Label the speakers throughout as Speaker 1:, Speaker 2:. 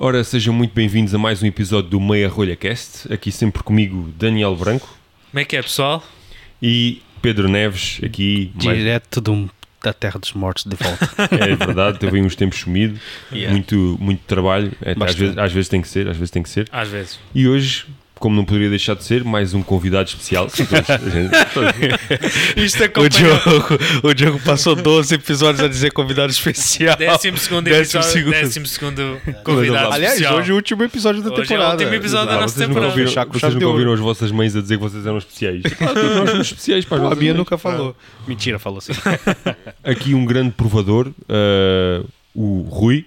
Speaker 1: Ora, sejam muito bem-vindos a mais um episódio do Meia Rolha Cast. Aqui sempre comigo Daniel Branco
Speaker 2: Como é que é, pessoal?
Speaker 1: e Pedro Neves, aqui. mais-
Speaker 3: Direto de um- da Terra dos Mortos de volta.
Speaker 1: É verdade, teve aí uns tempos sumido,
Speaker 2: Yeah.
Speaker 1: muito, muito trabalho. É, às,
Speaker 3: Bastante.
Speaker 1: vezes, às vezes tem que ser, às vezes tem que ser.
Speaker 2: Às vezes.
Speaker 1: E hoje, como não poderia deixar de ser, mais um convidado especial. Sim, todos- a gente- todos-
Speaker 2: Isto é
Speaker 3: o,
Speaker 2: acompanhou.
Speaker 3: Diogo, o Diogo passou 12 episódios a dizer convidado especial.
Speaker 2: Décimo segundo
Speaker 3: Décimo
Speaker 2: episódio,
Speaker 3: segundo.
Speaker 2: décimo segundo convidado
Speaker 3: Aliás,
Speaker 2: especial.
Speaker 3: hoje é o último episódio da
Speaker 2: Hoje é o
Speaker 3: temporada.
Speaker 2: último episódio da
Speaker 1: Ah,
Speaker 2: nossa
Speaker 1: vocês
Speaker 2: temporada.
Speaker 1: nunca ouviram,
Speaker 3: Fechar com
Speaker 1: vocês
Speaker 3: chave
Speaker 1: nunca
Speaker 3: de ouro.
Speaker 1: ouviram as vossas mães a dizer que vocês eram especiais. Ah, nós somos especiais para as
Speaker 3: A
Speaker 1: vossas
Speaker 3: Bia
Speaker 1: mães.
Speaker 3: nunca falou. É. Mentira, falou sim.
Speaker 1: aqui um grande provador, eh, o Rui.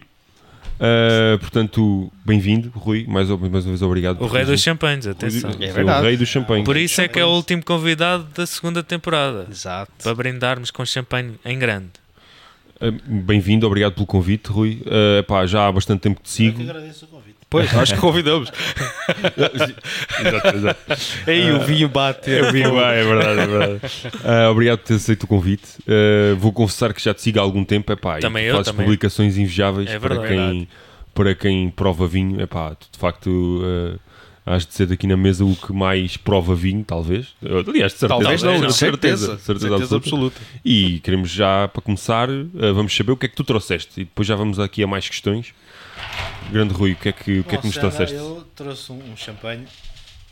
Speaker 1: Eh, portanto, bem-vindo, Rui. Mais, uma- mais uma vez, obrigado.
Speaker 2: o
Speaker 1: por
Speaker 2: rei
Speaker 1: teres
Speaker 2: dos champanhes, atenção.
Speaker 1: vindo.
Speaker 3: É
Speaker 1: Foi o
Speaker 3: verdade.
Speaker 1: rei do champanhe.
Speaker 2: Por isso é que é o último convidado da segunda temporada. Para
Speaker 3: Exato.
Speaker 2: brindarmos com champanhe em grande.
Speaker 1: Eh, Bem-vindo, obrigado pelo convite, Rui. Eh, pá, já há bastante tempo que te sigo.
Speaker 4: agradeço o convite.
Speaker 3: Pois, nós que convidamos.
Speaker 1: Exato, exato.
Speaker 3: Ei, o vinho bate.
Speaker 1: Eu vi, vai, é verdade, é verdade. Ah, obrigado por ter aceito o convite. Ah, vou confessar que já te sigo há algum tempo. Epá, e
Speaker 2: Também
Speaker 1: tu
Speaker 2: eu,
Speaker 1: fazes
Speaker 2: também.
Speaker 1: publicações invejáveis
Speaker 2: É
Speaker 1: para,
Speaker 2: verdade.
Speaker 1: quem, para quem prova vinho. Epá, tu de facto ah, has de ser aqui na mesa o que mais prova vinho, talvez. Ah, Aliás, de certeza.
Speaker 3: Talvez não, de certeza.
Speaker 1: certeza, certeza absoluta. E queremos já, para começar, ah, vamos saber o que é que tu trouxeste. E depois já vamos aqui a mais questões. Grande Rui, o que é que, o que, é que nos
Speaker 4: Moçada,
Speaker 1: trouxeste?
Speaker 4: Eu trouxe um, um champanhe.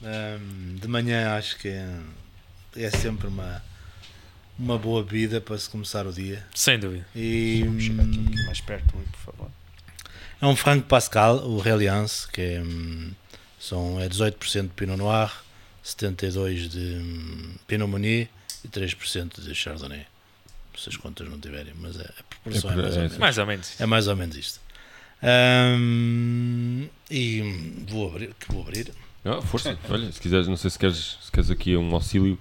Speaker 4: Ahm, de manhã acho que é, é sempre uma, uma boa bebida para se começar o dia.
Speaker 2: Sem dúvida.
Speaker 4: E hum,
Speaker 3: Mais perto, por favor.
Speaker 4: é um Franco Pascal, o Reliance, que é, hum, são, é 18% de Pinot Noir, 72% de hum, Pinot Meunier e 3% de Chardonnay. Se as contas não tiverem, mas é, a proporção
Speaker 1: É
Speaker 4: é,
Speaker 1: por-
Speaker 4: mais
Speaker 1: é
Speaker 2: Mais ou
Speaker 4: ou menos.
Speaker 2: menos.
Speaker 4: É mais ou menos isto. Ahm, e hum, vou abrir, que vou abrir.
Speaker 1: Ah, força. Olha, se quiseres, não sei se queres, se queres aqui um auxílio.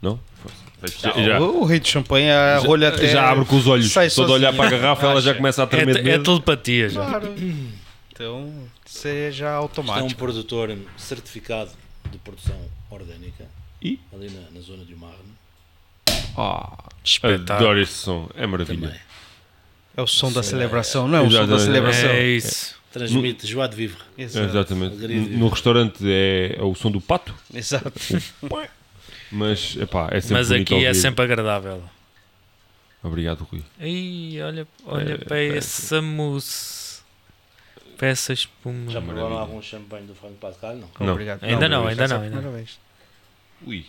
Speaker 1: Não. Força. Já, já,
Speaker 3: O rei de champanhe, a rolha até.
Speaker 1: já abre com os olhos.
Speaker 3: sai
Speaker 1: Só de olhar
Speaker 3: sozinho.
Speaker 1: para a garrafa, ela já
Speaker 3: Acha.
Speaker 1: começa a
Speaker 2: É,
Speaker 1: tremer de
Speaker 2: te- é
Speaker 1: medo.
Speaker 2: telepatia já.
Speaker 3: Claro. Então, seja
Speaker 4: Isto é um
Speaker 3: automático.
Speaker 4: produtor certificado de produção orgânica.
Speaker 1: E?
Speaker 4: Ali na, na zona de Marne.
Speaker 1: Ah,
Speaker 2: Espetáculo.
Speaker 1: adoro esse som. É maravilha.
Speaker 4: Também.
Speaker 3: É o som da
Speaker 4: Sim,
Speaker 3: celebração, não é o som da
Speaker 1: Exatamente.
Speaker 3: celebração.
Speaker 2: Então, É isso.
Speaker 4: Transmite joie de vivre.
Speaker 1: É, Exatamente.
Speaker 4: Alegria de
Speaker 1: No- No restaurante é, é o som do pato,
Speaker 3: Exato.
Speaker 1: mas epá, é sempre
Speaker 2: Mas
Speaker 1: bonito
Speaker 2: aqui é
Speaker 1: ouvir.
Speaker 2: sempre agradável.
Speaker 1: Obrigado, Rui.
Speaker 2: Ih, olha, olha
Speaker 1: É,
Speaker 2: para essa mousse. Para essa espuma.
Speaker 4: Já provaram
Speaker 1: maravilha.
Speaker 4: algum um champanhe do Franco Pascal? Não.
Speaker 1: Não.
Speaker 3: Obrigado.
Speaker 2: Ainda não, ainda
Speaker 3: essa é a
Speaker 2: não, ainda
Speaker 3: primeira vez.
Speaker 1: Ui.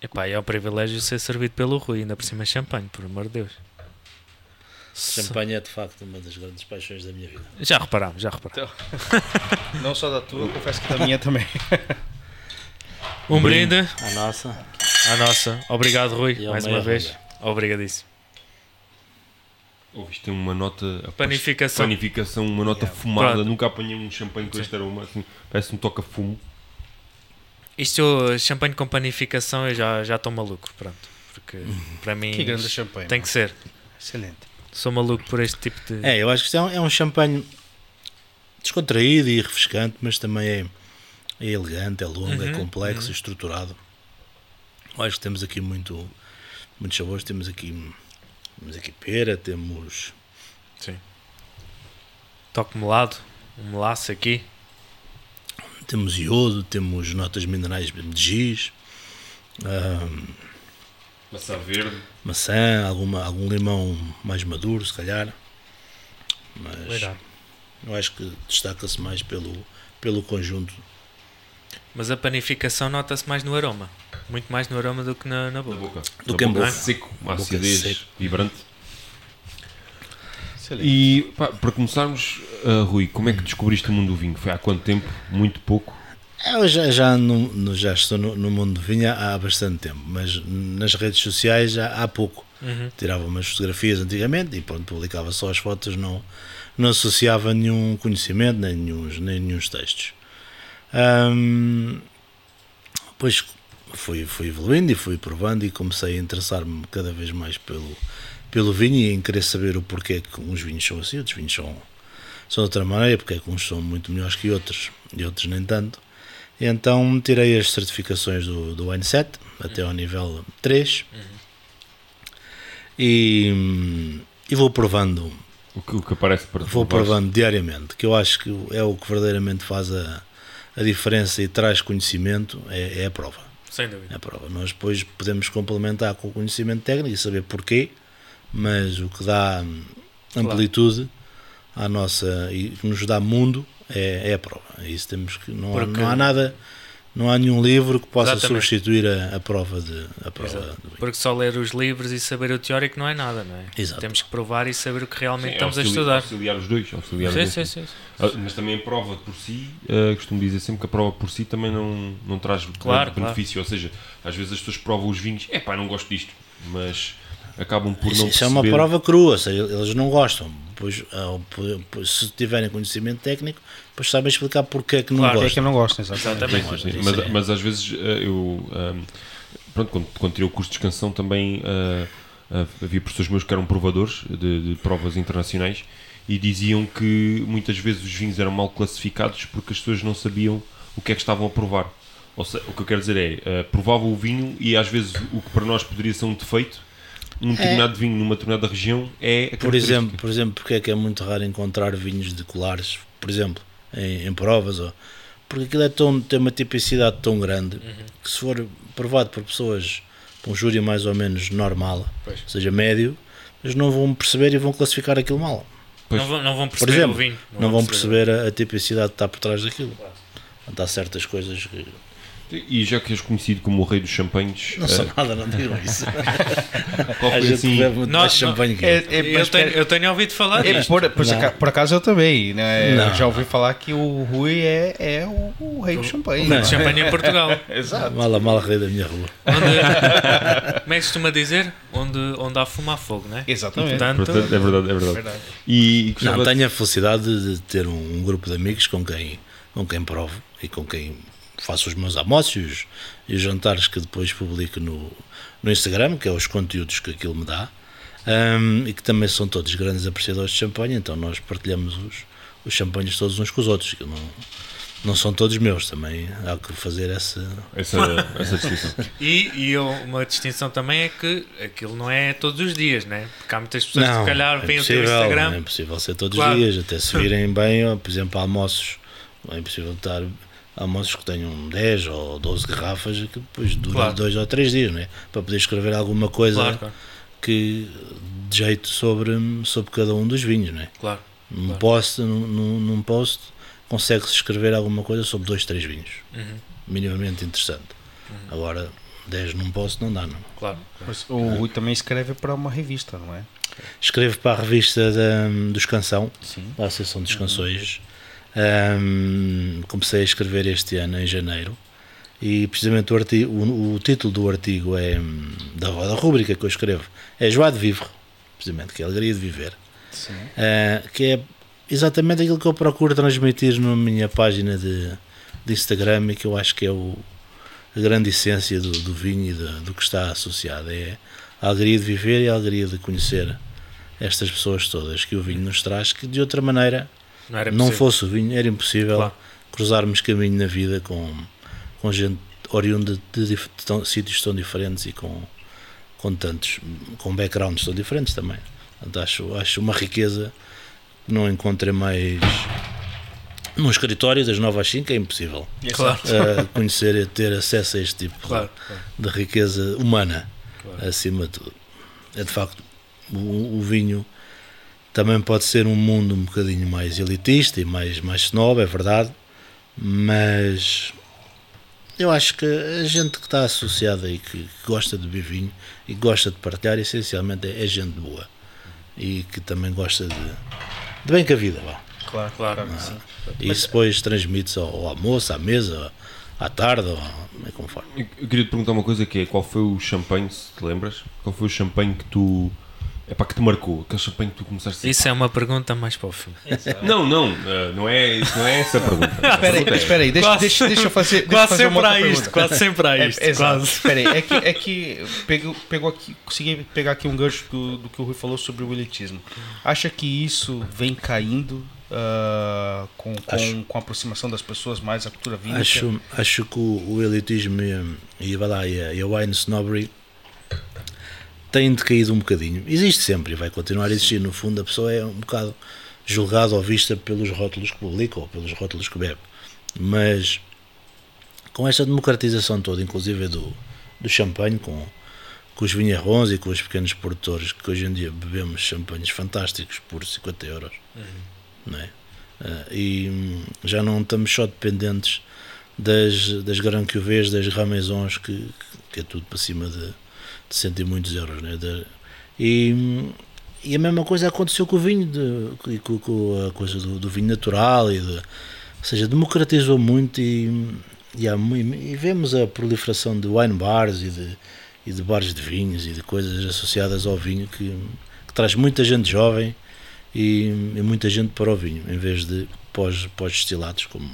Speaker 2: Epá, é um privilégio ser servido pelo Rui, ainda por cima é champanhe, por amor de Deus. Só-
Speaker 4: Champanhe é de facto uma das grandes paixões da minha vida.
Speaker 2: Já reparámos, já reparámos.
Speaker 3: Não só da tua, confesso que da minha também.
Speaker 4: Então,
Speaker 2: Um brinde
Speaker 4: A nossa.
Speaker 2: à nossa. Obrigado, Rui,
Speaker 4: E ao
Speaker 2: mais uma
Speaker 4: meio,
Speaker 2: vez. Obrigadíssimo.
Speaker 1: Ouviste uma nota. a
Speaker 2: Panificação.
Speaker 1: Panificação, uma nota fumada.
Speaker 2: Pronto.
Speaker 1: Nunca apanhei um champanhe com este aroma. Assim, parece um toca-fumo.
Speaker 2: Isto, eh, champanhe com panificação, eu já já estou maluco, pronto. Porque para mim
Speaker 3: Que grande champanhe.
Speaker 2: tem que ser.
Speaker 3: Excelente.
Speaker 2: Sou maluco por este tipo de.
Speaker 4: É, eu acho que isto é um, é um champanhe descontraído e refrescante, mas também é, é elegante, é longo,
Speaker 1: Uhum.
Speaker 4: é complexo, estruturado. Eu acho que temos aqui muito, muitos sabores. Temos aqui, temos aqui pera, temos
Speaker 2: Toque melado, um melaço aqui.
Speaker 4: temos iodo, temos notas minerais de giz, ah,
Speaker 1: Maçã verde.
Speaker 4: maçã, alguma, algum limão mais maduro, se calhar. Mas
Speaker 2: Legal.
Speaker 4: eu acho que destaca-se mais pelo, pelo conjunto.
Speaker 2: Mas a panificação nota-se mais no aroma. Muito mais no aroma do que na, na boca.
Speaker 4: Do
Speaker 1: Na
Speaker 4: que em boca.
Speaker 1: é Seco, uma
Speaker 4: Boca
Speaker 1: acidez
Speaker 4: seco.
Speaker 1: vibrante.
Speaker 4: É
Speaker 3: Excelente.
Speaker 1: E pá, para começarmos, ah, Rui, como é que descobriste o mundo do vinho? Foi há quanto tempo? Muito pouco.
Speaker 4: É, Eu já, já, no- no- já estou no, no mundo do vinho há há bastante tempo, mas nas redes sociais já há pouco. Tirava umas fotografias antigamente e pronto, publicava só as fotos, não, não associava nenhum conhecimento, nem nenhum, nem nenhum textos. Ahm, depois fui, fui evoluindo e fui provando e comecei a interessar-me cada vez mais pelo, pelo vinho e em querer saber o porquê é que uns vinhos são assim, outros vinhos são, são de outra maneira, porque é que uns são muito melhores que outros e outros nem tanto. E Então tirei as certificações do, do Wine Set até ao nível Uhum. 3 e, e vou provando
Speaker 1: O que, o que aparece para
Speaker 4: Vou
Speaker 1: para baixo.
Speaker 4: provando diariamente, que eu acho que é o que verdadeiramente faz a, a diferença e traz conhecimento, é, é a prova.
Speaker 2: Sem
Speaker 4: É
Speaker 2: dúvida.
Speaker 4: a prova. Nós depois podemos complementar com o conhecimento técnico e saber porquê, mas o que dá hum,
Speaker 2: Claro.
Speaker 4: amplitude à nossa e que nos dá mundo é, é a prova. Isso temos que não, há,
Speaker 2: Porque-
Speaker 4: não há nada, não há nenhum livro que possa
Speaker 2: Exatamente.
Speaker 4: substituir a, a prova de a prova
Speaker 2: Exato.
Speaker 4: do
Speaker 2: Porque só ler os livros e saber o teórico não é nada, não é?
Speaker 4: Exato.
Speaker 2: Temos que provar e saber o que
Speaker 1: Sim,
Speaker 2: realmente
Speaker 1: é
Speaker 2: estamos a
Speaker 1: auxili-
Speaker 2: estudar.
Speaker 1: Auxiliar os dois. Auxiliar
Speaker 2: Sim,
Speaker 1: os
Speaker 2: sim,
Speaker 1: dois.
Speaker 2: sim.
Speaker 1: Ah, Mas também a prova por si, ah, costumo dizer sempre que a prova por si também não, não traz grande
Speaker 2: Claro, claro.
Speaker 1: benefício. Ou seja, às vezes as pessoas provam os vinhos, é pá, não gosto disto, mas acabam por
Speaker 4: Isso,
Speaker 1: não
Speaker 4: isso é uma
Speaker 1: perceber.
Speaker 4: prova crua, ou seja, eles não gostam. Pois, ah, po- po- se tiverem conhecimento técnico, depois sabem explicar porque é que não
Speaker 2: Claro,
Speaker 3: Porque é que
Speaker 4: gostam.
Speaker 3: eu não gosto, exatamente.
Speaker 1: Sim,
Speaker 2: Exatamente.
Speaker 1: sim, sim.
Speaker 4: Sim, sim.
Speaker 1: Mas,
Speaker 4: Isso é-
Speaker 1: mas às vezes eh, eu. ehm, pronto, quando, quando tirei o curso de descansão também eh, eh, havia professores meus que eram provadores de, de provas internacionais e diziam que muitas vezes os vinhos eram mal classificados porque as pessoas não sabiam o que é que estavam a provar. Ou seja, o que eu quero dizer é, eh, provavam o vinho e às vezes o que para nós poderia ser um defeito, num determinado vinho, numa determinada região, é a
Speaker 4: É. Por
Speaker 1: característica.
Speaker 4: exemplo, por exemplo, porque é que é muito raro encontrar vinhos de colares, por exemplo, em, em provas? Ou, porque aquilo é tão, tem uma tipicidade tão grande que se for provado por pessoas com um júri mais ou menos normal,
Speaker 2: Pois.
Speaker 4: ou seja, médio, eles não vão perceber e vão classificar aquilo mal.
Speaker 1: Pois.
Speaker 2: Não, vão, não vão
Speaker 4: Por
Speaker 2: perceber
Speaker 4: exemplo,
Speaker 2: o vinho.
Speaker 4: não, vão perceber, a, a tipicidade que está por trás daquilo. Portanto, há certas coisas que
Speaker 1: E já que és conhecido como o rei dos champanhes,
Speaker 4: não são nada, não digam isso.
Speaker 1: eh, qual
Speaker 4: A
Speaker 1: foi
Speaker 4: gente
Speaker 1: assim...
Speaker 4: bebe muito
Speaker 2: Não,
Speaker 4: mais
Speaker 2: não,
Speaker 4: champanhe que eu.
Speaker 3: É, é,
Speaker 2: Eu
Speaker 3: mas
Speaker 2: tenho,
Speaker 3: espera-
Speaker 2: eu tenho ouvido falar
Speaker 3: é,
Speaker 2: disto.
Speaker 3: por, por
Speaker 4: Não.
Speaker 3: aca- por acaso eu também, né?
Speaker 4: Não.
Speaker 3: Já ouvi falar que o Rui é, é o, o rei do champanhe. né?
Speaker 2: De champanhe em Portugal.
Speaker 3: Exato.
Speaker 4: Mala, mala rei da minha rua.
Speaker 2: Onde, como é que se costuma dizer? Onde, onde há fumo, há fogo, não é?
Speaker 3: Exatamente.
Speaker 2: Portanto,
Speaker 1: Portanto, é verdade, é verdade.
Speaker 3: Verdade.
Speaker 1: E, e
Speaker 4: Não,
Speaker 1: gostava-
Speaker 4: tenho a felicidade de de ter um, um grupo de amigos com quem, com quem provo e com quem faço os meus almoços e os, e os jantares que depois publico no, no Instagram, que é os conteúdos que aquilo me dá, Ahm, e que também são todos grandes apreciadores de champanhe, então nós partilhamos os, os champanhes todos uns com os outros, que não, não são todos meus também, há que fazer essa...
Speaker 1: essa, essa distinção.
Speaker 2: E, e eu- uma distinção também é que aquilo não é todos os dias, né? Porque há muitas pessoas que se calhar veem o teu Instagram.
Speaker 4: É impossível ser todos
Speaker 2: Claro.
Speaker 4: os dias, até se virem bem, ou, por exemplo, almoços. É impossível estar almoços que tenham 10 ou 12 garrafas que depois duram
Speaker 2: Claro.
Speaker 4: 2 dois ou 3 dias, não é? Para poder escrever alguma coisa
Speaker 2: Claro, claro.
Speaker 4: que de jeito sobre, sobre cada um dos vinhos, não é?
Speaker 2: claro.
Speaker 4: Num
Speaker 2: Claro.
Speaker 4: post, num, num- num post consegue-se escrever alguma coisa sobre dois, três vinhos,
Speaker 2: Uhum,
Speaker 4: minimamente interessante. Agora, 10 num post não dá, não.
Speaker 2: claro.
Speaker 3: Mas O Rui também escreve para uma revista, não é?
Speaker 4: Escrevo para a revista da, dos Canção,
Speaker 3: Sim.
Speaker 4: da Associação dos Canções. Ahm, comecei a escrever este ano, em janeiro, e precisamente o, arti- o- o título do artigo é hum, da, da rúbrica que eu escrevo é Joie de Vivre, precisamente, que é a alegria de viver,
Speaker 3: Sim.
Speaker 4: Ah, que é exatamente aquilo que eu procuro transmitir na minha página de, de Instagram e que eu acho que é o, a grande essência do, do vinho e do, do que está associado. É a alegria de viver e a alegria de conhecer estas pessoas todas que o vinho nos traz, que de outra maneira
Speaker 2: Não era
Speaker 4: não
Speaker 2: possível.
Speaker 4: fosse o vinho, era impossível
Speaker 2: Claro.
Speaker 4: cruzarmos caminho na vida com, com gente oriunda de, dif- de tão- sítios tão diferentes e com, com tantos, com backgrounds tão diferentes também. Portanto, acho, acho uma riqueza que não encontrei mais num escritório das 9 às 5, é impossível
Speaker 2: Claro,
Speaker 4: eh, conhecer e ter acesso a este tipo
Speaker 2: claro.
Speaker 4: de riqueza humana,
Speaker 2: Claro.
Speaker 4: acima de tudo. É de facto, o, o vinho também pode ser um mundo um bocadinho mais elitista e mais, mais snob, é verdade, mas eu acho que a gente que está associada e que, que gosta de beber vinho e que gosta de partilhar, essencialmente é, é gente boa e que também gosta de, de bem com a vida. Vá.
Speaker 3: Claro,
Speaker 2: Claro.
Speaker 3: que sim.
Speaker 4: E isso depois transmite-se ao, ao almoço, à mesa, à tarde, ou, é conforme.
Speaker 1: Eu eu queria te perguntar uma coisa que é, qual foi o champanhe, se te lembras? Qual foi o champanhe que tu... É para que te marcou? Aquele champanhe que tu começaste a dizer,
Speaker 2: Isso é uma pergunta mais para o fim.
Speaker 1: Não, não, eh, não é, isso não é essa a pergunta.
Speaker 3: Espera aí, espera aí, deixa,
Speaker 2: Quase-
Speaker 3: deixa, deixa eu fazer, deixa eu
Speaker 2: Quase
Speaker 3: fazer uma
Speaker 2: sempre
Speaker 3: outra
Speaker 2: há isto,
Speaker 3: pergunta.
Speaker 2: quase sempre há isto.
Speaker 3: É, exato.
Speaker 2: quase.
Speaker 3: Espera aí, é que, é que pegou, pegou aqui, consegui pegar aqui um gancho do, do que o Rui falou sobre o elitismo. Acha que isso vem caindo ah, com, com,
Speaker 4: Acho.
Speaker 3: com a aproximação das pessoas mais à cultura vinda?
Speaker 4: Acho, acho que o, o elitismo e, e, vai lá, e, a, e a wine snobbery têm decaído um bocadinho. Existe sempre e vai continuar a existir. No fundo, a pessoa é um bocado julgada ou vista pelos rótulos que publica ou pelos rótulos que bebe. Mas com esta democratização toda, inclusive do, do champanhe, com, com os vinharrons e com os pequenos produtores, que hoje em dia bebemos champanhes fantásticos por 50 euros, não é? Ah, e hum, já não estamos só dependentes das, das Gran Cuvées, das Ramaisons, que, que é tudo para cima de, de cento e muitos euros, não é? Da- e, hum, e a mesma coisa aconteceu com o vinho, de- e com, com a coisa do, do vinho natural, e de, ou seja, democratizou muito e, hum, e, há mu- e vemos a proliferação de wine bars e de, e de bares de vinhos e de coisas associadas ao vinho que, que traz muita gente jovem e, e muita gente para o vinho, em vez de pós- pós-destilados, como,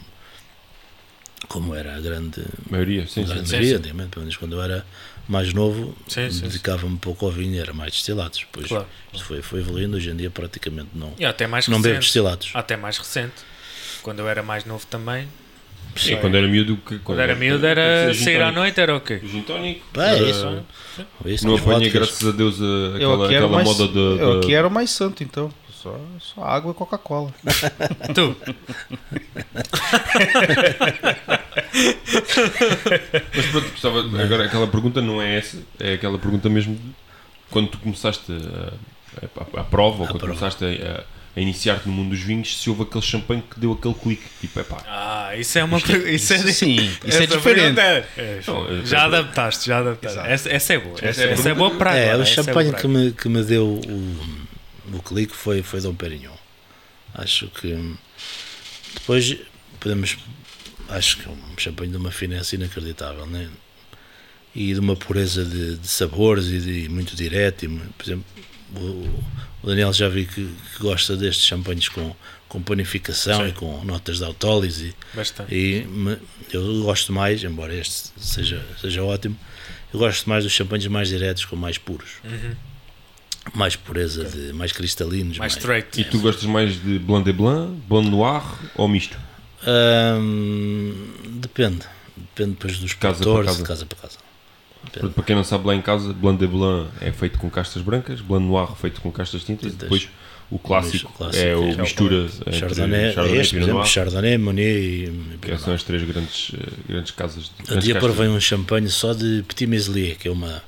Speaker 4: como era a grande,
Speaker 1: A maioria, sim, sim.
Speaker 4: grande
Speaker 2: sim,
Speaker 4: maioria,
Speaker 2: sim.
Speaker 4: antigamente, pelo menos quando eu era mais novo,
Speaker 2: Sim, sim,
Speaker 4: dedicava-me pouco ao vinho, era mais destilados. Depois
Speaker 2: Claro.
Speaker 4: isto foi, foi evoluindo, hoje em dia praticamente não,
Speaker 2: E até mais
Speaker 4: não bebo
Speaker 2: recente.
Speaker 4: destilados.
Speaker 2: Até mais recente. Quando eu era mais novo também.
Speaker 1: Sim, quando era miúdo. que-
Speaker 2: Quando era
Speaker 1: é
Speaker 2: miúdo era sair à noite, era o quê?
Speaker 1: Gin tónico.
Speaker 4: Pá, é
Speaker 1: eh,
Speaker 4: isso, não é? Isso,
Speaker 1: Não
Speaker 4: os
Speaker 1: apanha,
Speaker 4: vodkas.
Speaker 1: graças a Deus, a-
Speaker 4: é
Speaker 3: Eu
Speaker 1: aquela,
Speaker 3: aqui era
Speaker 1: aquela
Speaker 3: o mais,
Speaker 1: moda de.
Speaker 3: eu
Speaker 1: de-
Speaker 3: aqui era o mais santo, então. Só, só água e Coca-Cola.
Speaker 2: Ah, Tu?
Speaker 1: Mas pronto, gostava. Agora, aquela pergunta não é essa, é aquela pergunta mesmo de quando tu começaste a, a- a prova, ou quando
Speaker 4: prova.
Speaker 1: começaste a, a- a iniciar-te no mundo dos vinhos, se houve aquele champanhe que deu aquele clique. Tipo, é pá.
Speaker 2: Ah, isso é uma coisa. Isso, é,
Speaker 3: Sim, isso é
Speaker 2: essa
Speaker 3: diferente.
Speaker 2: pergunta é-
Speaker 1: Não, eu-
Speaker 2: já adaptaste, já adaptaste.
Speaker 3: Exato.
Speaker 2: Essa, essa é boa. Essa,
Speaker 1: Essa é
Speaker 2: é boa para
Speaker 4: É,
Speaker 2: agora,
Speaker 4: o
Speaker 2: essa é
Speaker 4: champanhe
Speaker 2: boa
Speaker 4: que,
Speaker 2: para
Speaker 4: me, que me deu o, o clique foi, foi Dom Perignon. Acho que hum, depois podemos. Acho que é um champanhe de uma finesse inacreditável, né? E de uma pureza de, de sabores e de- muito direto. e mu- por exemplo, o, o Daniel já vi que, que gosta destes champanhes com, com panificação e com notas de autólise.
Speaker 2: agora. Bastante.
Speaker 4: E me- eu gosto mais, embora este seja, seja ótimo, eu gosto mais dos champanhes mais diretos, com mais puros. Mais pureza, de, mais cristalinos.
Speaker 2: Uhum. Mais
Speaker 4: Mais
Speaker 2: straight.
Speaker 1: E tu gostas mais de Blanc de Blanc, Blanc Noir ou misto?
Speaker 4: Ahm, depende. Depende depois dos
Speaker 1: Casa para
Speaker 4: produtores,
Speaker 1: casa.
Speaker 4: de casa para casa.
Speaker 1: Pronto, para quem não sabe, lá em casa, Blanc de Blanc é feito com castas brancas, Blanc Noir feito com castas tintas,
Speaker 4: Tintas.
Speaker 1: depois o clássico,
Speaker 4: O clássico,
Speaker 1: é
Speaker 4: que
Speaker 1: o
Speaker 4: é o
Speaker 1: mistura entre
Speaker 4: Chardonnay, é este, por
Speaker 1: Pinot
Speaker 4: exemplo,
Speaker 1: Noir,
Speaker 4: Chardonnay, Monet e. e
Speaker 1: que são as três grandes, eh, grandes casas. de-
Speaker 4: Um
Speaker 1: grandes
Speaker 4: dia
Speaker 1: castas.
Speaker 4: provei um champanhe só de Petit Meslier, que é uma,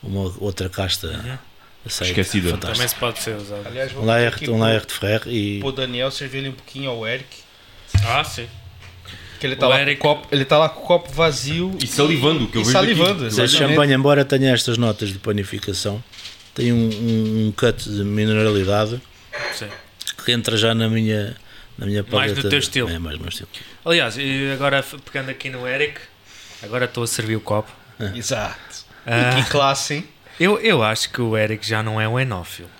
Speaker 4: uma outra casta aceita,
Speaker 1: Esquecida.
Speaker 2: Uhum. Também
Speaker 4: fantástica.
Speaker 2: se pode ser usado.
Speaker 3: Aliás, vou
Speaker 4: Um
Speaker 3: pedir
Speaker 4: Laerte,
Speaker 3: aqui
Speaker 4: um
Speaker 3: pro-
Speaker 4: Laerte Ferrer e.
Speaker 3: pro Daniel servir-lhe um pouquinho ao Eric.
Speaker 2: Ah, sim.
Speaker 3: Que ele
Speaker 2: O
Speaker 3: tá, lá,
Speaker 2: Eric-
Speaker 3: Com o copo, ele tá lá com o cocopo vazio.
Speaker 1: E salivando, que eu
Speaker 3: E
Speaker 1: vejo
Speaker 3: salivando,
Speaker 1: aqui.
Speaker 4: Mas este
Speaker 3: Exatamente.
Speaker 4: é champanhe, embora tenha estas notas de panificação, tem um, um, um cut de mineralidade
Speaker 2: sim.
Speaker 4: que entra já na minha, na minha
Speaker 2: Mais
Speaker 4: paleta
Speaker 2: no teu
Speaker 4: de-
Speaker 2: estilo.
Speaker 4: É, mais no meu estilo.
Speaker 2: Aliás, e agora f- pegando aqui no Eric, agora estou a servir o copo.
Speaker 3: Exato.
Speaker 2: Ah.
Speaker 3: E que classe, hein?
Speaker 2: Eu, eu acho que o Eric já não é um enófilo.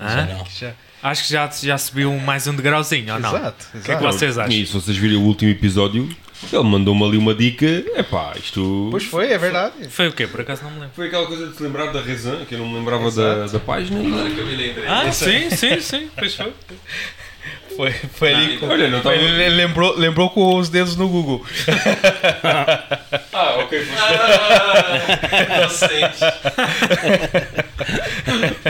Speaker 2: Hã?
Speaker 4: Já não.
Speaker 3: Já-
Speaker 2: Acho que já, já subiu mais um degrauzinho, ou não?
Speaker 3: Exato,
Speaker 2: O que é que
Speaker 3: exato.
Speaker 2: vocês acham?
Speaker 1: E se vocês virem o último episódio, ele mandou-me ali uma dica. Epá, isto.
Speaker 3: Pois foi, é verdade.
Speaker 2: Foi o quê? Por acaso não me lembro.
Speaker 1: Foi aquela coisa de se lembrar da Rezan, que eu não me lembrava da,
Speaker 3: Exato.
Speaker 1: da página.
Speaker 2: Ah, sim, sim, sim. Pois foi.
Speaker 3: Foi, foi ali. com-
Speaker 1: Olha, não estava.
Speaker 3: Ele le- lembrou, lembrou com os dedos no Google.
Speaker 1: Ah, ok, foi.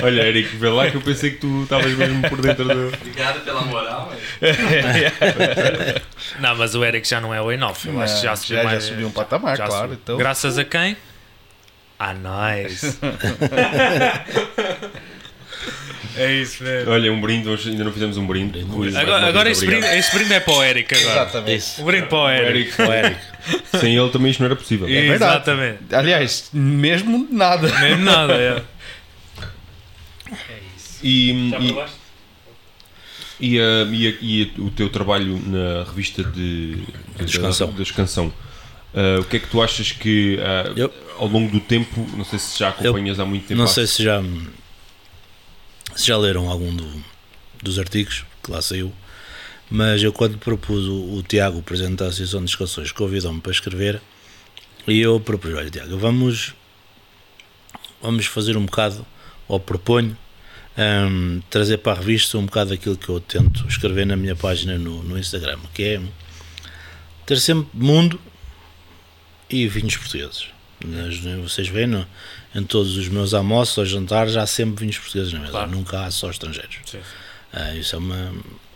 Speaker 1: Olha, Eric, vê lá que eu pensei que tu estavas mesmo por dentro do.
Speaker 5: Obrigado pela moral.
Speaker 2: Não, mas o Eric já não é o enófilo. Acho que já subiu
Speaker 3: já, já
Speaker 2: mais.
Speaker 3: subiu um patamar,
Speaker 2: Ah, já
Speaker 3: claro.
Speaker 2: subiu.
Speaker 3: Então,
Speaker 2: Graças a quem? Ah, A nós. é isso mesmo.
Speaker 1: Olha, um brinde, hoje ainda não fizemos um brinde. Rui, mais uma
Speaker 2: Agora,
Speaker 1: vez,
Speaker 2: agora esse, brinde,
Speaker 1: obrigado.
Speaker 2: esse brinde é para o Eric agora.
Speaker 3: exatamente.
Speaker 4: Isso.
Speaker 2: O brinde para o Eric.
Speaker 1: Eric, sem ele também isto não era possível.
Speaker 2: É.
Speaker 3: verdade.
Speaker 2: Exatamente.
Speaker 3: Aliás, mesmo nada.
Speaker 2: Mesmo nada, é.
Speaker 1: E, e, E, ah, e a- e a- o teu trabalho na revista de, de-
Speaker 4: Descanção.
Speaker 1: da Descanção. Ah, o que é que tu achas que ah,
Speaker 4: Eu-
Speaker 1: ao longo do tempo, não sei se já acompanhas tipo, há muito tempo,
Speaker 4: Não
Speaker 1: a-
Speaker 4: sei se já, se já leram algum do- dos artigos que lá saiu, mas eu quando propus o, o Tiago, o Presidente da Associação de Descansões, convidou-me para escrever e eu propus, olha Tiago, vamos, vamos fazer um bocado, ou proponho, hum, trazer para a revista um bocado aquilo que eu tento escrever na minha página no, no Instagram, que é ter sempre mundo e vinhos portugueses. Nas- vocês veem no- em todos os meus almoços ou jantares há sempre vinhos portugueses na mesa,
Speaker 2: Claro.
Speaker 4: nunca há só estrangeiros.
Speaker 2: Sim.
Speaker 4: Ah, isso é, uma,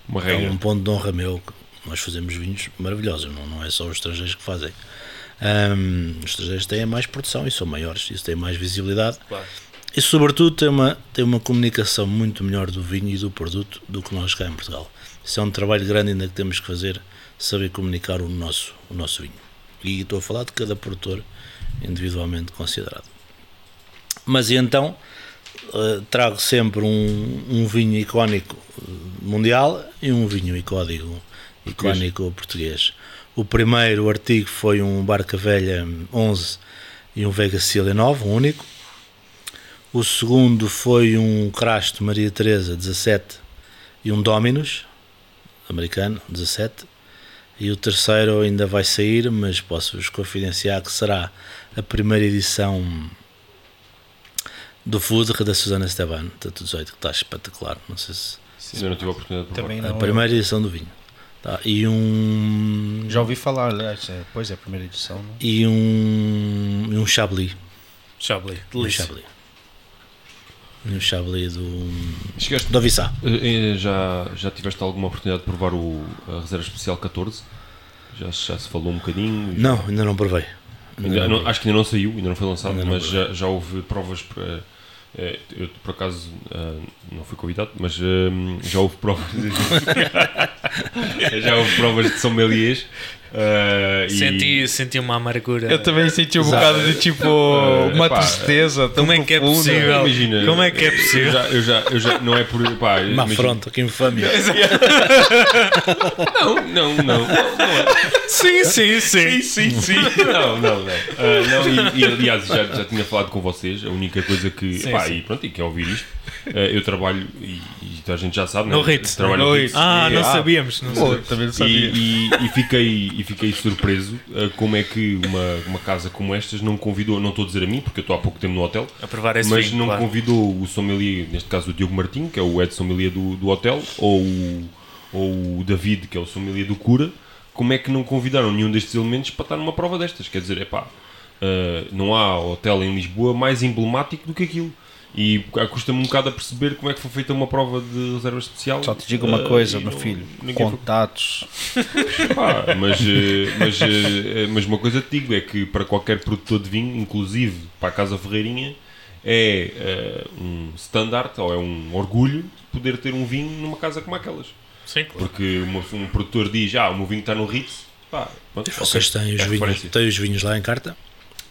Speaker 1: Uma
Speaker 4: é
Speaker 1: regra.
Speaker 4: um ponto de honra meu. que Nós fazemos vinhos maravilhosos, não, não é só os estrangeiros que fazem. Ahm, os estrangeiros têm mais produção e são maiores, isso tem mais visibilidade.
Speaker 2: Claro.
Speaker 4: E sobretudo tem uma, tem uma comunicação muito melhor do vinho e do produto do que nós cá em Portugal. Isso é um trabalho grande ainda que temos que fazer, saber comunicar o nosso, o nosso vinho. E estou a falar de cada produtor individualmente considerado. Mas e então eh, trago sempre um, um vinho icónico eh, mundial e um vinho icónico, icónico português. O primeiro artigo foi um Barca Velha 11 e um Vega Sicília 9, um único. O segundo foi um Crasto Maria Teresa 17 e um Dominus americano 17. E o terceiro ainda vai sair, mas posso-vos confidenciar que será a primeira edição do Food da Susana Esteban, tanto 18, que está espetacular. Não sei se.
Speaker 1: Sim, eu não tive a oportunidade de provar.
Speaker 3: Também
Speaker 4: É A
Speaker 3: não.
Speaker 4: primeira edição do vinho. Tá, E um.
Speaker 3: Já ouvi falar, aliás, é, pois é, a primeira edição. Não?
Speaker 4: E um. E um Chablis.
Speaker 2: Chablis.
Speaker 4: Um
Speaker 2: Delícia.
Speaker 4: Chablis. E um Chablis do.
Speaker 1: Chegaste,
Speaker 4: Do Avissá.
Speaker 1: eh, eh, já, já tiveste alguma oportunidade de provar o, a Reserva Especial 14? Já, já se falou um bocadinho?
Speaker 4: Não, ainda não provei.
Speaker 1: Ainda não- acho que ainda não saiu, ainda não foi lançado,
Speaker 4: Ainda não
Speaker 1: mas
Speaker 4: foi.
Speaker 1: já, já houve provas. Para, eh, eu, por acaso, ah, não fui convidado, mas ah, já houve provas. já houve provas de São eh, Meliês.
Speaker 2: Senti, senti uma amargura.
Speaker 3: Eu também senti um
Speaker 4: Exato.
Speaker 3: bocado de tipo uma
Speaker 1: pá,
Speaker 3: tristeza tão
Speaker 2: Como é que é
Speaker 3: profunda.
Speaker 2: possível?
Speaker 1: Imagina.
Speaker 2: Como é que é
Speaker 1: Eu
Speaker 2: possível?
Speaker 1: já, eu já, eu já, não é por. Pá,
Speaker 4: Uma
Speaker 1: imagina-
Speaker 4: afronta, que infâmia.
Speaker 1: Não, não, não. não, não é.
Speaker 2: Sim, sim, sim.
Speaker 1: sim, sim. Não, não, não. Ah, não e, e, aliás, já, já tinha falado com vocês, a única coisa que.
Speaker 2: Sim,
Speaker 1: pá,
Speaker 2: sim.
Speaker 1: e pronto, e quem ouvir isto, ah, eu trabalho, e, e toda a gente já sabe,
Speaker 2: No
Speaker 1: né?
Speaker 2: hit.
Speaker 1: Trabalho
Speaker 3: No
Speaker 1: no
Speaker 3: hit.
Speaker 1: hit.
Speaker 2: Ah,
Speaker 1: E-
Speaker 2: não
Speaker 1: ah,
Speaker 2: sabíamos. Não
Speaker 3: Pô,
Speaker 2: sabíamos.
Speaker 3: também não sabia.
Speaker 1: E, e- e fiquei, e fiquei surpreso ah, como é que uma, uma casa como estas não convidou, não estou a dizer a mim, porque eu estou há pouco tempo no hotel,
Speaker 2: A provar esse
Speaker 1: mas
Speaker 2: vinho,
Speaker 1: não
Speaker 2: claro.
Speaker 1: convidou o sommelier, neste caso o Diogo Martim, que é o Ed sommelier do, do hotel, ou, o- ou o David, que é o sommelier do cura, como é que não convidaram nenhum destes elementos para estar numa prova destas? Quer dizer, é pá, não há hotel em Lisboa mais emblemático do que aquilo. E ah, custa-me um bocado a perceber como é que foi feita uma prova de reserva especial.
Speaker 3: Só te digo uma
Speaker 1: Ah,
Speaker 3: coisa,
Speaker 1: e
Speaker 3: meu
Speaker 1: não-
Speaker 3: filho.
Speaker 1: ninguém foi
Speaker 3: Contatos.
Speaker 1: Pá, mas, eh, mas, eh, eh, mas uma coisa te digo é que para qualquer produtor de vinho, inclusive para a Casa Ferreirinha, é eh, um standard ou é um orgulho poder ter um vinho numa casa como aquelas.
Speaker 2: Sim, claro.
Speaker 1: Porque uma- um produtor diz, ah, o meu vinho está no Ritz, pá, pronto,
Speaker 4: Vocês têm os,
Speaker 1: É
Speaker 4: vinhos,
Speaker 1: referência.
Speaker 4: têm os vinhos lá em carta?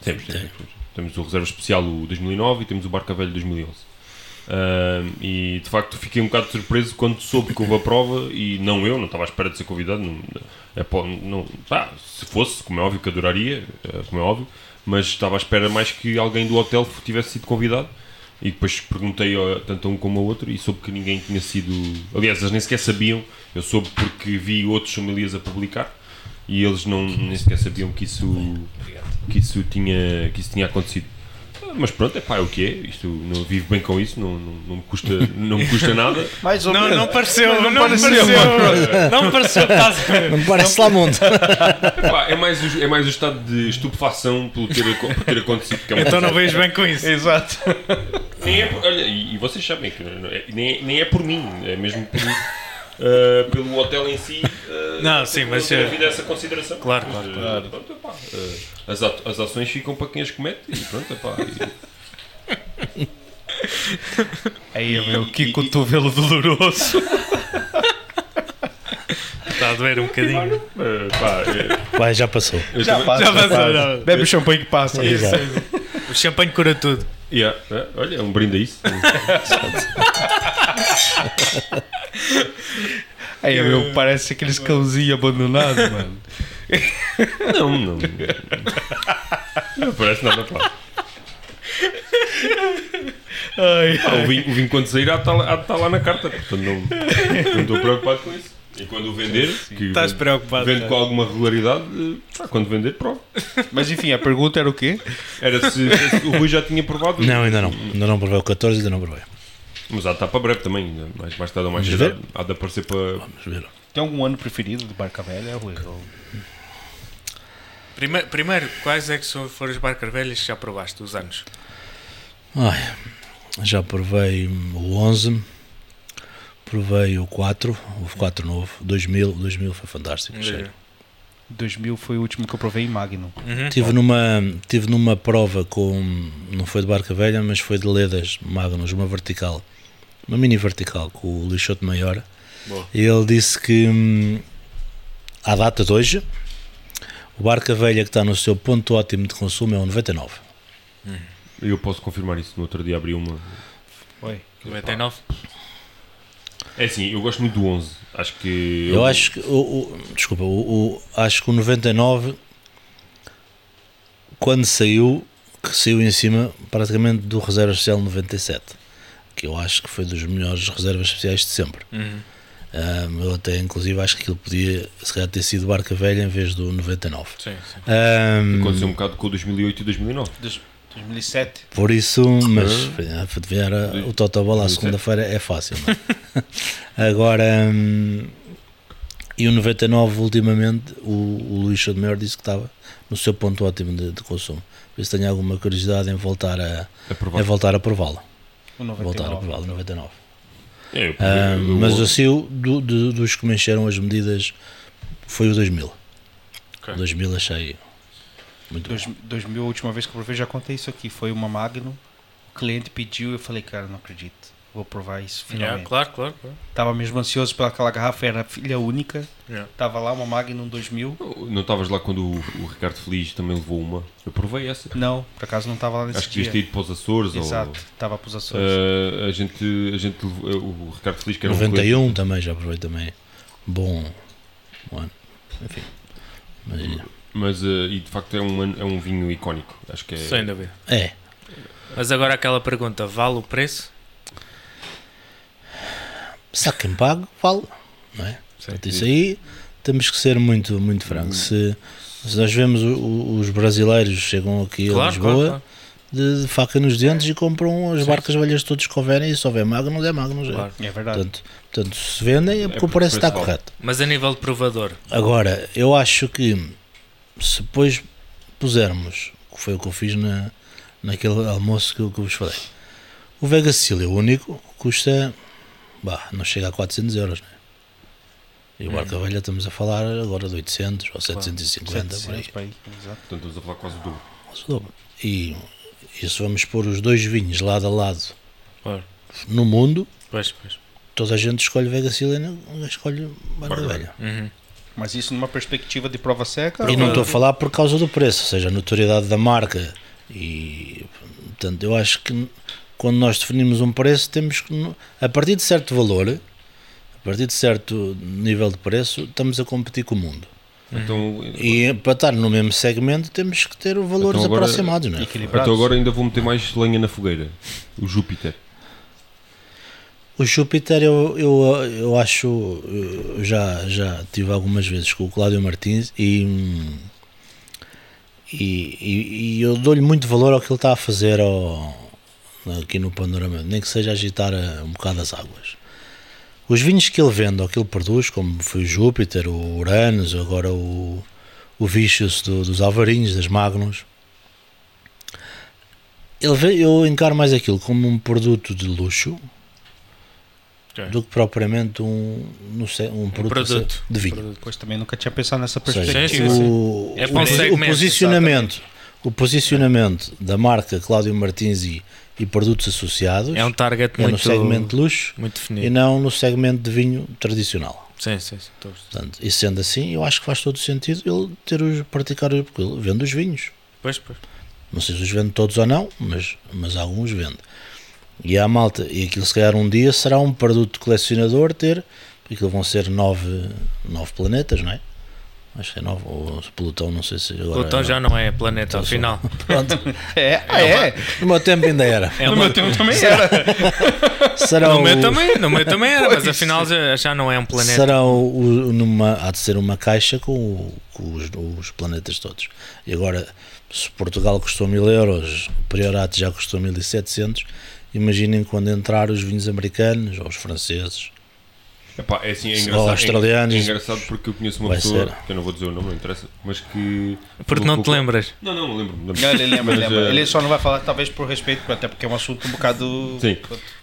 Speaker 1: Temos, temos, temos. Temos o Reserva Especial o 2009 e temos o Barca Velho 2011. Ahm, e de facto fiquei um bocado surpreso quando soube que houve a prova e não eu, não estava à espera de ser convidado. Não, é pó- não, pá, se fosse, como é óbvio que adoraria, eh, como é óbvio, mas estava à espera mais que alguém do hotel f- tivesse sido convidado. E depois perguntei ao- tanto a um como ao outro e soube que ninguém tinha sido. Aliás, eles nem sequer sabiam. Eu soube porque vi outros sommeliers a publicar e eles não, nem sequer sabiam que isso que isso tinha, que isso tinha acontecido. Ah, Mas pronto, é pá, é o que é. Isto, não vivo bem com isso, não, não, não me, custa, não me custa nada.
Speaker 3: Mais ou
Speaker 2: Não,
Speaker 3: menos.
Speaker 2: não pareceu, não, me
Speaker 3: pareceu,
Speaker 2: pareceu. Não me pareceu. estás a ver?
Speaker 4: Não parece lá muito.
Speaker 1: Epá, é, mais o, é mais o estado de estupefação pelo ter, aco- por ter acontecido. Que é uma
Speaker 2: Então
Speaker 1: coisa-
Speaker 2: não vejo bem com isso.
Speaker 3: Exato.
Speaker 1: nem é por- olha, e, e vocês sabem que não- não é- nem, é- nem é por mim, é mesmo por, ah, pelo hotel em si. ah,
Speaker 2: Não, sim,
Speaker 1: não
Speaker 2: mas,
Speaker 1: ter
Speaker 2: eh,
Speaker 1: havido essa consideração.
Speaker 2: claro,
Speaker 1: Mas,
Speaker 2: claro,
Speaker 1: ah, pronto, epá, ah, as, ato- as ações ficam para quem as comete e pronto, epá, e-
Speaker 3: Aí, meu,
Speaker 1: e-
Speaker 3: que
Speaker 1: e-
Speaker 3: cotovelo doloroso.
Speaker 2: Está a doer um bocadinho.
Speaker 1: ah, pá, eh,
Speaker 4: Vai, já passou.
Speaker 1: eu
Speaker 3: Já
Speaker 1: também-
Speaker 3: passa.
Speaker 2: Já passou, já.
Speaker 3: Bebe o champanhe que passa.
Speaker 4: Exato.
Speaker 2: O champanhe cura tudo.
Speaker 1: Yeah, é, olha, é um brinde a isso.
Speaker 3: Aí, meu, parece aqueles cãozinhos abandonados, mano.
Speaker 1: não, não. Não parece nada, pá.
Speaker 3: Ai,
Speaker 1: Ah, o, vinho, o vinho quando sair há de estar lá- há de estar lá na carta, portanto não, não estou preocupado com isso. E quando o vender, que
Speaker 3: Tá
Speaker 2: Estás
Speaker 1: vendo,
Speaker 2: preocupado.
Speaker 3: é.
Speaker 1: vendo com alguma regularidade, eh, pá, quando vender, prova.
Speaker 3: Mas enfim, a pergunta era o quê?
Speaker 1: Era se, se o Rui já tinha provado.
Speaker 4: Não, ainda não. Ainda não provei o 14, ainda não provei.
Speaker 1: Mas há de estar para breve também, ainda mais, mais tarde ou mais
Speaker 4: Vamos
Speaker 1: cedo. Há de aparecer para.
Speaker 4: Vamos ver.
Speaker 3: Tem algum ano preferido de Barca Velha, Rui? Ou-
Speaker 2: Prime- primeiro, quais é que são- foram as barcas velhas que já provaste, os anos?
Speaker 4: Ai, já provei o 11, provei o 4, o 4 novo, 2000, 2000 foi fantástico. cheiro.
Speaker 3: 2000 foi o último que eu provei em Magnum.
Speaker 2: Uhum.
Speaker 4: Tive numa, tive numa prova com, não foi de barca velha, mas foi de Ledas Magnus, uma vertical, uma mini vertical com o Lixote Maior.
Speaker 2: Boa.
Speaker 4: E ele disse que, hum, à data de hoje, o barca velha que está no seu ponto ótimo de consumo é o 99.
Speaker 1: Eu posso confirmar isso no outro dia, abri uma.
Speaker 3: Foi.
Speaker 2: 99?
Speaker 1: É assim, eu gosto muito do 11. Acho que.
Speaker 4: Eu acho que o, o- desculpa, o, o- acho que o 99 quando saiu, que saiu em cima praticamente do reserva especial 97, que eu acho que foi dos melhores reservas especiais de sempre.
Speaker 2: Uhum.
Speaker 4: Ahm, eu até inclusive acho que aquilo podia se calhar ter sido barca velha em vez do 99.
Speaker 2: Sim, sim.
Speaker 4: Ahm,
Speaker 1: Aconteceu um bocado com o 2008 e 2009.
Speaker 3: Dos- 2007.
Speaker 4: Por isso, mas
Speaker 1: Ah.
Speaker 4: afinal, adivinhar a- o Totobola à segunda-feira é fácil. não é? Agora, hum, e o 99, ultimamente, o, o Luís Chodemeur disse que estava no seu ponto ótimo de, de consumo. Por isso tenho alguma curiosidade em voltar a,
Speaker 1: Aprovado.
Speaker 4: em voltar a prová-lo.
Speaker 3: O
Speaker 4: Voltar a
Speaker 3: 99.
Speaker 4: prová-lo, 99.
Speaker 1: É, eu-
Speaker 4: Ah,
Speaker 1: eu- eu-
Speaker 4: mas assim, o- do- do- dos que me encheram as medidas foi o 2000.
Speaker 2: Ok.
Speaker 4: O 2000 achei muito
Speaker 3: Dois- 2000, a última vez que eu provei, já contei isso aqui. Foi uma Magnum. O cliente pediu e eu falei, cara, não acredito. Vou provar isso
Speaker 2: Yeah,
Speaker 3: finalmente.
Speaker 2: claro, claro. claro.
Speaker 3: Tava mesmo ansioso pelaquela garrafa, era filha única.
Speaker 2: Yeah.
Speaker 3: Tava lá uma Magnum 2000.
Speaker 4: assim-
Speaker 1: Não estavas lá quando o, o Ricardo Feliz também levou uma? Eu provei essa.
Speaker 3: Não, por acaso não tava lá nesse
Speaker 1: acho que
Speaker 3: dia.
Speaker 1: devias ter ido para os Açores
Speaker 3: é. Exato,
Speaker 1: ou.
Speaker 3: tava pros Açores.
Speaker 1: Ah, a gente, a gente levou- eh, o Ricardo Feliz, que
Speaker 2: é
Speaker 1: era um colega-
Speaker 4: 91 também, já provei também. Bom, bom ano. Enfim. Mas,
Speaker 1: Mas, eh, e de facto é um, ano- é um vinho icónico. Acho que é.
Speaker 2: Sem dúvida.
Speaker 4: é,
Speaker 2: Mas agora aquela pergunta, vale o preço?
Speaker 4: se há quem pague, vale. Não é? Portanto, isso aí temos que ser muito, muito francos. Se, se nós vemos o- o- os brasileiros chegam aqui a
Speaker 2: Claro,
Speaker 4: Lisboa
Speaker 2: claro, claro. É.
Speaker 4: De, de faca nos dentes e compram as barcas velhas todas que houverem e se houver Magnus é Magnus. é.
Speaker 2: Claro.
Speaker 3: É verdade.
Speaker 4: Portanto, portanto, se vendem é porque o
Speaker 1: porque o
Speaker 4: preço está
Speaker 1: preço vale.
Speaker 4: correto.
Speaker 2: Mas a nível de provador,
Speaker 4: Agora, eu acho que se depois pusermos, que foi o que eu fiz na, naquele almoço que eu, que eu vos falei, o Vega Sicília, o único, custa, bah, não chega a 400 euros, né?
Speaker 2: Hum.
Speaker 4: E o Barca Velha estamos a falar agora de 800 ou
Speaker 3: é
Speaker 4: 750, por aí.
Speaker 3: 700 para aí, exato.
Speaker 1: Portanto, estamos a falar quase do dobro.
Speaker 4: Quase o dobro. E, e se vamos pôr os dois vinhos lado a lado
Speaker 2: Claro.
Speaker 4: no mundo,
Speaker 2: pois, pois.
Speaker 4: toda a gente escolhe Vega Sicília, não escolhe Barca
Speaker 1: Barca
Speaker 4: Velha.
Speaker 2: Uhum.
Speaker 3: Mas isso numa perspectiva de prova seca?
Speaker 4: E
Speaker 3: ou-
Speaker 4: não estou a falar por causa do preço, ou seja, a notoriedade da marca. E, portanto, eu acho que quando nós definimos um preço, temos que, no- a partir de certo valor, a partir de certo nível de preço, estamos a competir com o mundo.
Speaker 1: Então,
Speaker 4: Uhum. E para estar no mesmo segmento, temos que ter valores
Speaker 1: Então agora-
Speaker 4: aproximados, não é?
Speaker 3: Equilibrado.
Speaker 1: então agora ainda vou meter mais lenha na fogueira. O Júpiter.
Speaker 4: O Júpiter, eu, eu, eu acho, eu já, já tive algumas vezes com o Cláudio Martins e, hum, e, e- e eu dou-lhe muito valor ao que ele está a fazer ao- aqui no panorama, nem que seja agitar eh, um bocado as águas. Os vinhos que ele vende ou que ele produz, como foi o Júpiter, o Uranus, agora o, o Vicious do- dos Alvarinhos, das Magnus, ele vê, eu encaro mais aquilo como um produto de luxo
Speaker 2: Ok.
Speaker 4: do que propriamente um, não sei, um, produto, de-
Speaker 2: produto. Um
Speaker 4: de vinho.
Speaker 2: Produto.
Speaker 3: Pois também nunca tinha pensado nessa
Speaker 4: Ou seja,
Speaker 3: perspectiva.
Speaker 2: Sim, sim, sim.
Speaker 4: O,
Speaker 2: É
Speaker 4: o
Speaker 2: para um
Speaker 4: posi- o
Speaker 2: segmento,
Speaker 4: posicionamento, o posicionamento da marca Cláudio Martins e, e produtos associados
Speaker 2: É um target
Speaker 4: é no
Speaker 2: muito,
Speaker 4: segmento de luxo
Speaker 2: muito
Speaker 4: e
Speaker 2: definido.
Speaker 4: não no segmento de vinho tradicional.
Speaker 2: Sim, sim, sim. estou a perceber.
Speaker 4: Portanto, e sendo assim, eu acho que faz todo sentido ele ter os praticar o- porque ele vende os vinhos.
Speaker 2: Pois, pois.
Speaker 4: Não sei se os vende todos ou não, mas, mas alguns vende. E há malta, e aquilo se calhar um dia será um produto de colecionador ter, porque aquilo vão ser nove, nove planetas, não é? Acho que é nove, ou Plutão, não sei se agora.
Speaker 2: Plutão já não é planeta,
Speaker 4: Então, só-
Speaker 2: afinal.
Speaker 4: Pronto,
Speaker 3: É, ah, é.
Speaker 4: no meu tempo ainda era.
Speaker 2: É
Speaker 3: No
Speaker 2: uma-
Speaker 3: meu tempo também era.
Speaker 4: Será
Speaker 2: É. No
Speaker 4: o-
Speaker 2: meu também, no meu também era, mas
Speaker 3: Pois.
Speaker 2: afinal já, já não é um planeta.
Speaker 4: Será o, o- numa, há de ser uma caixa com, o- com os, os planetas todos. E agora, se Portugal custou mil euros, o Priorato já custou 1700, imaginem quando entrar os vinhos americanos ou os franceses.
Speaker 1: Epá, é assim, é
Speaker 4: Ou
Speaker 1: engraçado,
Speaker 4: australianos.
Speaker 1: é, é engraçado porque eu conheço uma
Speaker 4: Vai
Speaker 1: pessoa,
Speaker 4: ser.
Speaker 1: que eu não vou dizer o nome, não interessa, mas que...
Speaker 2: Porque não te lembras.
Speaker 1: Não, não, lembro-me. lembro-me.
Speaker 3: Não, ele lembra,
Speaker 1: Mas,
Speaker 3: lembra.
Speaker 1: eh,
Speaker 3: Ele é só não vai falar, talvez por respeito, até porque é um assunto um bocado.
Speaker 1: Sim.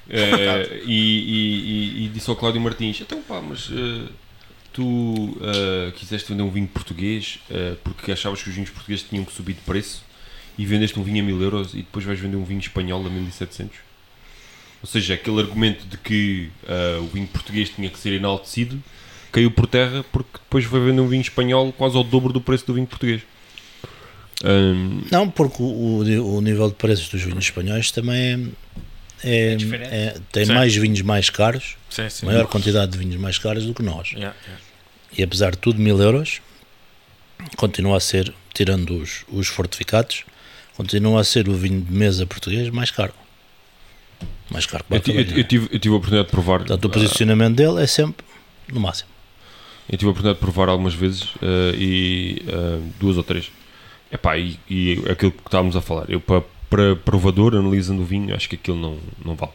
Speaker 1: Eh, e, e- e- e disse ao Cláudio Martins: Então, pá, mas eh, tu eh, quiseste vender um vinho português eh, porque achavas que os vinhos portugueses tinham que subir de preço e vendeste um vinho a 1000 euros e depois vais vender um vinho espanhol a 1700? Ou seja, aquele argumento de que eh, o vinho português tinha que ser enaltecido caiu por terra porque depois foi vender um vinho espanhol quase ao dobro do preço do vinho português. Ahm,
Speaker 4: Não, porque o, o- o nível de preços dos vinhos espanhóis também é, é-
Speaker 3: É diferente.
Speaker 4: é- tem
Speaker 2: Sim.
Speaker 4: mais vinhos mais caros,
Speaker 2: Sim, sim.
Speaker 4: maior quantidade de vinhos mais caros do que nós.
Speaker 2: Yeah, yeah.
Speaker 4: E apesar de tudo, mil euros continua a ser, tirando os, os fortificados, continua a ser o vinho de mesa português mais caro. Mais caro que
Speaker 1: eu, ti- eu-
Speaker 4: Bartolomeu.
Speaker 1: eu tive, eu tive a oportunidade de provar.
Speaker 4: Portanto, o
Speaker 1: ah,
Speaker 4: posicionamento dele é sempre no máximo.
Speaker 1: Eu tive a oportunidade de provar algumas vezes eh, e eh, duas ou três. Epá, e, e aquilo que estávamos a falar, eu para, para provador, analisando o vinho, acho que aquilo não, não vale.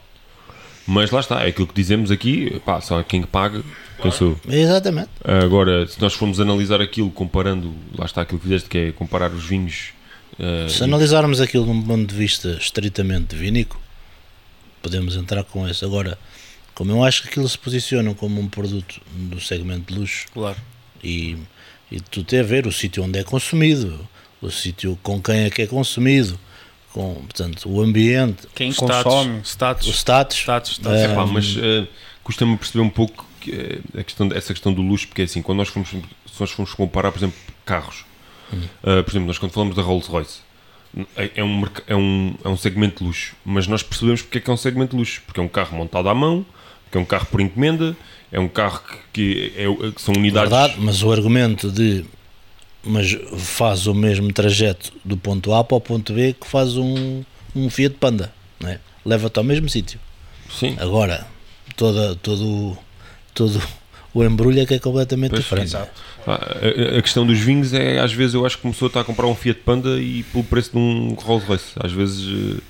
Speaker 1: Mas lá está, é aquilo que dizemos aqui, pá, só há quem que paga, que eu sou.
Speaker 4: Exatamente.
Speaker 1: Agora, se nós formos analisar aquilo comparando, lá está aquilo que fizeste, que é comparar os vinhos. eh,
Speaker 4: Se analisarmos aquilo de um ponto de vista estritamente vinico, podemos entrar com isso. Agora, como eu acho que aquilo se posiciona como um produto do segmento de luxo
Speaker 2: Claro.
Speaker 4: e, e tu tem a ver o sítio onde é consumido, o sítio com quem é que é consumido, com, portanto, o ambiente,
Speaker 3: Quem
Speaker 2: Status,
Speaker 3: consome.
Speaker 4: o
Speaker 2: Status.
Speaker 4: status.
Speaker 2: Status.
Speaker 1: É
Speaker 2: status.
Speaker 1: pá, mas eh, custa-me perceber um pouco que, eh, a questão, essa questão do luxo, porque é assim, quando nós fomos, se nós formos comparar, por exemplo, carros, eh, por exemplo, nós quando falamos da Rolls Royce, é, é um, merc- é, um, é um segmento de luxo, mas nós percebemos porque é que é um segmento de luxo, porque é um carro montado à mão, porque é um carro por encomenda, é um carro que, que é, é- que são unidades.
Speaker 4: Verdade, mas o argumento de mas faz o mesmo trajeto do ponto A para o ponto B que faz um, um Fiat Panda, não é? leva-te ao mesmo sítio.
Speaker 1: Sim,
Speaker 4: Agora, toda, todo, todo o embrulho é que é completamente
Speaker 1: Pois,
Speaker 4: diferente.
Speaker 3: Exato.
Speaker 1: Ah, a, a- a questão dos vinhos é, às vezes, eu acho que começou a estar a comprar um Fiat Panda e pelo preço de um Rolls Royce. Às vezes, eh,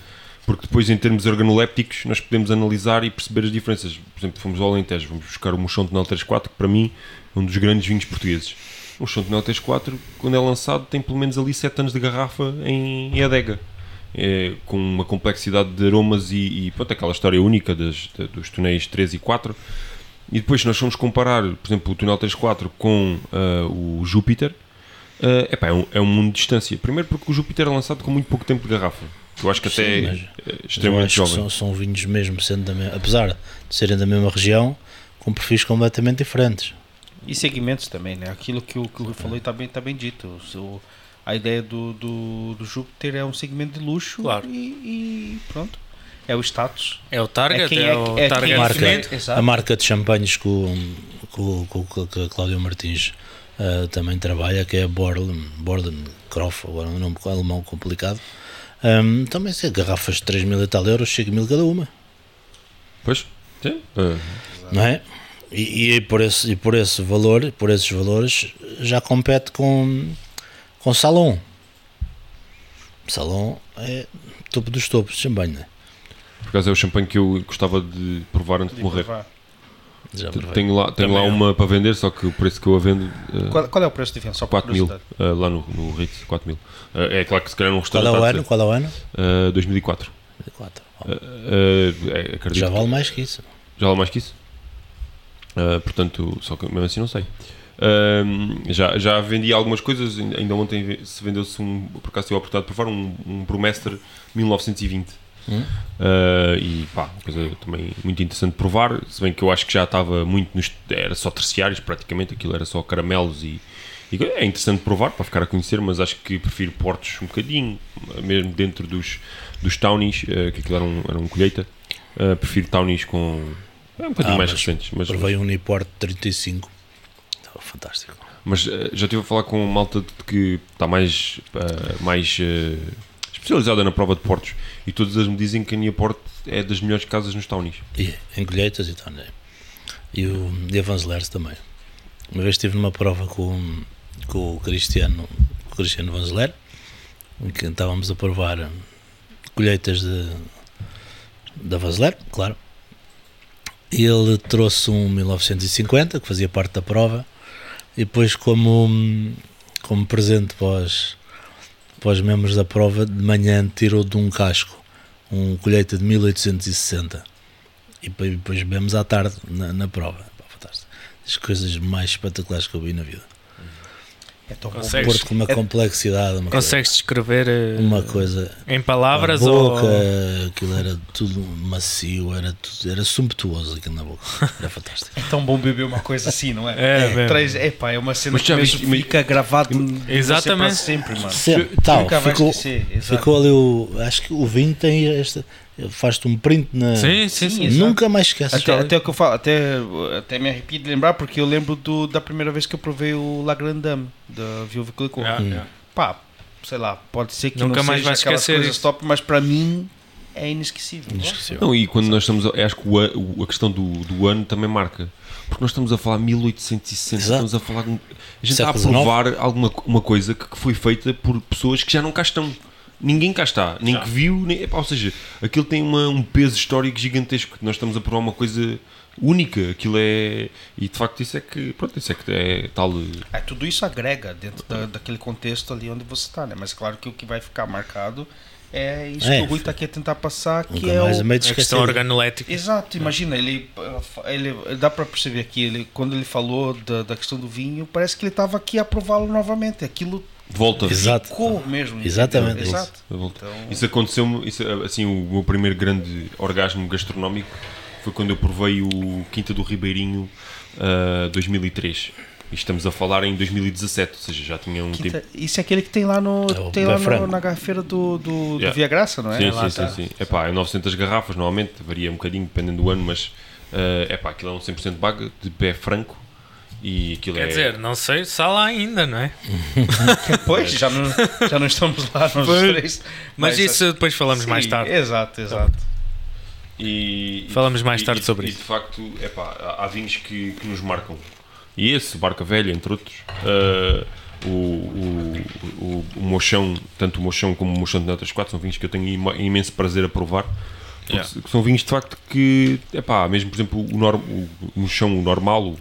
Speaker 1: porque depois, em termos organolépticos, nós podemos analisar e perceber as diferenças. Por exemplo, fomos ao Alentejo, vamos buscar o Mochão Tonel 34, que para mim é um dos grandes vinhos portugueses. O Mochão Tonel 34, quando é lançado, tem pelo menos ali 7 anos de garrafa em, em adega. É, com uma complexidade de aromas e, e pronto, aquela história única das- da- dos túneis 3 e 4. E depois, se nós formos comparar, por exemplo, o Túnel 34 com ah, o Júpiter, ah, epá, é, um, é um mundo de distância. Primeiro porque o Júpiter é lançado com muito pouco tempo de garrafa. que Eu acho que até
Speaker 4: Sim,
Speaker 1: é
Speaker 4: mas-
Speaker 1: eh,
Speaker 4: Mas eu
Speaker 1: extremamente
Speaker 4: acho que
Speaker 1: jovem.
Speaker 4: são, são vinhos mesmo, sendo da mesma, apesar de serem da mesma região, com perfis completamente diferentes.
Speaker 3: E segmentos também, né? Aquilo que o que o Rui falou está bem, tá bem dito. O seu- a ideia do, do, do Júpiter é um segmento de luxo
Speaker 2: Claro.
Speaker 3: e, e pronto. É o status.
Speaker 2: É o target,
Speaker 3: é quem
Speaker 2: é,
Speaker 3: é-
Speaker 2: o
Speaker 3: é quem
Speaker 2: target
Speaker 3: é
Speaker 4: marca.
Speaker 2: definido.
Speaker 4: A
Speaker 1: Tá.
Speaker 3: Exato.
Speaker 4: marca de champanhes que o, que o- que o- que o Cláudio Martins ah, também trabalha, que é a Borden, Borden Croft, agora é um nome alemão complicado, ahm, também são garrafas de 3 mil e tal euros, 5 mil cada uma.
Speaker 1: Pois, sim. ah,
Speaker 4: não é? E, e por esse, e por esse valor, por esses valores, já compete com, com Salão. Salão é topo dos topos de champanhe, né?
Speaker 1: por acaso é o champanhe que eu gostava de provar antes de, morrer.
Speaker 4: Já
Speaker 1: T-
Speaker 4: provei.
Speaker 1: Tenho lá, tenho lá
Speaker 2: Também é.
Speaker 1: uma para vender, só que o preço que eu a vendo. ah,
Speaker 3: Qual, qual é o preço de venda? Só por
Speaker 1: 4 mil,
Speaker 3: curiosidade.
Speaker 1: ah, lá no, no Ritz, 4 mil. Ah, é claro que se calhar não
Speaker 4: Qual é
Speaker 1: restaurante. há
Speaker 4: o
Speaker 1: de
Speaker 4: ano?
Speaker 1: ser.
Speaker 4: Qual é o ano?
Speaker 1: Ah, 2004.
Speaker 4: Quatro.
Speaker 1: Ah, ah, é, acredito
Speaker 4: Já
Speaker 1: que-
Speaker 4: vale mais que isso.
Speaker 1: Já vale mais que isso? Ah, portanto, só que mesmo assim não sei. Ahm, já, já vendi algumas coisas, ainda ainda ontem ve- se vendeu-se um, por acaso tive a oportunidade de provar um, um Brumester 1920.
Speaker 4: Hum.
Speaker 1: Ah, e pá, coisa também muito interessante de provar, se bem que eu acho que já estava muito nos. era só terciários praticamente, aquilo era só caramelos e. e co- é interessante provar para ficar a conhecer, mas acho que prefiro portos um bocadinho, mesmo dentro dos, dos townies, ah, que aquilo era um, era um colheita. Ah, prefiro townies com. é, um bocadinho
Speaker 4: Ah,
Speaker 1: mais
Speaker 4: mas
Speaker 1: recentes, mas,
Speaker 4: Provei um Niport 35. Estava fantástico.
Speaker 1: mas eh, já estive a falar com malta de que está mais, eh, mais eh, especializada na prova de portos e todas as me dizem que a minha porte é das melhores casas nos townies.
Speaker 4: E, em colheitas e tal, né? E, o, e a Vanzelers também. Uma vez estive numa prova com, com o Cristiano, com o Cristiano Vanzeler, em que estávamos a provar hum, colheitas de, da Vanzeler, claro. ele trouxe um 1950 que fazia parte da prova e depois como como presente para os, para os membros da prova de manhã tirou de um casco um colheita de 1860 e depois, depois bebemos à tarde na, na prova Pá, fantástico. as coisas mais espetaculares que eu vi na vida
Speaker 3: É tão bom.
Speaker 2: Consegue. Consegues-
Speaker 4: Porto com uma
Speaker 3: é-
Speaker 4: complexidade uma
Speaker 2: Consegues descrever eh,
Speaker 4: coisa, uma coisa
Speaker 2: em palavras
Speaker 4: a boca,
Speaker 2: ou.
Speaker 4: aquilo era tudo macio, era, tudo, era sumptuoso aquilo na boca. Era fantástico.
Speaker 3: É tão bom beber uma coisa assim, não é?
Speaker 2: É, mesmo.
Speaker 3: Traz, é pá, é uma cena
Speaker 1: Mas já
Speaker 3: que mesmo
Speaker 1: viste- mas-
Speaker 3: fica gravado em você
Speaker 2: Exatamente.
Speaker 3: pra sempre, mano.
Speaker 4: Sempre, tal,
Speaker 3: Nunca vai
Speaker 4: ficou,
Speaker 3: esquecer. Exato.
Speaker 4: ficou ali o. Acho que o vinho tem esta. Faz-te um print na.
Speaker 2: Sim, sim, sim.
Speaker 3: Sim. exato. Então,
Speaker 4: Nunca mais esqueces.
Speaker 3: Até, até o que eu falo, até, até me arrepio de lembrar, porque eu lembro do- da primeira vez que eu provei o La Grande Dame, da Viúva que Clicou.
Speaker 2: Ah, é.
Speaker 3: Pá, sei lá, pode ser que
Speaker 2: Nunca
Speaker 3: não
Speaker 2: mais
Speaker 3: seja
Speaker 2: vai
Speaker 3: aquelas
Speaker 2: esquecer
Speaker 3: coisas
Speaker 2: isso.
Speaker 3: top, mas pra mim é inesquecível.
Speaker 4: Inesquecível.
Speaker 1: Não, e quando nós estamos. A, acho que o a- o- a, questão do, do ano também marca. Porque nós estamos a falar 1860,
Speaker 4: Exato.
Speaker 1: estamos a falar. de um- A gente está a
Speaker 4: Século XIX.
Speaker 1: provar alguma co- uma coisa que, que foi feita por pessoas que já não cá estão. Ninguém cá está, nem que viu, nem, epá, ou seja, aquilo tem uma- um peso histórico gigantesco. Nós estamos a provar uma coisa única, aquilo é. E de facto, isso é que. Pronto, isso é que é tal.
Speaker 3: É, tudo isso agrega dentro da- daquele contexto ali onde você tá, né? Mas claro que o que vai ficar marcado é isso
Speaker 4: É,
Speaker 3: que o Rui tá aqui a tentar passar, que
Speaker 4: Nunca
Speaker 3: é
Speaker 4: mais
Speaker 3: o,
Speaker 4: a meio de
Speaker 2: A questão
Speaker 4: esquecer.
Speaker 2: organolética.
Speaker 3: Exato, imagina, ele, ele- dá para perceber que ele, quando ele falou da, da questão do vinho, parece que ele estava aqui a prová-lo novamente. Aquilo
Speaker 1: Volta.
Speaker 4: Exato.
Speaker 3: ficou mesmo.
Speaker 4: Ah, Exatamente.
Speaker 3: entendeu? Exato.
Speaker 1: Eu volto.
Speaker 3: Então-
Speaker 1: Isso aconteceu-me, isso, assim, o meu primeiro grande orgasmo gastronómico foi quando eu provei o Quinta do Ribeirinho ah, 2003. E estamos a falar em 2017, ou seja, já tinha um
Speaker 3: Quinta-
Speaker 1: tempo.
Speaker 3: isso é aquele que tem lá, no,
Speaker 4: É o
Speaker 3: tem lá
Speaker 4: Bel
Speaker 3: no-
Speaker 4: Franco.
Speaker 3: na garrafeira do, do, do
Speaker 1: Yeah.
Speaker 3: Via Graça, não é?
Speaker 1: Sim,
Speaker 3: Lá
Speaker 1: sim,
Speaker 3: tá.
Speaker 1: sim, sim. Epá, é 900 garrafas, normalmente, varia um bocadinho, dependendo do ano, mas ah, epá, aquilo é um 100% baga, de pé franco. E aquilo
Speaker 2: Quer
Speaker 1: é.
Speaker 2: dizer, não sei se há lá ainda, não é?
Speaker 3: Pois, já não, já não estamos lá nós
Speaker 2: Pois.
Speaker 3: três.
Speaker 2: Mas isso depois falamos
Speaker 3: sim,
Speaker 2: mais tarde.
Speaker 1: Tá
Speaker 3: Exato, exato.
Speaker 1: E,
Speaker 2: Falamos
Speaker 1: e-
Speaker 2: mais tarde
Speaker 1: e-
Speaker 2: sobre
Speaker 1: e
Speaker 2: isso.
Speaker 1: de facto, epá, há há vinhos que, que nos marcam. E esse, Barca Velha, entre outros, ah, o, o, o, o Mochão, tanto o Mochão como o Mochão de Notas 4, são vinhos que eu tenho ima- imenso prazer a provar. porque
Speaker 2: Yeah.
Speaker 1: se- São vinhos de facto que, epá, mesmo por exemplo, o, norm, o Mochão o normal, o-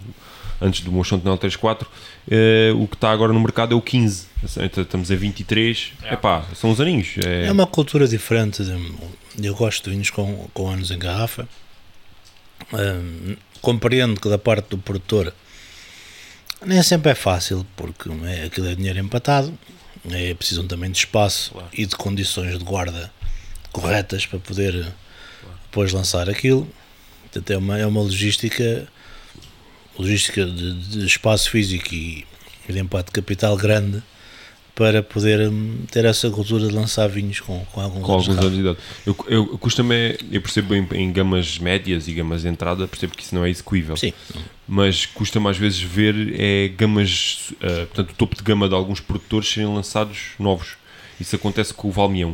Speaker 1: antes do Mochão de Notas 4, eh, o que está agora no mercado é o 15. Assim, então Estamos a 23, epá, são uns aninhos. é-
Speaker 4: É uma cultura diferente. de- eu gosto de vinhos com, com anos em garrafa. Hum, compreendo que da parte do produtor nem sempre é fácil, porque é, aquilo é dinheiro empatado, é, precisam também de espaço e de condições de guarda corretas para poder eh, depois lançar aquilo. Portanto, é uma, é uma logística, logística de, de espaço físico e de empate de capital grande para poder hum, ter essa cultura de lançar vinhos com, com alguns
Speaker 1: com
Speaker 4: anos de
Speaker 1: alguns anos
Speaker 4: idade.
Speaker 1: de idade. Eu, eu, custa-me, eu percebo em, em gamas médias e gamas de entrada, percebo que isso não é execuível,
Speaker 4: Sim,
Speaker 1: mas custa-me às vezes ver é, gamas, ah, portanto, o topo de gama de alguns produtores serem lançados novos. Isso acontece com o Valmião.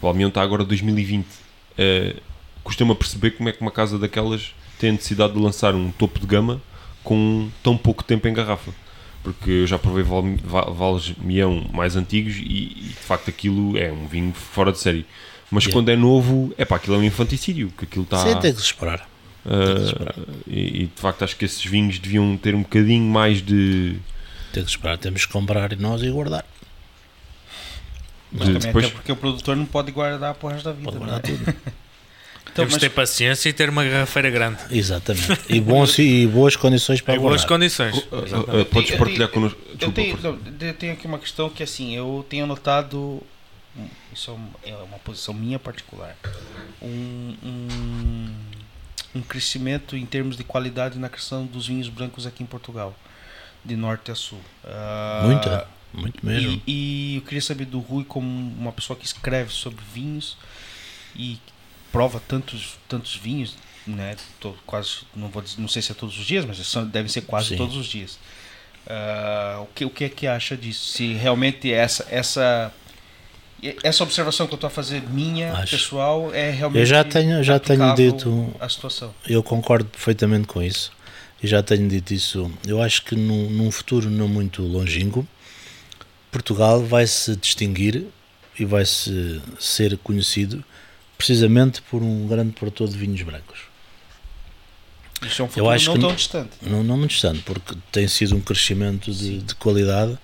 Speaker 1: O Valmião está agora 2020. Ah, custa-me a perceber como é que uma casa daquelas tem a necessidade de lançar um topo de gama com tão pouco tempo em garrafa. Porque eu já provei Valmi- Va- Valmião mais antigos e, e, de facto aquilo é um vinho fora de série. Mas
Speaker 4: Yeah. é
Speaker 1: quando é novo, é pá, aquilo é um infanticídio, que aquilo tá está.
Speaker 4: Sim, tem que se esperar.
Speaker 1: Ah,
Speaker 4: que esperar.
Speaker 1: e, e, de facto acho que esses vinhos deviam ter um bocadinho mais de.
Speaker 4: Tem que esperar, temos que comprar e nós e guardar.
Speaker 1: de-
Speaker 3: Também
Speaker 1: depois,
Speaker 3: Até porque o produtor não pode guardar por resto da vida.
Speaker 4: Pode
Speaker 3: né?
Speaker 4: guardar tudo.
Speaker 3: Então,
Speaker 2: Temos
Speaker 3: mas-
Speaker 2: de ter paciência e ter uma garrafeira grande.
Speaker 4: Exatamente. E, bons, e boas condições
Speaker 3: É
Speaker 4: para
Speaker 2: Em boas
Speaker 4: guardar.
Speaker 2: condições.
Speaker 1: Ah, ah, podes
Speaker 3: Eu tenho-
Speaker 1: partilhar connosco.
Speaker 3: Eu
Speaker 1: Desculpa,
Speaker 3: tenho,
Speaker 1: força.
Speaker 3: não, eu tenho aqui uma questão que assim, eu tenho notado, hum, isso é um- é uma posição minha particular, um, um, um crescimento em termos de qualidade na questão dos vinhos brancos aqui em Portugal, de norte a sul. Ah,
Speaker 4: Muita, muito né? mesmo.
Speaker 3: E, e eu queria saber do Rui como uma pessoa que escreve sobre vinhos e prova tantos, tantos vinhos, né? Tô quase, não vou dizer- não sei se é todos os dias, mas são, devem ser quase
Speaker 4: Sim.
Speaker 3: todos os dias. Ah, o que o que é que acha disso? Se realmente essa essa essa observação que eu estou a fazer minha
Speaker 4: Acho.
Speaker 3: pessoal é realmente
Speaker 4: Eu já tenho, já tenho
Speaker 3: aplicável
Speaker 4: dito,
Speaker 3: a situação.
Speaker 4: eu concordo perfeitamente com isso. E já tenho dito isso. Eu acho que num, num futuro não muito longínquo, Portugal vai se distinguir e vai se ser conhecido precisamente por um grande produtor de vinhos brancos.
Speaker 3: Isto é um futuro
Speaker 4: acho
Speaker 3: não
Speaker 4: que
Speaker 3: tão
Speaker 4: não-
Speaker 3: distante.
Speaker 4: Não, não muito distante, porque tem sido um crescimento de, de qualidade,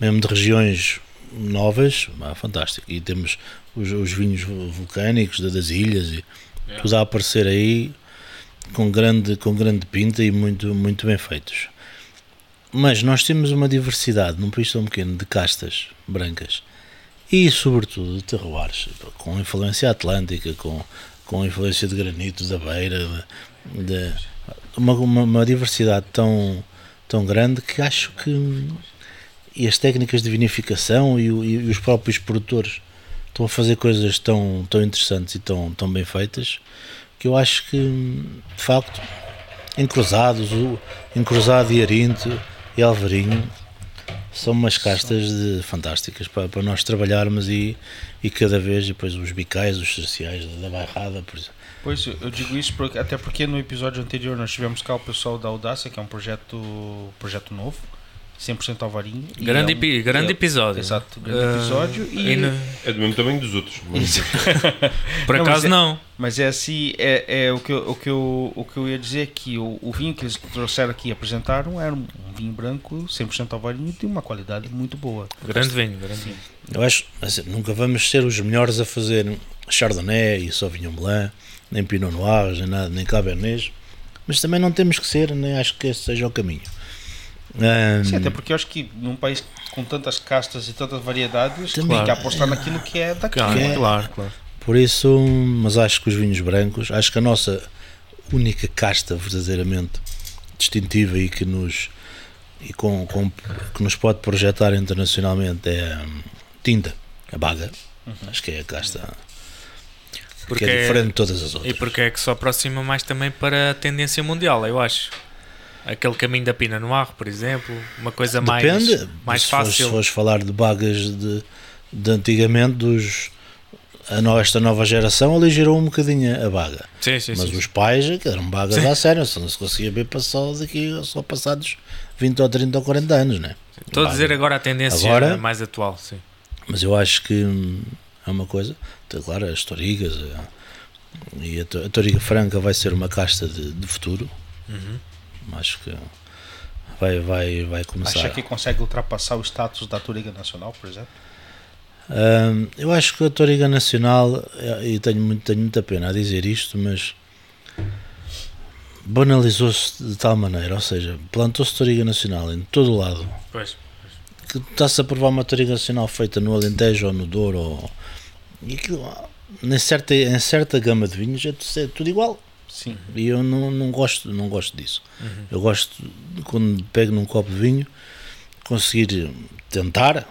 Speaker 4: mesmo de regiões novas, ah, fantástico. E temos os, os vinhos vo- vulcânicos da- das ilhas, e tudo a aparecer aí com grande, com grande pinta e muito, muito bem feitos. Mas nós temos uma diversidade num país tão pequeno de castas brancas e, sobretudo, de terroirs, com influência atlântica, com, com influência de granito, da beira, de- de, uma, uma, uma diversidade tão, tão grande que acho que e as técnicas de vinificação e, o- e os próprios produtores estão a fazer coisas tão, tão interessantes e tão, tão bem feitas que eu acho que, de facto, encruzados, o encruzado e arinto e alvarinho são umas castas de- fantásticas para, para nós trabalharmos e, e cada vez, e depois os bicais, os cerciais da bairrada, por exemplo.
Speaker 3: Pois eu digo isso porque- até porque no episódio anterior nós tivemos cá o pessoal da Audácia, que é um projeto, projeto novo, 100% Alvarinho. e
Speaker 2: Grande,
Speaker 3: é um-
Speaker 2: epi- grande
Speaker 3: é-
Speaker 2: episódio.
Speaker 3: Exato, grande
Speaker 2: Ah,
Speaker 3: episódio. E,
Speaker 2: e no-
Speaker 1: É do mesmo tamanho dos outros. Mas,
Speaker 2: por
Speaker 3: Não, mas
Speaker 2: acaso
Speaker 3: é-
Speaker 2: não.
Speaker 3: Mas é assim, é, é o, que eu, o, que eu, o que eu ia dizer é que o, o vinho que eles trouxeram aqui e apresentaram era um, um vinho branco 100% alvarinho de uma qualidade muito boa.
Speaker 2: Grande vinho, grande vinho.
Speaker 4: Eu acho, assim, nunca vamos ser os melhores a fazer Chardonnay e Sauvignon Blanc, nem Pinot Noir, nem nada, nem Cabernet, mas também não temos que ser, nem acho que esse seja o caminho. Ahm,
Speaker 3: Sim, até porque eu acho que num país com tantas castas e tantas variedades, tu tem
Speaker 2: Claro.
Speaker 3: que apostar naquilo que é daqui.
Speaker 2: Claro,
Speaker 4: é-
Speaker 2: claro, claro.
Speaker 4: Por isso, mas acho que os vinhos brancos, acho que a nossa única casta verdadeiramente distintiva e que nos e com, com- que nos pode projetar internacionalmente é hum, tinta, a baga. Acho que é a casta
Speaker 2: Porque
Speaker 4: que é
Speaker 2: é-
Speaker 4: diferente de todas as
Speaker 2: E
Speaker 4: outras.
Speaker 2: porque é que se aproxima mais também para a tendência mundial, eu acho. Aquele caminho da Pina Noir, por exemplo, uma coisa
Speaker 4: Depende,
Speaker 2: mais, mais
Speaker 4: se fores-
Speaker 2: fácil.
Speaker 4: se fores falar de bagas de, de antigamente, dos, a no- esta nova geração aligerou um bocadinho a baga.
Speaker 2: Sim, sim,
Speaker 4: Mas
Speaker 2: sim.
Speaker 4: os pais é que eram bagas
Speaker 2: Sim.
Speaker 4: à sério, só não se conseguia ver passar daqui só passados 20 ou 30 ou 40 anos, né?
Speaker 2: Estou a
Speaker 4: Baga.
Speaker 2: dizer agora a tendência
Speaker 4: Agora-
Speaker 2: mais atual, sim.
Speaker 4: Mas eu acho que hum, é uma coisa, tá claro, as torigas a- e a, to- a toriga franca vai ser uma casta de, de futuro.
Speaker 2: Uhum.
Speaker 4: Acho que vai, vai, vai começar.
Speaker 3: Acha que consegue ultrapassar o status da Turiga Nacional, por exemplo?
Speaker 4: Hum, eu acho que a Toriga Nacional, eh, e tenho, muito, tenho muita pena a dizer isto, mas banalizou-se de tal maneira, ou seja, plantou-se Toriga Nacional em todo o lado,
Speaker 2: Pois.
Speaker 4: que está-se a provar uma Toriga Nacional feita no Alentejo ou no Douro, ou, e aquilo, ah, em certa, em certa gama de vinhos é tudo- é tudo igual.
Speaker 3: Sim.
Speaker 4: E eu não, não, gosto, não gosto disso. Eu gosto, de, quando pego num copo de vinho, conseguir tentar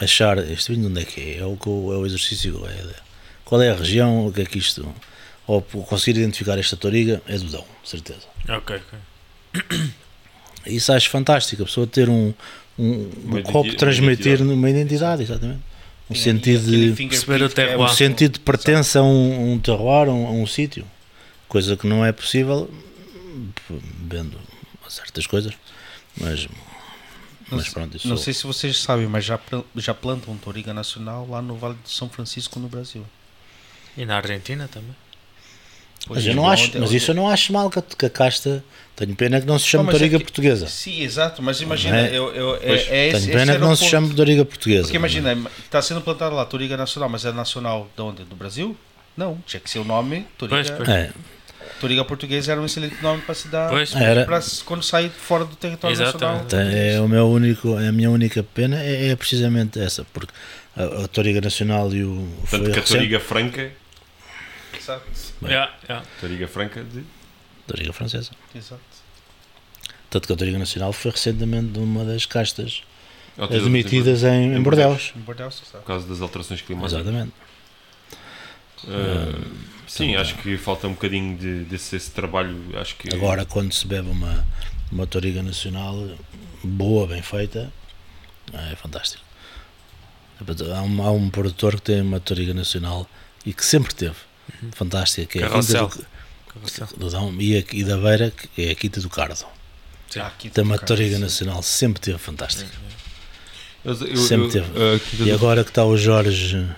Speaker 4: achar este vinho de onde é que é. É o, que eu- é o exercício. que eu- É, qual é a região, o que é que isto. Ou p- conseguir identificar esta toriga é do Dão, certeza.
Speaker 2: Ok, ok.
Speaker 4: Isso acho fantástico, a pessoa ter um, um,
Speaker 1: Uma
Speaker 4: um copo
Speaker 1: identi-
Speaker 4: transmitir
Speaker 1: uma
Speaker 4: uma identidade, exatamente. Um sentido
Speaker 3: Aquele
Speaker 4: de.
Speaker 3: fingerprint
Speaker 2: perceber o
Speaker 3: que é
Speaker 2: terroir.
Speaker 4: um
Speaker 3: muito-
Speaker 4: sentido de pertença a um, um terroir, a um, a um sítio. Coisa que não é possível p- vendo certas coisas. Mas,
Speaker 3: Não
Speaker 4: mas
Speaker 3: se-
Speaker 4: pronto, isso
Speaker 3: Não sei se vocês sabem, mas já, plan- já plantam Toriga Nacional lá no Vale de São Francisco, no Brasil.
Speaker 2: E na Argentina também.
Speaker 4: mas, eu não acho, mas isso é eu não acho mal que a, que a casta. Tenho pena que não se chame
Speaker 3: Não, mas é
Speaker 4: Doriga
Speaker 3: que-
Speaker 4: portuguesa.
Speaker 3: Sim, exato, mas imagina,
Speaker 4: é?
Speaker 3: eu, eu, é,
Speaker 1: Pois,
Speaker 3: é esse,
Speaker 4: Tenho
Speaker 3: esse
Speaker 4: pena que não se
Speaker 3: aeroporto-
Speaker 4: chame é? Doriga portuguesa.
Speaker 3: Porque imagina, está sendo plantado lá Toriga Nacional, mas é nacional de onde? Do Brasil? Não, tinha que ser o nome Toriga.
Speaker 2: Pois, pois.
Speaker 4: É,
Speaker 3: Toriga Portuguesa era um excelente nome para se dar
Speaker 2: Pois,
Speaker 4: era,
Speaker 3: pra se- quando sair fora do território
Speaker 2: Exatamente.
Speaker 3: nacional.
Speaker 4: Tem- É o meu único, a minha única pena é, é precisamente essa, porque a, a Toriga Nacional e o
Speaker 1: tanto
Speaker 4: foi
Speaker 1: que a
Speaker 4: recente-
Speaker 1: Toriga Franca,
Speaker 4: é.
Speaker 3: Exato,
Speaker 2: Yeah, yeah.
Speaker 1: Toriga Franca de
Speaker 4: Toriga francesa.
Speaker 3: exato.
Speaker 4: Tanto que a Toriga Nacional foi recentemente uma das castas
Speaker 1: Outras
Speaker 4: admitidas em, em
Speaker 1: Em
Speaker 4: Bordeaux.
Speaker 3: Em Bordeaux, exato.
Speaker 1: Por causa das alterações climáticas.
Speaker 4: Exatamente.
Speaker 1: Ah, sim,
Speaker 4: tá.
Speaker 1: acho que falta um bocadinho de, desse esse trabalho. Acho que
Speaker 4: Agora, quando se bebe uma, uma Toriga Nacional boa, bem feita, é fantástico. Há um, há um produtor que tem uma Toriga Nacional e que sempre teve, fantástica, que é a Quinta
Speaker 2: Carrossel.
Speaker 4: do,
Speaker 2: Carrossel.
Speaker 4: do Dão e, a- e da Beira, que é a Quinta do Cardo.
Speaker 2: Sim.
Speaker 3: Ah, aqui
Speaker 4: Tem uma
Speaker 3: Toriga.
Speaker 4: Toriga Nacional, sempre teve fantástica.
Speaker 1: Mas eu- eu-
Speaker 4: Sempre
Speaker 1: eu-
Speaker 4: teve.
Speaker 1: ah, aqui
Speaker 4: E
Speaker 1: da-
Speaker 4: agora que está o Jorge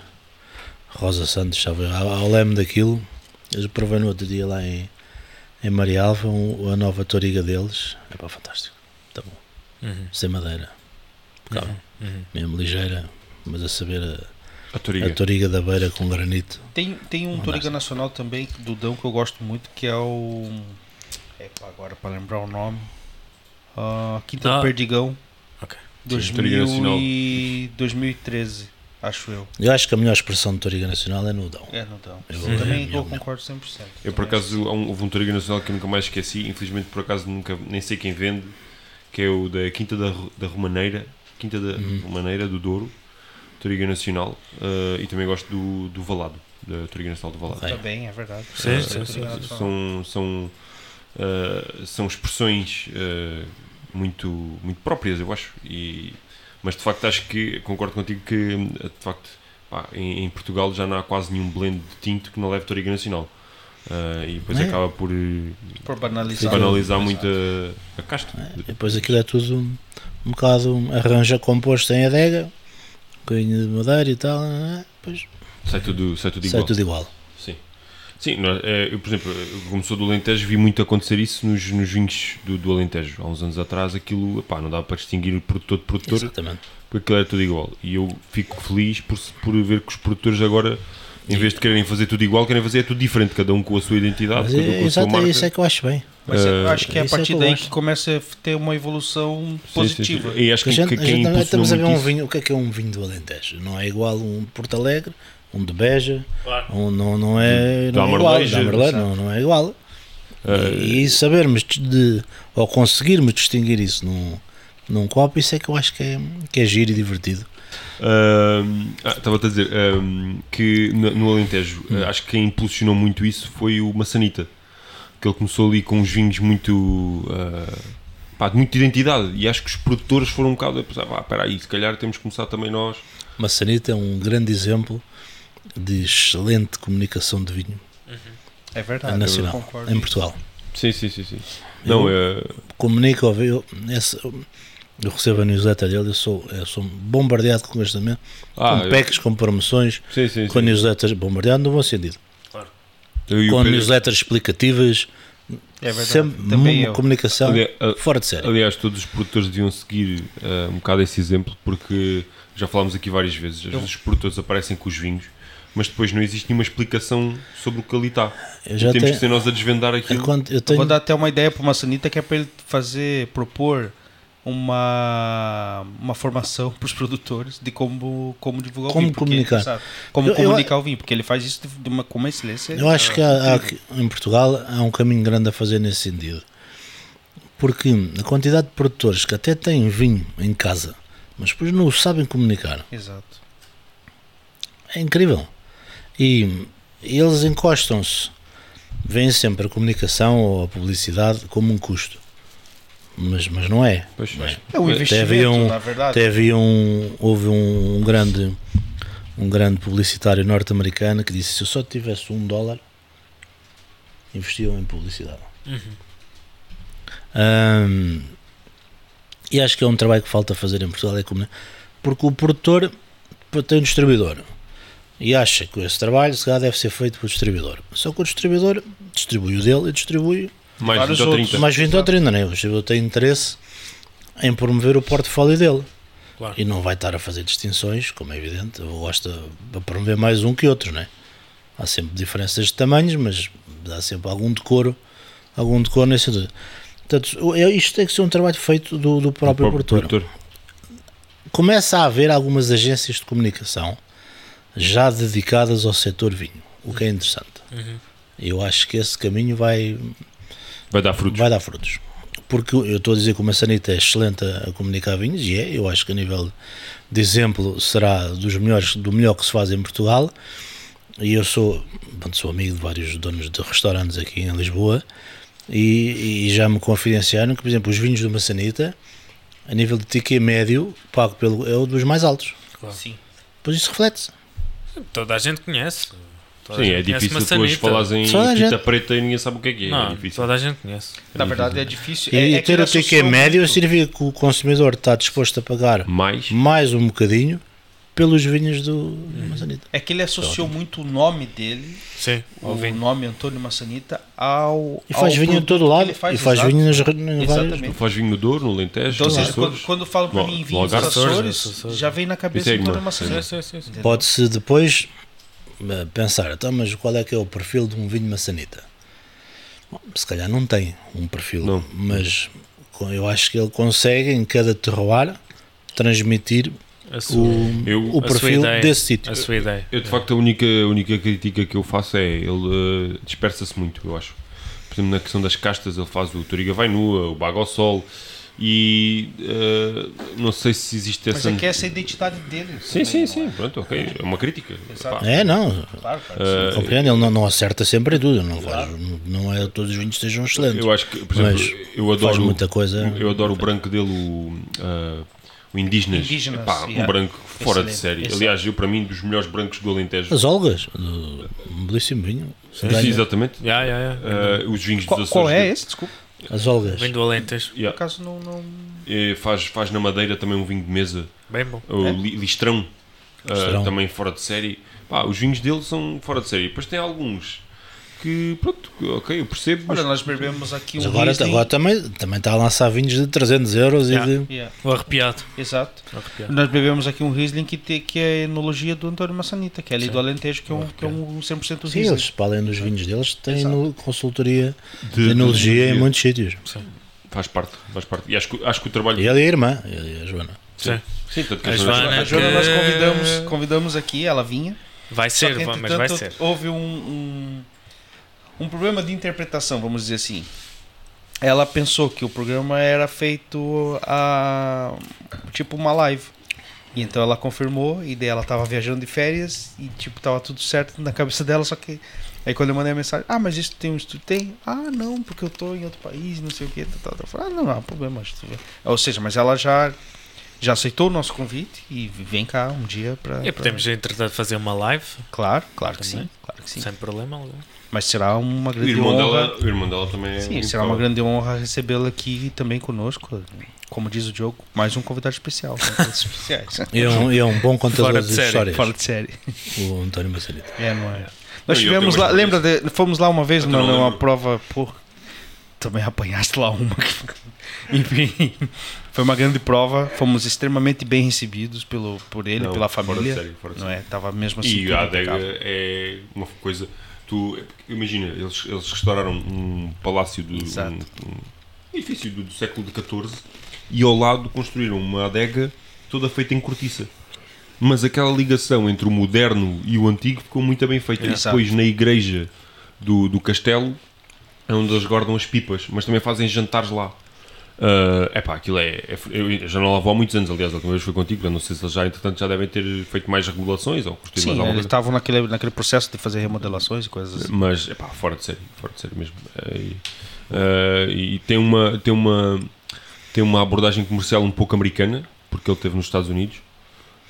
Speaker 4: Rosa Santos, sabe, ao, ao leme daquilo, eu provei no outro dia lá em, em Marialva, um, a nova toriga deles. É pá, fantástico. Está bom.
Speaker 2: Uhum.
Speaker 4: Sem madeira.
Speaker 3: Tá
Speaker 4: Impecável.
Speaker 2: Uhum.
Speaker 4: Mesmo ligeira, mas a saber a,
Speaker 1: A
Speaker 4: a
Speaker 1: Toriga.
Speaker 4: toriga da beira com granito.
Speaker 3: Tem, tem um
Speaker 4: Não
Speaker 3: Toriga
Speaker 4: dá.
Speaker 3: Nacional também, do Dão, que eu gosto muito, que é o. É pá, agora para lembrar o nome. Ah, Quinta
Speaker 2: Ah.
Speaker 3: do Perdigão.
Speaker 2: Ok.
Speaker 1: Sim, Toriga
Speaker 3: 2000
Speaker 1: Nacional.
Speaker 3: e 2013, acho eu.
Speaker 4: Eu acho que a melhor expressão de toriga nacional é no Dão.
Speaker 3: É, no Dão.
Speaker 4: Eu
Speaker 3: Eu Também
Speaker 4: vou-
Speaker 3: eu concordo
Speaker 1: é
Speaker 3: 100%.
Speaker 1: Eu por acaso há um- houve um Toriga Nacional que eu nunca mais esqueci, infelizmente por acaso nunca nem sei quem vende, que é o da Quinta da, Ru- da Romaneira, Quinta da Romaneira do Douro, Toriga Nacional, eh, e também gosto do, do Valado, da Toriga Nacional do Valado.
Speaker 4: Bem.
Speaker 3: Também, é verdade.
Speaker 2: Sim,
Speaker 3: É,
Speaker 2: sim, sim,
Speaker 3: Toriga
Speaker 1: Eh,
Speaker 3: Nacional.
Speaker 1: São, são, eh, são expressões eh, muito, muito próprias, eu acho. E, mas de facto acho que concordo contigo que hum, de facto pá, em, em Portugal já não há quase nenhum blend de tinto que não leve Toriga Nacional. Eh, e depois
Speaker 4: É.
Speaker 1: acaba por eh,
Speaker 3: Por
Speaker 1: se
Speaker 3: banalizar.
Speaker 1: banalizar muito a, a casta.
Speaker 4: E depois aquilo é tudo um, um bocado um arranja composto em adega, coinho de madeira e tal, né? depois
Speaker 1: Sai tudo, sai tudo
Speaker 4: sai
Speaker 1: igual.
Speaker 4: tudo igual.
Speaker 1: Sim. Sim, nós- eh, eu, por exemplo, eu, como sou do Alentejo, vi muito acontecer isso nos, nos vinhos do, do Alentejo. Há uns anos atrás, aquilo epá, não dava para distinguir o produtor de produtor,
Speaker 4: Exatamente.
Speaker 1: porque aquilo era tudo igual. E eu fico feliz por, se- por ver que os produtores agora, em vez de quererem fazer tudo igual, querem fazer tudo diferente, cada um com a sua identidade,
Speaker 4: Mas
Speaker 1: cada um
Speaker 4: é,
Speaker 1: com a sua
Speaker 4: exato, é
Speaker 1: marca.
Speaker 4: isso é que eu acho bem.
Speaker 3: Mas eu
Speaker 1: Eh,
Speaker 3: acho que é a
Speaker 4: isso é
Speaker 3: partir
Speaker 4: que eu
Speaker 3: daí
Speaker 4: gosto.
Speaker 3: que começa a ter uma evolução
Speaker 1: Sim, sim, sim.
Speaker 3: positiva.
Speaker 1: E acho
Speaker 4: Porque
Speaker 1: que,
Speaker 4: a gente,
Speaker 1: que
Speaker 4: a gente
Speaker 1: quem
Speaker 4: também
Speaker 1: impulsionou
Speaker 4: estamos a ver
Speaker 1: muito
Speaker 4: um
Speaker 1: isso-
Speaker 4: vinho, o que é que é um vinho do Alentejo? Não é igual um de Porto Alegre, um de Beja,
Speaker 2: Claro.
Speaker 4: um não, não é,
Speaker 1: Do
Speaker 4: não é igual,
Speaker 1: Amarelejo,
Speaker 4: da Amarelejo,
Speaker 3: sabe?
Speaker 4: não, não é igual.
Speaker 1: Eh,
Speaker 4: E, e sabermos de, ou conseguirmos distinguir isso num, num copo, isso é que eu acho que é, que é giro e divertido.
Speaker 1: Ahm, ah, Estava-te a dizer ahm, que no, no Alentejo,
Speaker 4: Hum.
Speaker 1: ah, acho que quem impulsionou muito isso foi o Massanita. Que ele começou ali com uns vinhos muito. ah, pá, de muita identidade. E acho que os produtores foram um bocado a pensar: "Vá, espera aí, se calhar temos que começar também nós.
Speaker 4: Massanita é um grande exemplo de excelente comunicação de vinho
Speaker 3: É verdade.
Speaker 4: nacional É
Speaker 3: eu concordo. É
Speaker 4: em Portugal.
Speaker 1: Sim, sim, sim. sim. Não, é.
Speaker 4: Comunica, ao vivo, esse- eu recebo a newsletter dele, eu sou, eu sou bombardeado com constantemente,
Speaker 1: Ah,
Speaker 4: com
Speaker 1: eu-
Speaker 4: packs, com promoções,
Speaker 1: sim, sim,
Speaker 4: com
Speaker 1: sim.
Speaker 4: newsletters, bombardeado no bom sentido,
Speaker 1: Eu e o
Speaker 4: com
Speaker 1: Pedro-
Speaker 4: newsletters explicativas,
Speaker 3: É verdade.
Speaker 4: sempre
Speaker 3: Também
Speaker 4: uma
Speaker 3: eu.
Speaker 4: comunicação
Speaker 1: Ali- ah,
Speaker 4: fora de série.
Speaker 1: Aliás, todos os produtores deviam seguir eh, um bocado esse exemplo, porque já falámos aqui várias vezes. Às vezes os produtores aparecem com os vinhos, mas depois não existe nenhuma explicação sobre o que ali está.
Speaker 4: Eu
Speaker 1: E
Speaker 4: já
Speaker 1: Temos
Speaker 4: tenho-
Speaker 1: que ser nós a desvendar aquilo.
Speaker 4: Enquanto eu
Speaker 3: Eu
Speaker 4: tenho
Speaker 3: Vou dar até uma ideia para o Massanita que é para ele fazer, propor uma, uma formação para os produtores de como, como divulgar
Speaker 4: Como
Speaker 3: o vinho. porque,
Speaker 4: comunicar.
Speaker 3: sabe, como
Speaker 4: Eu- eu-
Speaker 3: comunicar o vinho, porque ele faz isso de- de uma, com uma excelência.
Speaker 4: Eu acho que há- há aqui- em Portugal há um caminho grande a fazer nesse sentido. Porque a quantidade de produtores que até têm vinho em casa, mas depois não o sabem comunicar,
Speaker 3: Exato.
Speaker 4: é incrível. E eles encostam-se, veem sempre a comunicação ou a publicidade como um custo. Mas, mas não é.
Speaker 1: Pois,
Speaker 3: É um investimento,
Speaker 4: havia um-
Speaker 3: na verdade.
Speaker 4: Até havia um, houve um, um grande um grande publicitário norte-americano que disse se eu só tivesse um dólar investiam em publicidade. Ahm, e acho que é um trabalho que falta fazer em Portugal é comuni- porque o produtor pô, tem um distribuidor e acha que esse trabalho se calhar deve ser feito pelo distribuidor. Só que o distribuidor distribui o dele e distribui
Speaker 1: mais
Speaker 3: Vários
Speaker 1: 20 ou
Speaker 3: outros.
Speaker 1: 30.
Speaker 4: mais 20 ou 30, né? O distribuidor tem interesse em promover o portfólio dele.
Speaker 2: Claro.
Speaker 4: E não vai estar a fazer distinções, como é evidente. Eu gosto de promover mais um que outro, né? Há sempre diferenças de tamanhos, mas há sempre algum decoro, algum decoro nesse sentido. Portanto, o- é- isto tem que ser um trabalho feito do, do próprio
Speaker 1: O
Speaker 4: produtor. Começa a haver algumas agências de comunicação já dedicadas ao setor vinho, o que é interessante. Eu acho que esse caminho vai,
Speaker 1: Vai dar frutos.
Speaker 4: Vai dar frutos. Porque eu estou a dizer que o Maçanita é excelente a a comunicar vinhos e é, eu acho que a nível de exemplo será dos melhores, do melhor que se faz em Portugal. E eu sou, pronto, sou amigo de vários donos de restaurantes aqui em Lisboa e, e já me confidenciaram que, por exemplo, os vinhos do Maçanita, a nível de ticket médio, pago pelo é um dos mais altos.
Speaker 2: Claro.
Speaker 3: Sim.
Speaker 4: Pois isso reflete-se.
Speaker 2: Toda a gente conhece. Toda a
Speaker 1: Sim,
Speaker 2: gente
Speaker 1: é
Speaker 2: conhece
Speaker 1: difícil tu hoje
Speaker 2: Massanita.
Speaker 1: falares em
Speaker 4: Só a
Speaker 1: tinta
Speaker 4: gente-
Speaker 1: preta e ninguém sabe o que é que é.
Speaker 2: Não,
Speaker 1: é difícil.
Speaker 2: toda a gente conhece.
Speaker 3: Na verdade é difícil.
Speaker 4: E,
Speaker 3: é, é que
Speaker 4: ter
Speaker 3: ele
Speaker 4: o ticket
Speaker 3: associou
Speaker 4: médio
Speaker 3: muito.
Speaker 4: significa que o consumidor está disposto a pagar
Speaker 1: Mais.
Speaker 4: mais um bocadinho pelos vinhos do Maçanita.
Speaker 3: É que ele associou muito o nome dele,
Speaker 2: Sim,
Speaker 3: o
Speaker 2: ouvi.
Speaker 3: nome Antônio Massanita, ao.
Speaker 4: E faz
Speaker 3: ao
Speaker 4: vinho em
Speaker 3: produto
Speaker 4: todo
Speaker 3: que
Speaker 4: lado.
Speaker 3: ele faz,
Speaker 4: e faz
Speaker 3: exato.
Speaker 4: vinho nas, nas várias.
Speaker 3: Exatamente.
Speaker 1: Faz vinho no Douro, no Lentejo,
Speaker 3: Então, ou
Speaker 1: nos
Speaker 3: seja,
Speaker 1: Açores.
Speaker 3: quando, quando falam pra
Speaker 1: Lo-
Speaker 3: mim vinho dos
Speaker 1: Logar-
Speaker 3: Açores,
Speaker 2: Açores,
Speaker 3: já vem na cabeça
Speaker 1: Isso é
Speaker 3: Antônio
Speaker 1: irmã,
Speaker 3: Massanita.
Speaker 2: Sim, sim, sim.
Speaker 4: Pode-se depois eh, pensar, então, mas qual é que é o perfil de um vinho maçanita? Bom, se calhar não tem um perfil,
Speaker 1: Não.
Speaker 4: mas co- eu acho que ele consegue, em cada terroir, transmitir
Speaker 2: A sua-
Speaker 4: o,
Speaker 1: Eu-
Speaker 4: o
Speaker 2: a sua
Speaker 4: perfil
Speaker 2: ideia.
Speaker 4: desse sítio.
Speaker 2: A sua ideia.
Speaker 1: Eu, de
Speaker 4: É.
Speaker 1: facto, a única, a única crítica que eu faço é ele eh, dispersa-se muito, eu acho. Por exemplo, na questão das castas, ele faz o Toriga Vai Nua, o Bago ao Sol e eh, não sei se existe
Speaker 3: Mas
Speaker 1: essa.
Speaker 3: é que essa é a identidade dele.
Speaker 1: Sim,
Speaker 3: também,
Speaker 1: sim,
Speaker 3: não
Speaker 1: sim, pronto, ok. É uma crítica.
Speaker 3: Exato.
Speaker 1: Pá,
Speaker 4: É, não,
Speaker 3: é? Claro, claro.
Speaker 1: eh,
Speaker 4: compreendo, ele não, não acerta sempre em tudo, não, faz, não é todos os vinhos que sejam excelentes.
Speaker 1: eu acho que, por exemplo,
Speaker 4: Mas
Speaker 1: eu
Speaker 4: faz
Speaker 1: adoro.
Speaker 4: muita coisa.
Speaker 1: Eu adoro o branco dele, o, ah, o Indígenas.
Speaker 3: Indígenas,
Speaker 1: Epá, um
Speaker 3: yeah.
Speaker 1: branco fora de
Speaker 3: Excelente,
Speaker 1: série.
Speaker 3: excelente.
Speaker 1: Aliás, eu, para mim, dos melhores brancos do Alentejo.
Speaker 4: As Olgas, do- um belíssimo vinho.
Speaker 1: Sim,
Speaker 4: Ganha-
Speaker 1: exatamente.
Speaker 2: Já, já, já.
Speaker 1: Ah, os vinhos
Speaker 3: Qual,
Speaker 1: dos Açores.
Speaker 3: qual é
Speaker 1: dele.
Speaker 3: esse? Desculpa.
Speaker 4: As Olgas.
Speaker 2: Vem do Alentejo.
Speaker 3: Por
Speaker 1: Yeah.
Speaker 3: acaso não. não...
Speaker 1: Eh, Faz, faz na Madeira também um vinho de mesa.
Speaker 2: Bem bom.
Speaker 1: O
Speaker 3: É?
Speaker 1: Li- Listrão, ah,
Speaker 4: Listrão.
Speaker 1: também fora de série. Pá, os vinhos dele são fora de série. Depois tem alguns que, pronto, ok, eu percebo. Mas
Speaker 3: Olha, nós bebemos aqui um.
Speaker 4: Mas agora, tá
Speaker 3: Riesling.
Speaker 4: agora também, também está a lançar vinhos de 300 euros
Speaker 2: Yeah.
Speaker 4: e de.
Speaker 3: Yeah,
Speaker 2: O arrepiado.
Speaker 3: exato.
Speaker 2: O arrepiado.
Speaker 3: Nós bebemos aqui um Riesling que, te, que é a enologia do Antônio Massanita, que é ali do Alentejo, que é um, que é um 100%
Speaker 4: Sim,
Speaker 3: Riesling.
Speaker 4: eles, para além dos vinhos deles, têm
Speaker 3: Exato.
Speaker 4: no- consultoria
Speaker 1: de-
Speaker 4: de enologia em
Speaker 1: de-
Speaker 4: muitos sítios.
Speaker 1: Faz parte, faz parte. E acho que, acho que o trabalho.
Speaker 4: E ele é a irmã, ele é a Joana.
Speaker 2: Sim.
Speaker 1: Sim, tanto que
Speaker 2: A
Speaker 1: as
Speaker 2: Joana-
Speaker 3: A Joana nós convidamos, convidamos aqui, ela vinha.
Speaker 2: Vai
Speaker 3: Só
Speaker 2: ser,
Speaker 3: que,
Speaker 2: vá, mas vai
Speaker 3: entretanto,
Speaker 2: ser.
Speaker 3: houve um, um, um problema de interpretação, vamos dizer assim. Ela pensou que o programa era feito a, tipo uma live. E então ela confirmou, e daí ela tava viajando de férias, e tipo, tava tudo certo na cabeça dela, só que. Aí quando eu mandei a mensagem, ah, mas isso tem um estúdio? Tem? Ah, não, porque eu tô em outro país, não sei o que, tal, tal, tal. Eu falei, Ah, não, não há problema. acho que tudo bem." Ou seja, mas ela já, já aceitou o nosso convite e vem cá um dia pra.
Speaker 2: E
Speaker 3: pra-
Speaker 2: podemos, entretanto, fazer uma live,
Speaker 3: Claro, claro que sim,
Speaker 2: Também.
Speaker 3: claro que sim.
Speaker 2: sem problema algum.
Speaker 3: Mas será uma
Speaker 1: O
Speaker 3: grande
Speaker 1: irmão,
Speaker 3: honra.
Speaker 1: dela, o irmão dela também é.
Speaker 3: Sim,
Speaker 1: um
Speaker 3: será uma
Speaker 1: cara.
Speaker 3: grande honra recebê-la aqui também conosco. Como diz o Diogo, mais um convidado especial. convidados especiais.
Speaker 4: E é um, e é um bom contador
Speaker 2: Fora de
Speaker 4: de,
Speaker 2: série,
Speaker 4: histórias,
Speaker 3: Fala de série.
Speaker 4: o António Maçanita.
Speaker 3: É, não é?
Speaker 1: Não, eu
Speaker 3: Nós tivemos
Speaker 1: tenho
Speaker 3: lá,
Speaker 1: mais
Speaker 3: lembra, de- fomos lá uma vez
Speaker 1: Eu não
Speaker 3: numa numa
Speaker 1: lembro.
Speaker 3: prova, pô, também apanhaste lá uma. Enfim, foi uma grande prova, fomos extremamente bem recebidos pelo, por ele,
Speaker 1: Não,
Speaker 3: pela
Speaker 1: fora de
Speaker 3: família.
Speaker 1: série, fora de
Speaker 3: Não é? Tava mesmo assim.
Speaker 1: E
Speaker 3: tudo
Speaker 1: a adega
Speaker 3: impecável.
Speaker 1: é uma coisa. Tu, imagina, eles, eles restauraram um palácio do.
Speaker 3: Exato.
Speaker 1: Um, um edifício do, do século XIV e ao lado construíram uma adega toda feita em cortiça. Mas aquela ligação entre o moderno e o antigo ficou muito bem feita. E
Speaker 3: Exato.
Speaker 1: depois na igreja do, do castelo é onde eles guardam as pipas, mas também fazem jantares lá. É epá, aquilo é, é- Eu já não lá vou há muitos anos, aliás, a última vez foi contigo. Eu não sei se eles já, entretanto, já devem ter feito mais regulações ou construído mais
Speaker 3: Sim, é,
Speaker 1: alguma
Speaker 3: eles
Speaker 1: coisa.
Speaker 3: estavam naquele, naquele processo de fazer remodelações e coisas assim.
Speaker 1: Mas, epá, fora de série, fora de série mesmo. É, E, eh, e tem, uma, tem, uma, tem uma abordagem comercial um pouco americana, porque ele teve nos Estados Unidos.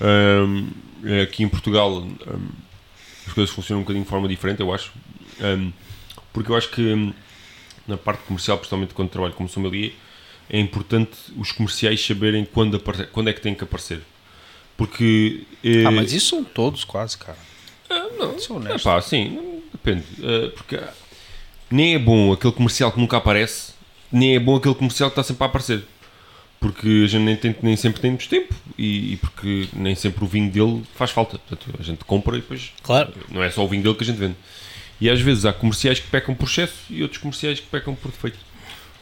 Speaker 1: Ahm, eh, aqui em Portugal ahm, as coisas funcionam um bocadinho de forma diferente, eu acho. Ahm, porque eu acho que hum, na parte comercial, principalmente quando trabalho como sommelier, é importante os comerciais saberem quando, apare- quando é que têm que aparecer. Porque... eh,
Speaker 3: Ah, mas isso são todos quase, cara.
Speaker 1: não,
Speaker 3: Sou
Speaker 1: é
Speaker 3: honesto.
Speaker 1: pá, sim, não- depende. eh, porque há- nem é bom aquele comercial que nunca aparece, nem é bom aquele comercial que está sempre a aparecer. Porque a gente nem, tem- nem sempre temos tempo e, e porque nem sempre o vinho dele faz falta. Portanto, a gente compra e depois
Speaker 4: Claro,
Speaker 1: não é só o vinho dele que a gente vende. E às vezes há comerciais que pecam por excesso e outros comerciais que pecam por defeito.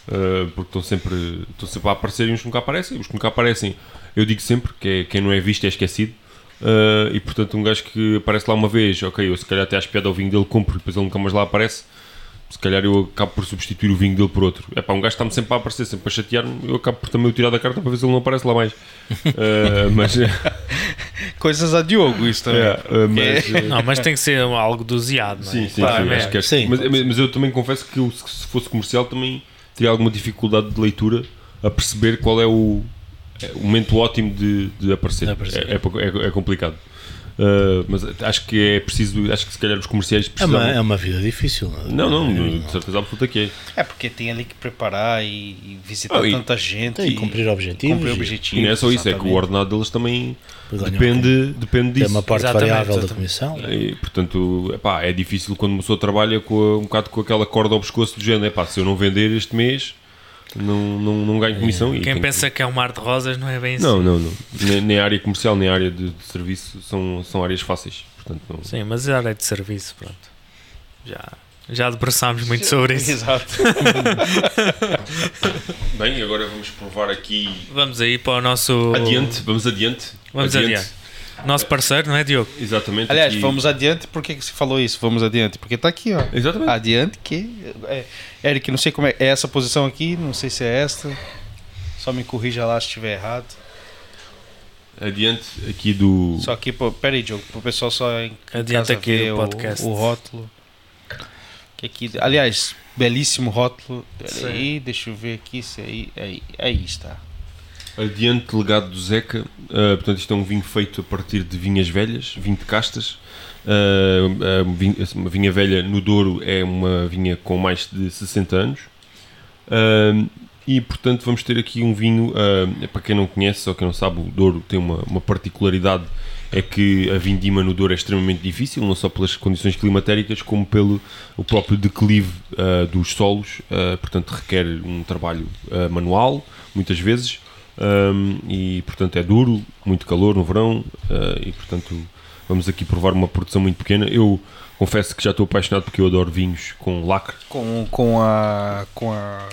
Speaker 1: Uh, porque estão sempre, estão sempre a aparecer e uns que nunca aparecem. Os que nunca aparecem, eu digo sempre que é, quem não é visto é esquecido. Uh, e portanto, um gajo que aparece lá uma vez, ok, eu se calhar até acho piada ao vinho dele, compro e depois ele nunca mais lá aparece. Se calhar eu acabo por substituir o vinho dele por outro. É pá, um gajo está-me sempre a aparecer, sempre a chatear-me. Eu acabo por também o tirar da carta para ver se ele não aparece lá mais. Uh, mas,
Speaker 3: Coisas a Diogo, isso também.
Speaker 1: é, uh, mas, uh,
Speaker 2: Não, mas tem que ser algo doseado, não é?
Speaker 1: Sim, sim,
Speaker 2: Claramente.
Speaker 1: sim, acho que acho-
Speaker 4: Sim.
Speaker 1: Mas, mas- mas eu também confesso que eu, se se fosse comercial também teria alguma dificuldade de leitura a perceber qual é o, é o momento ótimo de, de aparecer.
Speaker 4: De aparecer.
Speaker 1: É, é pouco- é- é complicado. Uh, mas acho que é preciso, acho que se calhar os comerciais
Speaker 4: É
Speaker 1: precisam.
Speaker 4: uma, é uma vida difícil. é?
Speaker 1: Não, não, de certeza absoluta que é.
Speaker 3: É porque tem ali que preparar e, e visitar
Speaker 1: Ah, e-
Speaker 3: tanta gente
Speaker 4: E cumprir objetivos.
Speaker 3: cumprir
Speaker 4: e-
Speaker 1: E
Speaker 3: objetivos.
Speaker 1: não é só isso, é que o
Speaker 3: exatamente.
Speaker 1: ordenado deles também
Speaker 4: Pois ganham
Speaker 1: depende, depende
Speaker 4: Tem
Speaker 1: disso.
Speaker 4: uma parte
Speaker 2: Exatamente,
Speaker 4: variável da
Speaker 2: exatamente.
Speaker 4: comissão.
Speaker 1: E, portanto, epá, é difícil quando uma pessoa trabalha com a- um bocado com aquela corda ao pescoço do género. Epá, se eu não vender este mês, não, não, não ganho comissão. e
Speaker 2: Quem
Speaker 1: tenho
Speaker 2: pensa que é um mar de rosas não é bem
Speaker 1: que-
Speaker 2: assim.
Speaker 1: Não, não, não. Nem, nem a área comercial, nem a área de, de serviço são, são áreas fáceis. Portanto, não-
Speaker 2: Sim, mas a área de serviço, pronto. Já, já debruçámos muito sobre isso.
Speaker 3: Exato.
Speaker 1: Bem, agora vamos provar aqui.
Speaker 2: Vamos aí para o nosso.
Speaker 1: Oh. Adiante, vamos adiante.
Speaker 2: Vamos adiante. Nosso parceiro, não é, Diogo?
Speaker 1: Exatamente.
Speaker 3: Aliás,
Speaker 1: aqui-
Speaker 3: vamos adiante. Por que que você falou isso? Vamos adiante. Porque tá aqui, ó.
Speaker 1: Exatamente.
Speaker 3: Adiante que. É, Eric, não sei como é. É essa posição aqui, não sei se é esta. Só me corrija lá se estiver errado.
Speaker 2: Ah.
Speaker 1: Adiante aqui do.
Speaker 3: Só que, pô, peraí, Diogo, pro pessoal só em
Speaker 2: Adianta
Speaker 3: casa
Speaker 2: aqui
Speaker 3: ver
Speaker 4: é
Speaker 2: o podcast.
Speaker 3: O, rótulo. Que aqui, aliás, belíssimo rótulo. Pera aí, deixa eu ver aqui se aí, aí, aí está.
Speaker 1: Adiante legado do Zeca, Uh, portanto isto é um vinho feito a partir de vinhas velhas, vinho de castas. Uh, um vinho- uma vinha velha no Douro é uma vinha com mais de 60 anos. Uh, e portanto vamos ter aqui um vinho, uh, para quem não conhece ou quem não sabe, o Douro tem uma, uma particularidade, é que a vindima no Douro é extremamente difícil, não só pelas condições climatéricas, como pelo o próprio declive uh, dos solos, Uh, portanto requer um trabalho uh, manual, muitas vezes, um, e portanto é duro, muito calor no verão uh, e portanto vamos aqui provar uma produção muito pequena. Eu confesso que já estou apaixonado porque eu adoro vinhos com lacre.
Speaker 3: Com, com a. Com a.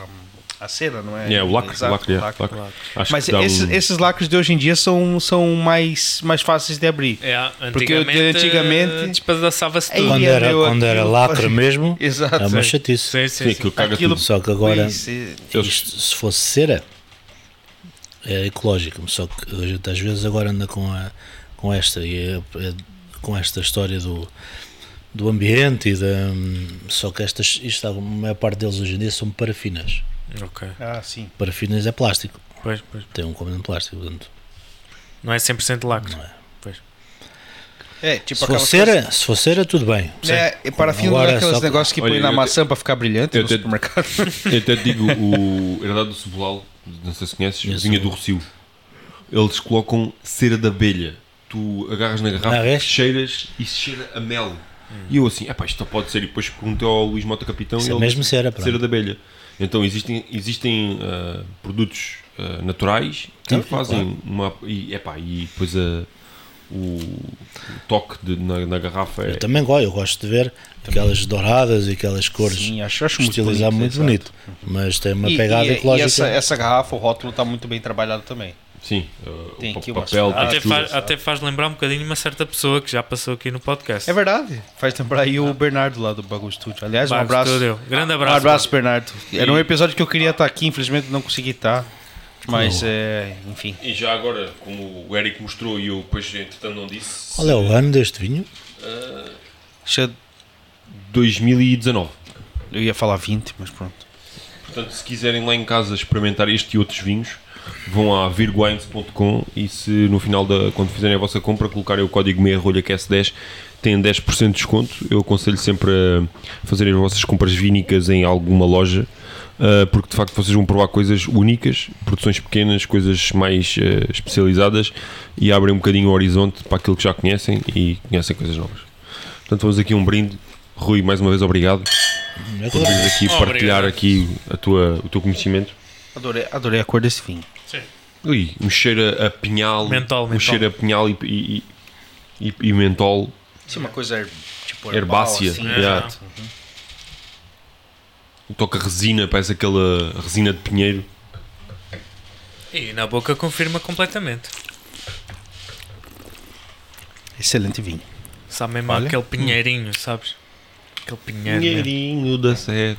Speaker 3: A cera, não é?
Speaker 1: É, o lacre,
Speaker 3: Exato,
Speaker 1: o lacre, é,
Speaker 3: lacre.
Speaker 1: lacre. Acho
Speaker 3: Mas
Speaker 1: que dá um-
Speaker 3: esses, esses lacres de hoje em dia são, são mais, mais fáceis de abrir.
Speaker 2: É,
Speaker 3: Porque eu de-
Speaker 2: antigamente, eh,
Speaker 3: antigamente-
Speaker 2: despedaçava-se tudo.
Speaker 4: Quando
Speaker 3: Ai,
Speaker 4: era,
Speaker 3: meu,
Speaker 4: quando era
Speaker 3: aquilo
Speaker 4: lacre
Speaker 3: faz-
Speaker 4: mesmo,
Speaker 3: Exato.
Speaker 4: é uma chatice.
Speaker 2: Sim,
Speaker 1: Sim,
Speaker 2: sim, sim.
Speaker 1: aquilo caga
Speaker 3: Aquilo-
Speaker 1: tudo.
Speaker 4: Só que agora,
Speaker 3: Pois, é,
Speaker 1: Eles-
Speaker 4: isto, se fosse cera, é ecológico. Só que a gente às vezes agora anda com, a, com esta e é- é- com esta história do, do ambiente e da. Só que estas, isto, a maior parte deles hoje em dia são parafinas.
Speaker 2: Ok.
Speaker 3: Ah, sim.
Speaker 4: Parafinas é plástico,
Speaker 2: Pois, pois.
Speaker 4: tem um componente plástico, portanto.
Speaker 2: Não é 100% lacre.
Speaker 3: É, tipo
Speaker 4: se,
Speaker 3: aquelas
Speaker 4: fosse cera, se fosse cera, tudo bem.
Speaker 3: É, e parafina não
Speaker 4: Agora
Speaker 3: é
Speaker 4: é
Speaker 3: aqueles
Speaker 4: só-
Speaker 3: negócios que
Speaker 1: Olha,
Speaker 3: põe na
Speaker 1: eu te-
Speaker 3: maçã pra ficar brilhante
Speaker 1: eu
Speaker 3: no
Speaker 1: te-
Speaker 3: supermercado.
Speaker 1: Eu até te digo, o Herdade do Cebolal, não sei se conheces,
Speaker 4: Conheço.
Speaker 1: vinha do Rocio. Eles colocam cera de abelha. Tu agarras na garrafa,
Speaker 4: Ah, é?
Speaker 1: cheiras e cheira a mel. E eu assim, epá, isto não pode ser. E depois perguntei ao Luís Mota Capitão
Speaker 4: Hum. Isso
Speaker 1: e
Speaker 4: é
Speaker 1: ele
Speaker 4: mesmo cera, pronto.
Speaker 1: cera de abelha. Então existem, existem ah, produtos ah, naturais que
Speaker 4: Sim,
Speaker 1: fazem uma. E, epá, e depois a- o, o toque de- na, na garrafa é.
Speaker 4: Eu
Speaker 3: Então.
Speaker 4: também gosto, eu gosto de ver aquelas douradas e aquelas cores
Speaker 3: Sim, acho, acho muito
Speaker 4: estilizar
Speaker 3: bonito,
Speaker 4: muito
Speaker 3: exato.
Speaker 4: bonito, mas tem uma
Speaker 3: E-
Speaker 4: pegada
Speaker 3: e- e
Speaker 4: ecológica.
Speaker 3: essa, essa garrafa, o rótulo tá muito bem trabalhado também.
Speaker 1: Sim, ah,
Speaker 3: Tem
Speaker 1: o
Speaker 3: aqui
Speaker 1: pa-
Speaker 3: uma
Speaker 1: papel,
Speaker 3: cidade.
Speaker 2: Até,
Speaker 3: Acho
Speaker 1: textura.
Speaker 2: faz, até faz lembrar um bocadinho uma certa pessoa que já passou aqui no podcast.
Speaker 3: É verdade. Faz lembrar aí o Bernardo lá do Bagulho Studio. Aliás, um
Speaker 2: Bagos
Speaker 3: abraço.
Speaker 2: Studio. Grande
Speaker 3: Um
Speaker 2: abraço.
Speaker 3: abraço, Bernardo. Era um episódio que eu queria estar aqui, infelizmente não consegui estar. Mas, é, enfim.
Speaker 1: E já agora, como o Eric mostrou e eu depois entretanto não disse.
Speaker 4: Qual é o ano deste vinho?
Speaker 3: Deixa eu-
Speaker 1: 2019.
Speaker 3: Eu ia falar 20, mas pronto.
Speaker 1: Portanto, se quiserem lá em casa experimentar este e outros vinhos, vão a virgwines.com e se no final da quando fizerem a vossa compra colocarem o código meia rolha que é S10, têm 10% de desconto. Eu aconselho sempre a fazerem as vossas compras vínicas em alguma loja. ah, porque de facto vocês vão provar coisas únicas, produções pequenas, coisas mais ah, especializadas e abrem um bocadinho o horizonte para aquilo que já conhecem e conhecem coisas novas. Portanto, vamos aqui a um brinde. Rui, mais uma vez obrigado
Speaker 4: É
Speaker 1: por
Speaker 4: claro.
Speaker 1: vires aqui
Speaker 2: Obrigado.
Speaker 1: partilhar aqui a tua, o teu conhecimento.
Speaker 3: Adorei, adorei a cor desse vinho.
Speaker 1: Ui, um cheiro a pinhal,
Speaker 2: Mentol,
Speaker 1: um
Speaker 2: mentol.
Speaker 1: cheiro a pinhal e, e, e, e mentol.
Speaker 3: Sim, é uma coisa her- tipo
Speaker 1: Herbácea,
Speaker 3: assim,
Speaker 1: é.
Speaker 3: exato.
Speaker 1: Toca resina, parece aquela resina de pinheiro.
Speaker 2: E na boca confirma completamente.
Speaker 3: Excelente vinho.
Speaker 2: Sabe mesmo
Speaker 3: Olha.
Speaker 2: aquele pinheirinho, sabes? Aquele pinheiro. É, mesmo.
Speaker 1: Pinheirinho da seta.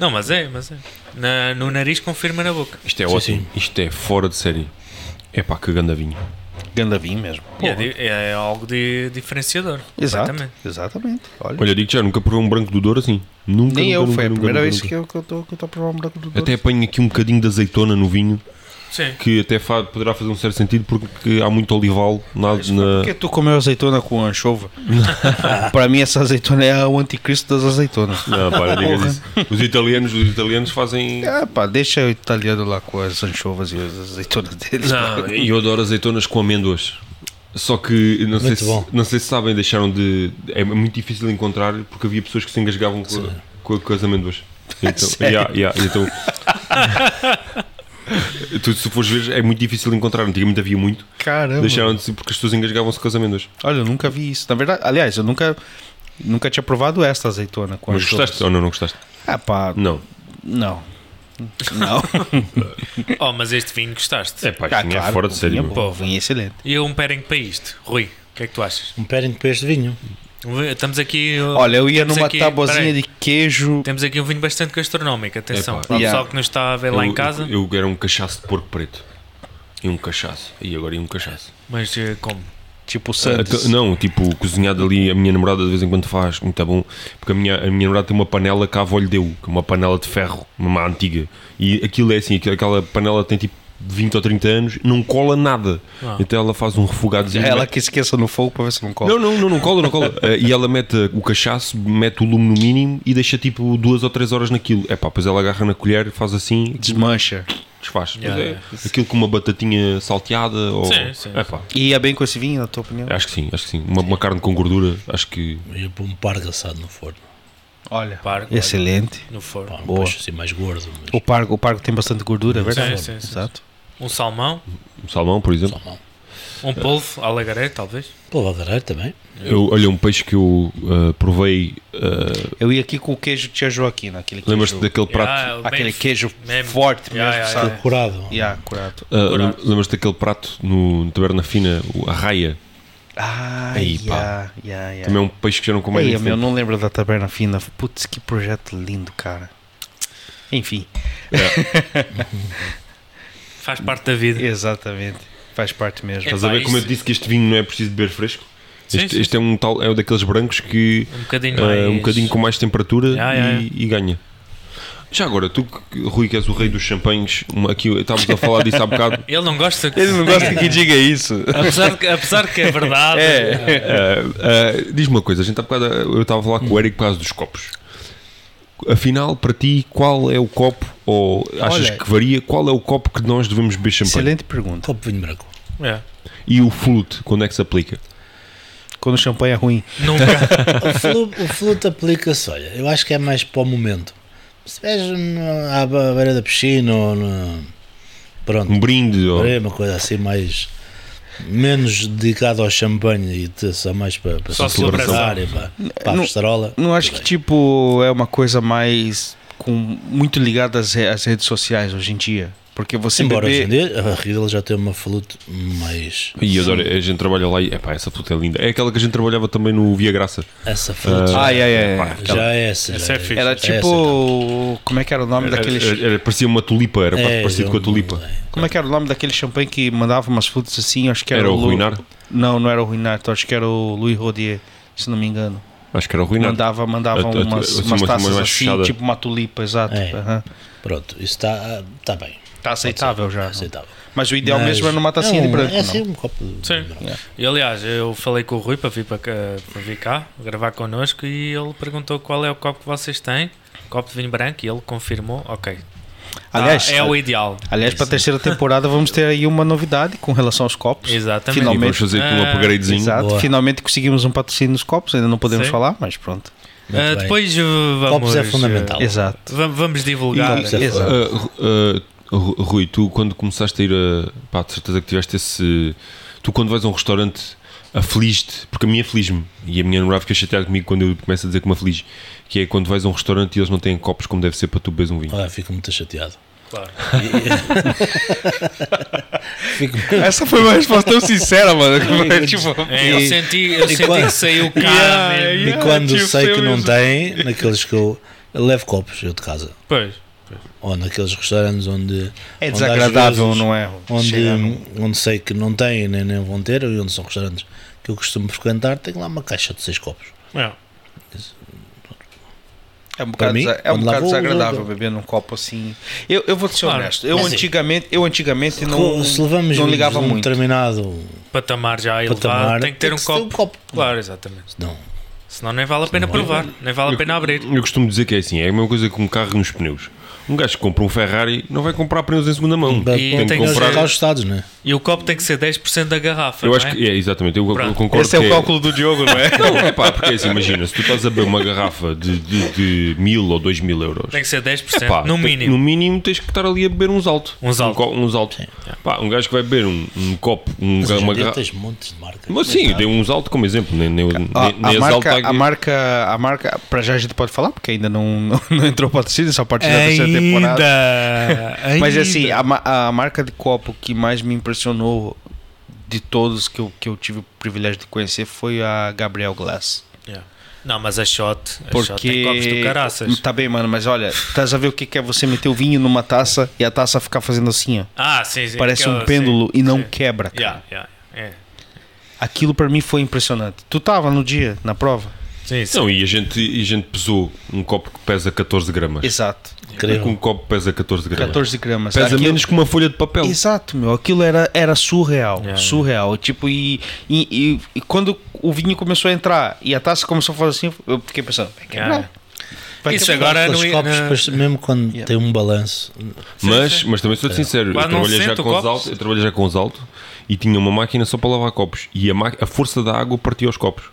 Speaker 2: Não, mas é, mas é. Na- no nariz confirma na boca.
Speaker 1: Isto é
Speaker 4: Sim,
Speaker 1: ótimo,
Speaker 4: sim.
Speaker 1: isto é fora de série. É pá, que ganda vinho.
Speaker 3: Ganda vinho mesmo.
Speaker 2: E É, di- é algo de diferenciador.
Speaker 3: Exato.
Speaker 2: completamente.
Speaker 3: Exatamente. Olha.
Speaker 1: Olha, digo já, nunca provei um branco do Douro assim. Nunca,
Speaker 3: Nem
Speaker 1: nunca,
Speaker 3: eu,
Speaker 1: nunca,
Speaker 3: foi a
Speaker 1: nunca,
Speaker 3: primeira
Speaker 1: nunca,
Speaker 3: vez
Speaker 1: nunca.
Speaker 3: que eu, que eu tô, que eu tô a provar um branco do Douro.
Speaker 1: Até apanho aqui um bocadinho de azeitona no vinho.
Speaker 2: Sim.
Speaker 1: que até fa- poderá fazer um certo sentido porque há muito olival na,
Speaker 3: Mas
Speaker 1: na-
Speaker 3: Por que tu comeu azeitona com anchova? pra mim, essa azeitona é o anticristo das azeitonas.
Speaker 1: Não, pá, não digas
Speaker 3: Porra.
Speaker 1: isso. Os italianos, os italianos fazem.
Speaker 3: Ah, pá, deixa o italiano lá com as anchovas e as azeitonas deles.
Speaker 1: Não, eu adoro azeitonas com amêndoas. Só que não sei,
Speaker 4: Muito
Speaker 1: se,
Speaker 4: bom.
Speaker 1: não sei se sabem, deixaram de. É muito difícil encontrar porque havia pessoas que se engasgavam com, com, com as amêndoas. Então,
Speaker 3: Sério?
Speaker 1: yeah, yeah, então- tu, se fores ver, é muito difícil encontrar. Antigamente havia muito.
Speaker 4: É,
Speaker 3: Caramba.
Speaker 1: Deixaram de se porque as pessoas engasgavam-se com as amêndoas.
Speaker 3: Olha, eu nunca vi isso. Na verdade, aliás, eu nunca, nunca tinha provado esta azeitona com
Speaker 1: Mas
Speaker 3: anchovas.
Speaker 1: gostaste ou não, não gostaste?
Speaker 3: Ah, pá,
Speaker 1: Não.
Speaker 3: não. Não. ah,
Speaker 2: Oh, mas este vinho gostaste.
Speaker 1: É pá, isto não é fora de série.
Speaker 3: vinha
Speaker 1: meu.
Speaker 3: bom, vinha excelente.
Speaker 2: E um pairing para isto. Rui, o que é que tu achas?
Speaker 4: Um pairing para este vinho.
Speaker 2: Estamos aqui. uh,
Speaker 3: Olha, eu ia
Speaker 2: temos
Speaker 3: numa
Speaker 2: aqui-
Speaker 3: tabuazinha
Speaker 2: peraí,
Speaker 3: de queijo.
Speaker 2: Temos aqui um vinho bastante gastronómico, atenção.
Speaker 1: Epá.
Speaker 2: Para o
Speaker 3: Yeah.
Speaker 2: pessoal que nos está a ver lá
Speaker 1: Eu-
Speaker 2: em casa,
Speaker 1: Eu, eu era um cachaço de porco preto. E um cachaço. E agora e um cachaço.
Speaker 2: mas uh, como?
Speaker 3: Tipo
Speaker 1: Ah,
Speaker 3: Santos.
Speaker 1: t- não, tipo, cozinhado ali, a minha namorada de vez em quando faz, muito é bom, porque a minha, a minha namorada tem uma panela que a avó lhe deu, que é uma panela de ferro, uma antiga, e aquilo é assim, aquela- aquela panela tem tipo 20 ou 30 anos, não cola nada,
Speaker 2: Ah.
Speaker 1: então ela faz um refogadozinho.
Speaker 3: É Ela
Speaker 1: mete-
Speaker 3: que esqueça no fogo pra ver se não cola.
Speaker 1: Não, não, não, não cola, não cola. Ah, e ela mete o cachaço, mete o lume no mínimo e deixa tipo duas ou três horas naquilo. É pá, pois ela agarra na colher, faz assim,
Speaker 3: Desmancha.
Speaker 1: desfaz.
Speaker 2: Yeah,
Speaker 1: Pois é,
Speaker 2: yeah.
Speaker 1: Aquilo com uma batatinha salteada ou.
Speaker 2: Sim, sim,
Speaker 1: Epá,
Speaker 3: E ia bem com esse vinho, na tua opinião?
Speaker 1: Acho que sim, acho que sim. Uma, uma carne com gordura, acho que.
Speaker 4: E pôr um pargo assado no forno.
Speaker 3: Olha,
Speaker 2: Pargo,
Speaker 3: excelente.
Speaker 2: no forno.
Speaker 4: Pá, um
Speaker 3: Boa. Oh.
Speaker 4: peixe assim mais gordo. Mas...
Speaker 3: O pargo, o pargo tem bastante gordura, é verdade?
Speaker 2: sim, sim.
Speaker 3: Exato.
Speaker 2: Um salmão,
Speaker 1: Um salmão, por exemplo.
Speaker 4: Salmão.
Speaker 2: um polvo, alagaré, talvez.
Speaker 4: Pô, agarrar também.
Speaker 1: Eu, olha, um peixe que eu ah, provei. ah,
Speaker 3: Eu ia aqui com o queijo Tia Joaquina, aquele queijo,
Speaker 1: Lembras-te daquele prato?
Speaker 2: Yeah, bem
Speaker 3: aquele
Speaker 2: f-
Speaker 3: queijo
Speaker 2: mesmo.
Speaker 3: forte mesmo,
Speaker 2: Yeah, yeah,
Speaker 3: sabe?
Speaker 2: yeah.
Speaker 4: Curado.
Speaker 3: Yeah, curado.
Speaker 1: ah, lem- Lembras-te daquele prato no, no Taberna Fina, o- a raia?
Speaker 3: Ah,
Speaker 1: Aí, pá.
Speaker 3: yeah, yeah, yeah.
Speaker 1: Também é um peixe que já não como há
Speaker 3: Ei,
Speaker 1: muito
Speaker 3: meu,
Speaker 1: tempo.
Speaker 3: não lembro da Taberna Fina. Putz, que projeto lindo, cara. Enfim,
Speaker 2: Faz parte da vida.
Speaker 3: exatamente. Faz parte mesmo.
Speaker 2: É.
Speaker 1: Estás a ver
Speaker 2: Epá,
Speaker 1: como eu
Speaker 2: isso-
Speaker 1: disse que este vinho não é preciso beber fresco?
Speaker 2: Sim,
Speaker 1: este
Speaker 2: sim,
Speaker 1: este é um tal, é um daqueles brancos que
Speaker 2: Um bocadinho
Speaker 1: ah,
Speaker 2: mais.
Speaker 1: um bocadinho com mais temperatura
Speaker 2: Yeah,
Speaker 1: e,
Speaker 2: yeah,
Speaker 1: e ganha. Já agora, tu, que- Rui, que és o rei dos champanhes, uma- aqui estávamos a falar disso há bocado,
Speaker 2: Ele não gosta. que-
Speaker 3: Ele não gosta que diga isso.
Speaker 2: apesar, que, apesar que é verdade.
Speaker 1: Uh, uh, Diz-me uma coisa, a gente há bocado, eu estava a falar com o Eric por causa dos copos. Afinal, para ti, qual é o copo, ou achas
Speaker 3: Olha-
Speaker 1: que varia, qual é o copo que nós devemos beber champanhe?
Speaker 3: Excelente pergunta.
Speaker 4: Um Copo de vinho branco.
Speaker 2: É.
Speaker 1: E o flute, quando é que se aplica?
Speaker 3: Quando o champanhe é ruim.
Speaker 2: Nunca.
Speaker 4: O flu- o fluto aplica-se, olha, eu acho que é mais para o momento. Se vês no- à be- beira da piscina ou no, pronto,
Speaker 1: Um brinde? Ou...
Speaker 4: é uma coisa assim mais menos dedicada ao champanhe e te- só mais para, para
Speaker 2: Só
Speaker 4: celebrar e para, para a
Speaker 3: Não-
Speaker 4: festarola.
Speaker 3: Não acho que, tipo, é uma coisa mais com, muito ligada às, re- às redes sociais hoje em dia. Porque você
Speaker 4: Embora hoje em
Speaker 3: beber...
Speaker 4: dia a Riedel já tem uma fluto mais.
Speaker 1: E adoro, a gente trabalha lá e, epá, essa flute é linda. É aquela que a gente trabalhava também no Via Graça.
Speaker 4: Essa fluto já,
Speaker 3: Ai, ai, ai.
Speaker 1: Epá,
Speaker 3: ai.
Speaker 1: aquela-
Speaker 4: já é essa.
Speaker 2: Essa
Speaker 4: já
Speaker 2: é fixe.
Speaker 3: Era
Speaker 4: essa, então.
Speaker 3: tipo... Como é que era o nome
Speaker 1: era-
Speaker 3: daquele...
Speaker 1: era- era- parecia uma tulipa, era quase
Speaker 4: É,
Speaker 1: parecido
Speaker 4: já
Speaker 1: com a
Speaker 4: não-
Speaker 1: tulipa.
Speaker 4: é.
Speaker 3: Como é que era o nome daquele champanhe que mandava umas frutas assim? Acho que era,
Speaker 1: Era o
Speaker 3: Lu-
Speaker 1: Ruinar?
Speaker 3: Não, não era o Ruinato, acho que era o Louis Rodier, se não me engano.
Speaker 1: Acho que era o Ruinar.
Speaker 3: Mandava, mandava
Speaker 1: A- a-
Speaker 3: umas,
Speaker 1: assim,
Speaker 3: umas
Speaker 1: uma-
Speaker 3: taças
Speaker 1: uma mais
Speaker 3: assim,
Speaker 1: fechada.
Speaker 3: tipo uma tulipa, exato.
Speaker 4: É.
Speaker 3: aham.
Speaker 4: Pronto, isso está está bem,
Speaker 3: Tá
Speaker 2: É
Speaker 3: aceitável já. não?
Speaker 4: aceitável.
Speaker 3: Mas o ideal
Speaker 4: Mas
Speaker 3: mesmo é numa tacinha
Speaker 4: é
Speaker 3: de
Speaker 4: um-
Speaker 3: branco.
Speaker 4: É
Speaker 3: não.
Speaker 4: assim um copo de
Speaker 2: Sim.
Speaker 4: vinho branco.
Speaker 2: E aliás, eu falei com o Rui para vir, para, cá- para vir cá gravar connosco e ele perguntou qual é o copo que vocês têm, copo de vinho branco, e ele confirmou, ok. Tá,
Speaker 3: Aliás,
Speaker 2: é
Speaker 4: eh,
Speaker 2: o ideal.
Speaker 3: aliás para a terceira temporada vamos ter aí uma novidade com relação aos copos.
Speaker 2: Exatamente.
Speaker 1: E
Speaker 3: Finalmente.
Speaker 1: vamos fazer aqui um
Speaker 2: Ah,
Speaker 1: upgradezinho.
Speaker 3: Exato,
Speaker 4: Boa.
Speaker 3: finalmente conseguimos um patrocínio nos copos, ainda não podemos
Speaker 2: Sim.
Speaker 3: falar, mas pronto.
Speaker 4: Muito
Speaker 2: Ah,
Speaker 4: bem.
Speaker 2: depois uh, vamos.
Speaker 4: Copos é fundamental. é
Speaker 3: Exato.
Speaker 2: uh, va- vamos divulgar.
Speaker 4: E-
Speaker 3: Exato.
Speaker 1: Uh, uh, Ru- Rui, tu quando começaste a ir a. Pá, de certeza que tiveste esse. Tu quando vais a um restaurante aflige-te, porque a minha aflige-me e a minha namorada fica chateada comigo quando eu começo a dizer que me aflige, que é quando vais a um restaurante e eles não têm copos como deve ser para tu beberes um vinho.
Speaker 4: Ah, fico muito chateado.
Speaker 2: Claro.
Speaker 4: Fico
Speaker 3: Essa foi uma resposta tão sincera, mano. tipo,
Speaker 2: É, eu
Speaker 4: E-
Speaker 2: senti, eu
Speaker 4: e
Speaker 2: senti
Speaker 4: quando-
Speaker 2: que saiu cá
Speaker 3: Yeah,
Speaker 2: mesmo.
Speaker 3: yeah.
Speaker 4: E quando
Speaker 3: tipo,
Speaker 4: sei que
Speaker 3: eu
Speaker 4: não
Speaker 3: mesmo.
Speaker 4: tem, naqueles que eu, eu levo copos eu de casa,
Speaker 2: Pois.
Speaker 4: ou naqueles restaurantes onde
Speaker 3: é
Speaker 4: onde às
Speaker 3: desagradável,
Speaker 4: vezes-
Speaker 3: não é? Chegar num-
Speaker 4: onde, onde sei que não tem nem, nem vão ter, e onde são restaurantes que eu costumo frequentar, tem lá uma caixa de seis copos.
Speaker 2: É.
Speaker 3: É um
Speaker 4: Para
Speaker 3: bocado,
Speaker 4: mim,
Speaker 3: desa- é um
Speaker 4: quando lá
Speaker 3: bocado
Speaker 4: vou,
Speaker 3: desagradável
Speaker 4: vou-
Speaker 3: beber num copo assim. Eu, eu vou ser
Speaker 2: Claro.
Speaker 3: honesto. Eu
Speaker 4: Mas é-
Speaker 3: antigamente, eu antigamente não,
Speaker 4: se levamos
Speaker 3: não
Speaker 4: vinhos
Speaker 3: ligava
Speaker 4: de um
Speaker 3: muito.
Speaker 4: determinado
Speaker 2: Patamar já elevado,
Speaker 4: patamar,
Speaker 2: tem que ter um
Speaker 4: se
Speaker 2: copo. Claro, exatamente.
Speaker 4: Não, é?
Speaker 2: Senão nem vale a pena provar, nem vale a pena abrir.
Speaker 1: Eu costumo dizer que é assim, é a mesma coisa que um carro nos pneus. Um gajo que compra um Ferrari não vai comprar pneus em segunda mão.
Speaker 4: Bem,
Speaker 2: E
Speaker 1: tem que
Speaker 2: tem que
Speaker 4: Os
Speaker 1: comprar.
Speaker 2: ser-
Speaker 4: carros estados, não é?
Speaker 2: E o copo tem que ser 10% da garrafa.
Speaker 1: Eu
Speaker 2: não
Speaker 1: acho
Speaker 2: é?
Speaker 1: que é, exatamente, eu, eu
Speaker 2: Pronto.
Speaker 1: concordo
Speaker 3: Esse é
Speaker 1: que
Speaker 3: o cálculo do Diogo, não é?
Speaker 1: Não, é pá, porque assim, imagina, se tu estás a beber uma garrafa de, de, de mil ou dois mil euros,
Speaker 2: Tem que ser 10%,
Speaker 1: Epá,
Speaker 2: no
Speaker 1: tem-
Speaker 2: mínimo.
Speaker 1: no mínimo tens que estar ali a beber uns alto.
Speaker 2: Uns alto.
Speaker 1: Um, co- uns alto. Pá, um gajo que vai beber um, um copo, um,
Speaker 4: Mas hoje
Speaker 1: uma
Speaker 4: em dia
Speaker 1: garrafa.
Speaker 4: tens montes de marcas.
Speaker 1: Mas sim, eu dei uns alto como exemplo. Nem, nem, nem,
Speaker 3: A,
Speaker 1: nem
Speaker 3: a
Speaker 1: as
Speaker 3: marca,
Speaker 1: altas-
Speaker 3: a marca, a marca, para já a gente pode falar, porque ainda não, não, não entrou patrocínio, só a partir da terceira temporada.
Speaker 2: Ainda!
Speaker 3: Mas assim, a, ma- a marca de copo que mais me impressionou de todos que eu, que eu tive o privilégio de conhecer foi a Gabriel Glass.
Speaker 2: Yeah. Não, mas a shot, a shot tem copos do
Speaker 3: Porque.
Speaker 2: caraças.
Speaker 3: Tá bem, mano, mas olha, estás a ver o que que é você meter o vinho numa taça e a taça ficar fazendo assim, ó.
Speaker 2: Ah, sim, sim.
Speaker 3: Parece
Speaker 2: aquela,
Speaker 3: um pêndulo
Speaker 2: sim,
Speaker 3: e não
Speaker 2: sim.
Speaker 3: quebra, cara.
Speaker 2: Yeah, yeah, é.
Speaker 3: Aquilo pra mim foi impressionante. Tu tava no dia, na prova?
Speaker 2: Sim, sim.
Speaker 1: Não, e a gente, e a gente pesou um copo que pesa 14 gramas.
Speaker 3: Exato.
Speaker 1: Com um
Speaker 4: Incrível.
Speaker 1: copo que pesa 14 gramas.
Speaker 3: 14 gramas.
Speaker 1: Pesa
Speaker 3: Aquilo-
Speaker 1: menos que uma folha de papel.
Speaker 3: Exato, meu. Aquilo era, era surreal.
Speaker 2: É.
Speaker 3: Surreal. Tipo, e, e, e- e quando o vinho começou a entrar e a taça começou a fazer assim, eu fiquei pensando, vai quebrar.
Speaker 2: Yeah.
Speaker 3: Vai é
Speaker 2: Isso é
Speaker 3: quebrar.
Speaker 2: agora não
Speaker 4: Os
Speaker 2: ia-
Speaker 4: copos,
Speaker 2: na-
Speaker 4: depois, mesmo quando
Speaker 3: Yeah.
Speaker 4: tem um balanço,
Speaker 1: Mas, mas também sou sincero, eu
Speaker 2: É. Quase não
Speaker 1: trabalhei, já
Speaker 2: sente o
Speaker 1: com os
Speaker 2: copo.
Speaker 1: alto, eu trabalhei já com os alto e tinha uma máquina só para lavar copos. E a, ma- a força da água partia os copos.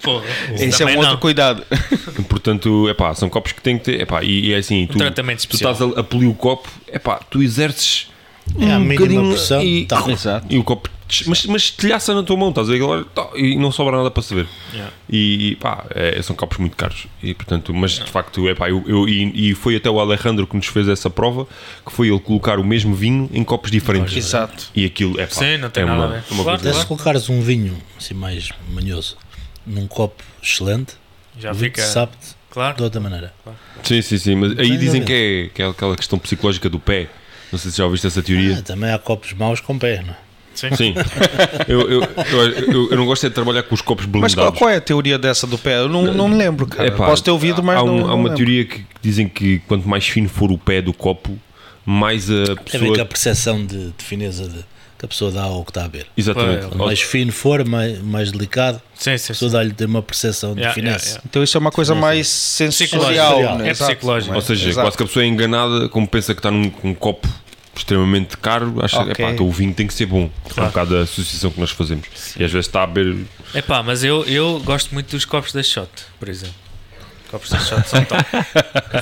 Speaker 2: Porra, isso
Speaker 3: Esse é um
Speaker 2: também
Speaker 3: outro
Speaker 2: não.
Speaker 3: cuidado.
Speaker 1: Portanto, epá, são copos que têm que ter. Epá, e, e é assim, tu,
Speaker 2: Um tratamento
Speaker 1: tu
Speaker 2: especial.
Speaker 1: estás a, a polir o copo, epá, tu exerces
Speaker 4: é a
Speaker 1: um
Speaker 4: mínima
Speaker 1: bocadinho
Speaker 4: pressão.
Speaker 1: e,
Speaker 4: tá.
Speaker 3: Exato.
Speaker 1: e o copo. Mas, mas telhaça na tua mão, estás a ver? Agora, tá, E não sobra nada para saber.
Speaker 2: Yeah.
Speaker 1: E, e, pá, é- são copos muito caros. E, portanto, mas de facto, epá, eu, eu- e, e foi até o Alejandro que nos fez essa prova, que foi ele colocar o mesmo vinho em copos diferentes.
Speaker 3: Exato.
Speaker 1: E aquilo é pá,
Speaker 2: Sim, não tem
Speaker 1: é
Speaker 2: nada
Speaker 1: uma,
Speaker 2: a ver.
Speaker 1: uma
Speaker 2: Claro,
Speaker 1: coisa-
Speaker 4: Até se
Speaker 2: claro.
Speaker 4: colocares um vinho assim mais manhoso num copo excelente,
Speaker 2: Já
Speaker 4: o vinho
Speaker 2: fica.
Speaker 4: sabe-te de
Speaker 2: Claro.
Speaker 4: outra maneira.
Speaker 1: Sim, sim, sim. Mas aí
Speaker 4: Sem
Speaker 1: dizem
Speaker 4: dúvida.
Speaker 1: que é, que é aquela questão psicológica do pé. Não sei se já ouviste essa
Speaker 4: Ah,
Speaker 1: teoria.
Speaker 4: também há copos maus com pé, não é?
Speaker 2: Sim.
Speaker 1: Sim. Eu, eu, eu, eu- eu não gosto é de trabalhar com os copos
Speaker 3: Mas
Speaker 1: blindados.
Speaker 3: qual, qual é a teoria dessa do pé? Eu não, não me lembro, cara.
Speaker 1: Epá,
Speaker 3: Posso ter ouvido, mas
Speaker 1: há,
Speaker 3: não,
Speaker 1: um-
Speaker 3: não
Speaker 1: há uma
Speaker 3: lembro.
Speaker 1: teoria que dizem que quanto mais fino for o pé do copo, mais
Speaker 2: É
Speaker 1: a
Speaker 4: Tem a ver com
Speaker 1: pessoa.
Speaker 4: a percepção de, de fineza de- que a pessoa dá ao que está a ver.
Speaker 1: Exatamente.
Speaker 2: Pois,
Speaker 4: Quanto mais fino for, mais, mais delicado,
Speaker 2: Sim,
Speaker 4: a
Speaker 2: sim, sim.
Speaker 4: pessoa dá-lhe ter uma percepção de
Speaker 2: Yeah,
Speaker 4: fineza.
Speaker 2: yeah,
Speaker 3: Então isso é uma coisa mais
Speaker 4: Psicológica.
Speaker 3: sensorial. né?
Speaker 2: É
Speaker 3: Exato.
Speaker 2: psicológico.
Speaker 1: Ou seja,
Speaker 3: Exato.
Speaker 1: quase que a pessoa é enganada, como pensa que está num com um copo extremamente caro, acha que
Speaker 3: Ok.
Speaker 1: "Epá, então o vinho tem que ser bom. É um
Speaker 2: Claro.
Speaker 1: bocado a associação que nós fazemos. E às vezes está a beber.
Speaker 2: Epá, mas eu, eu gosto muito dos copos da shot, por exemplo. Copos da shot são top.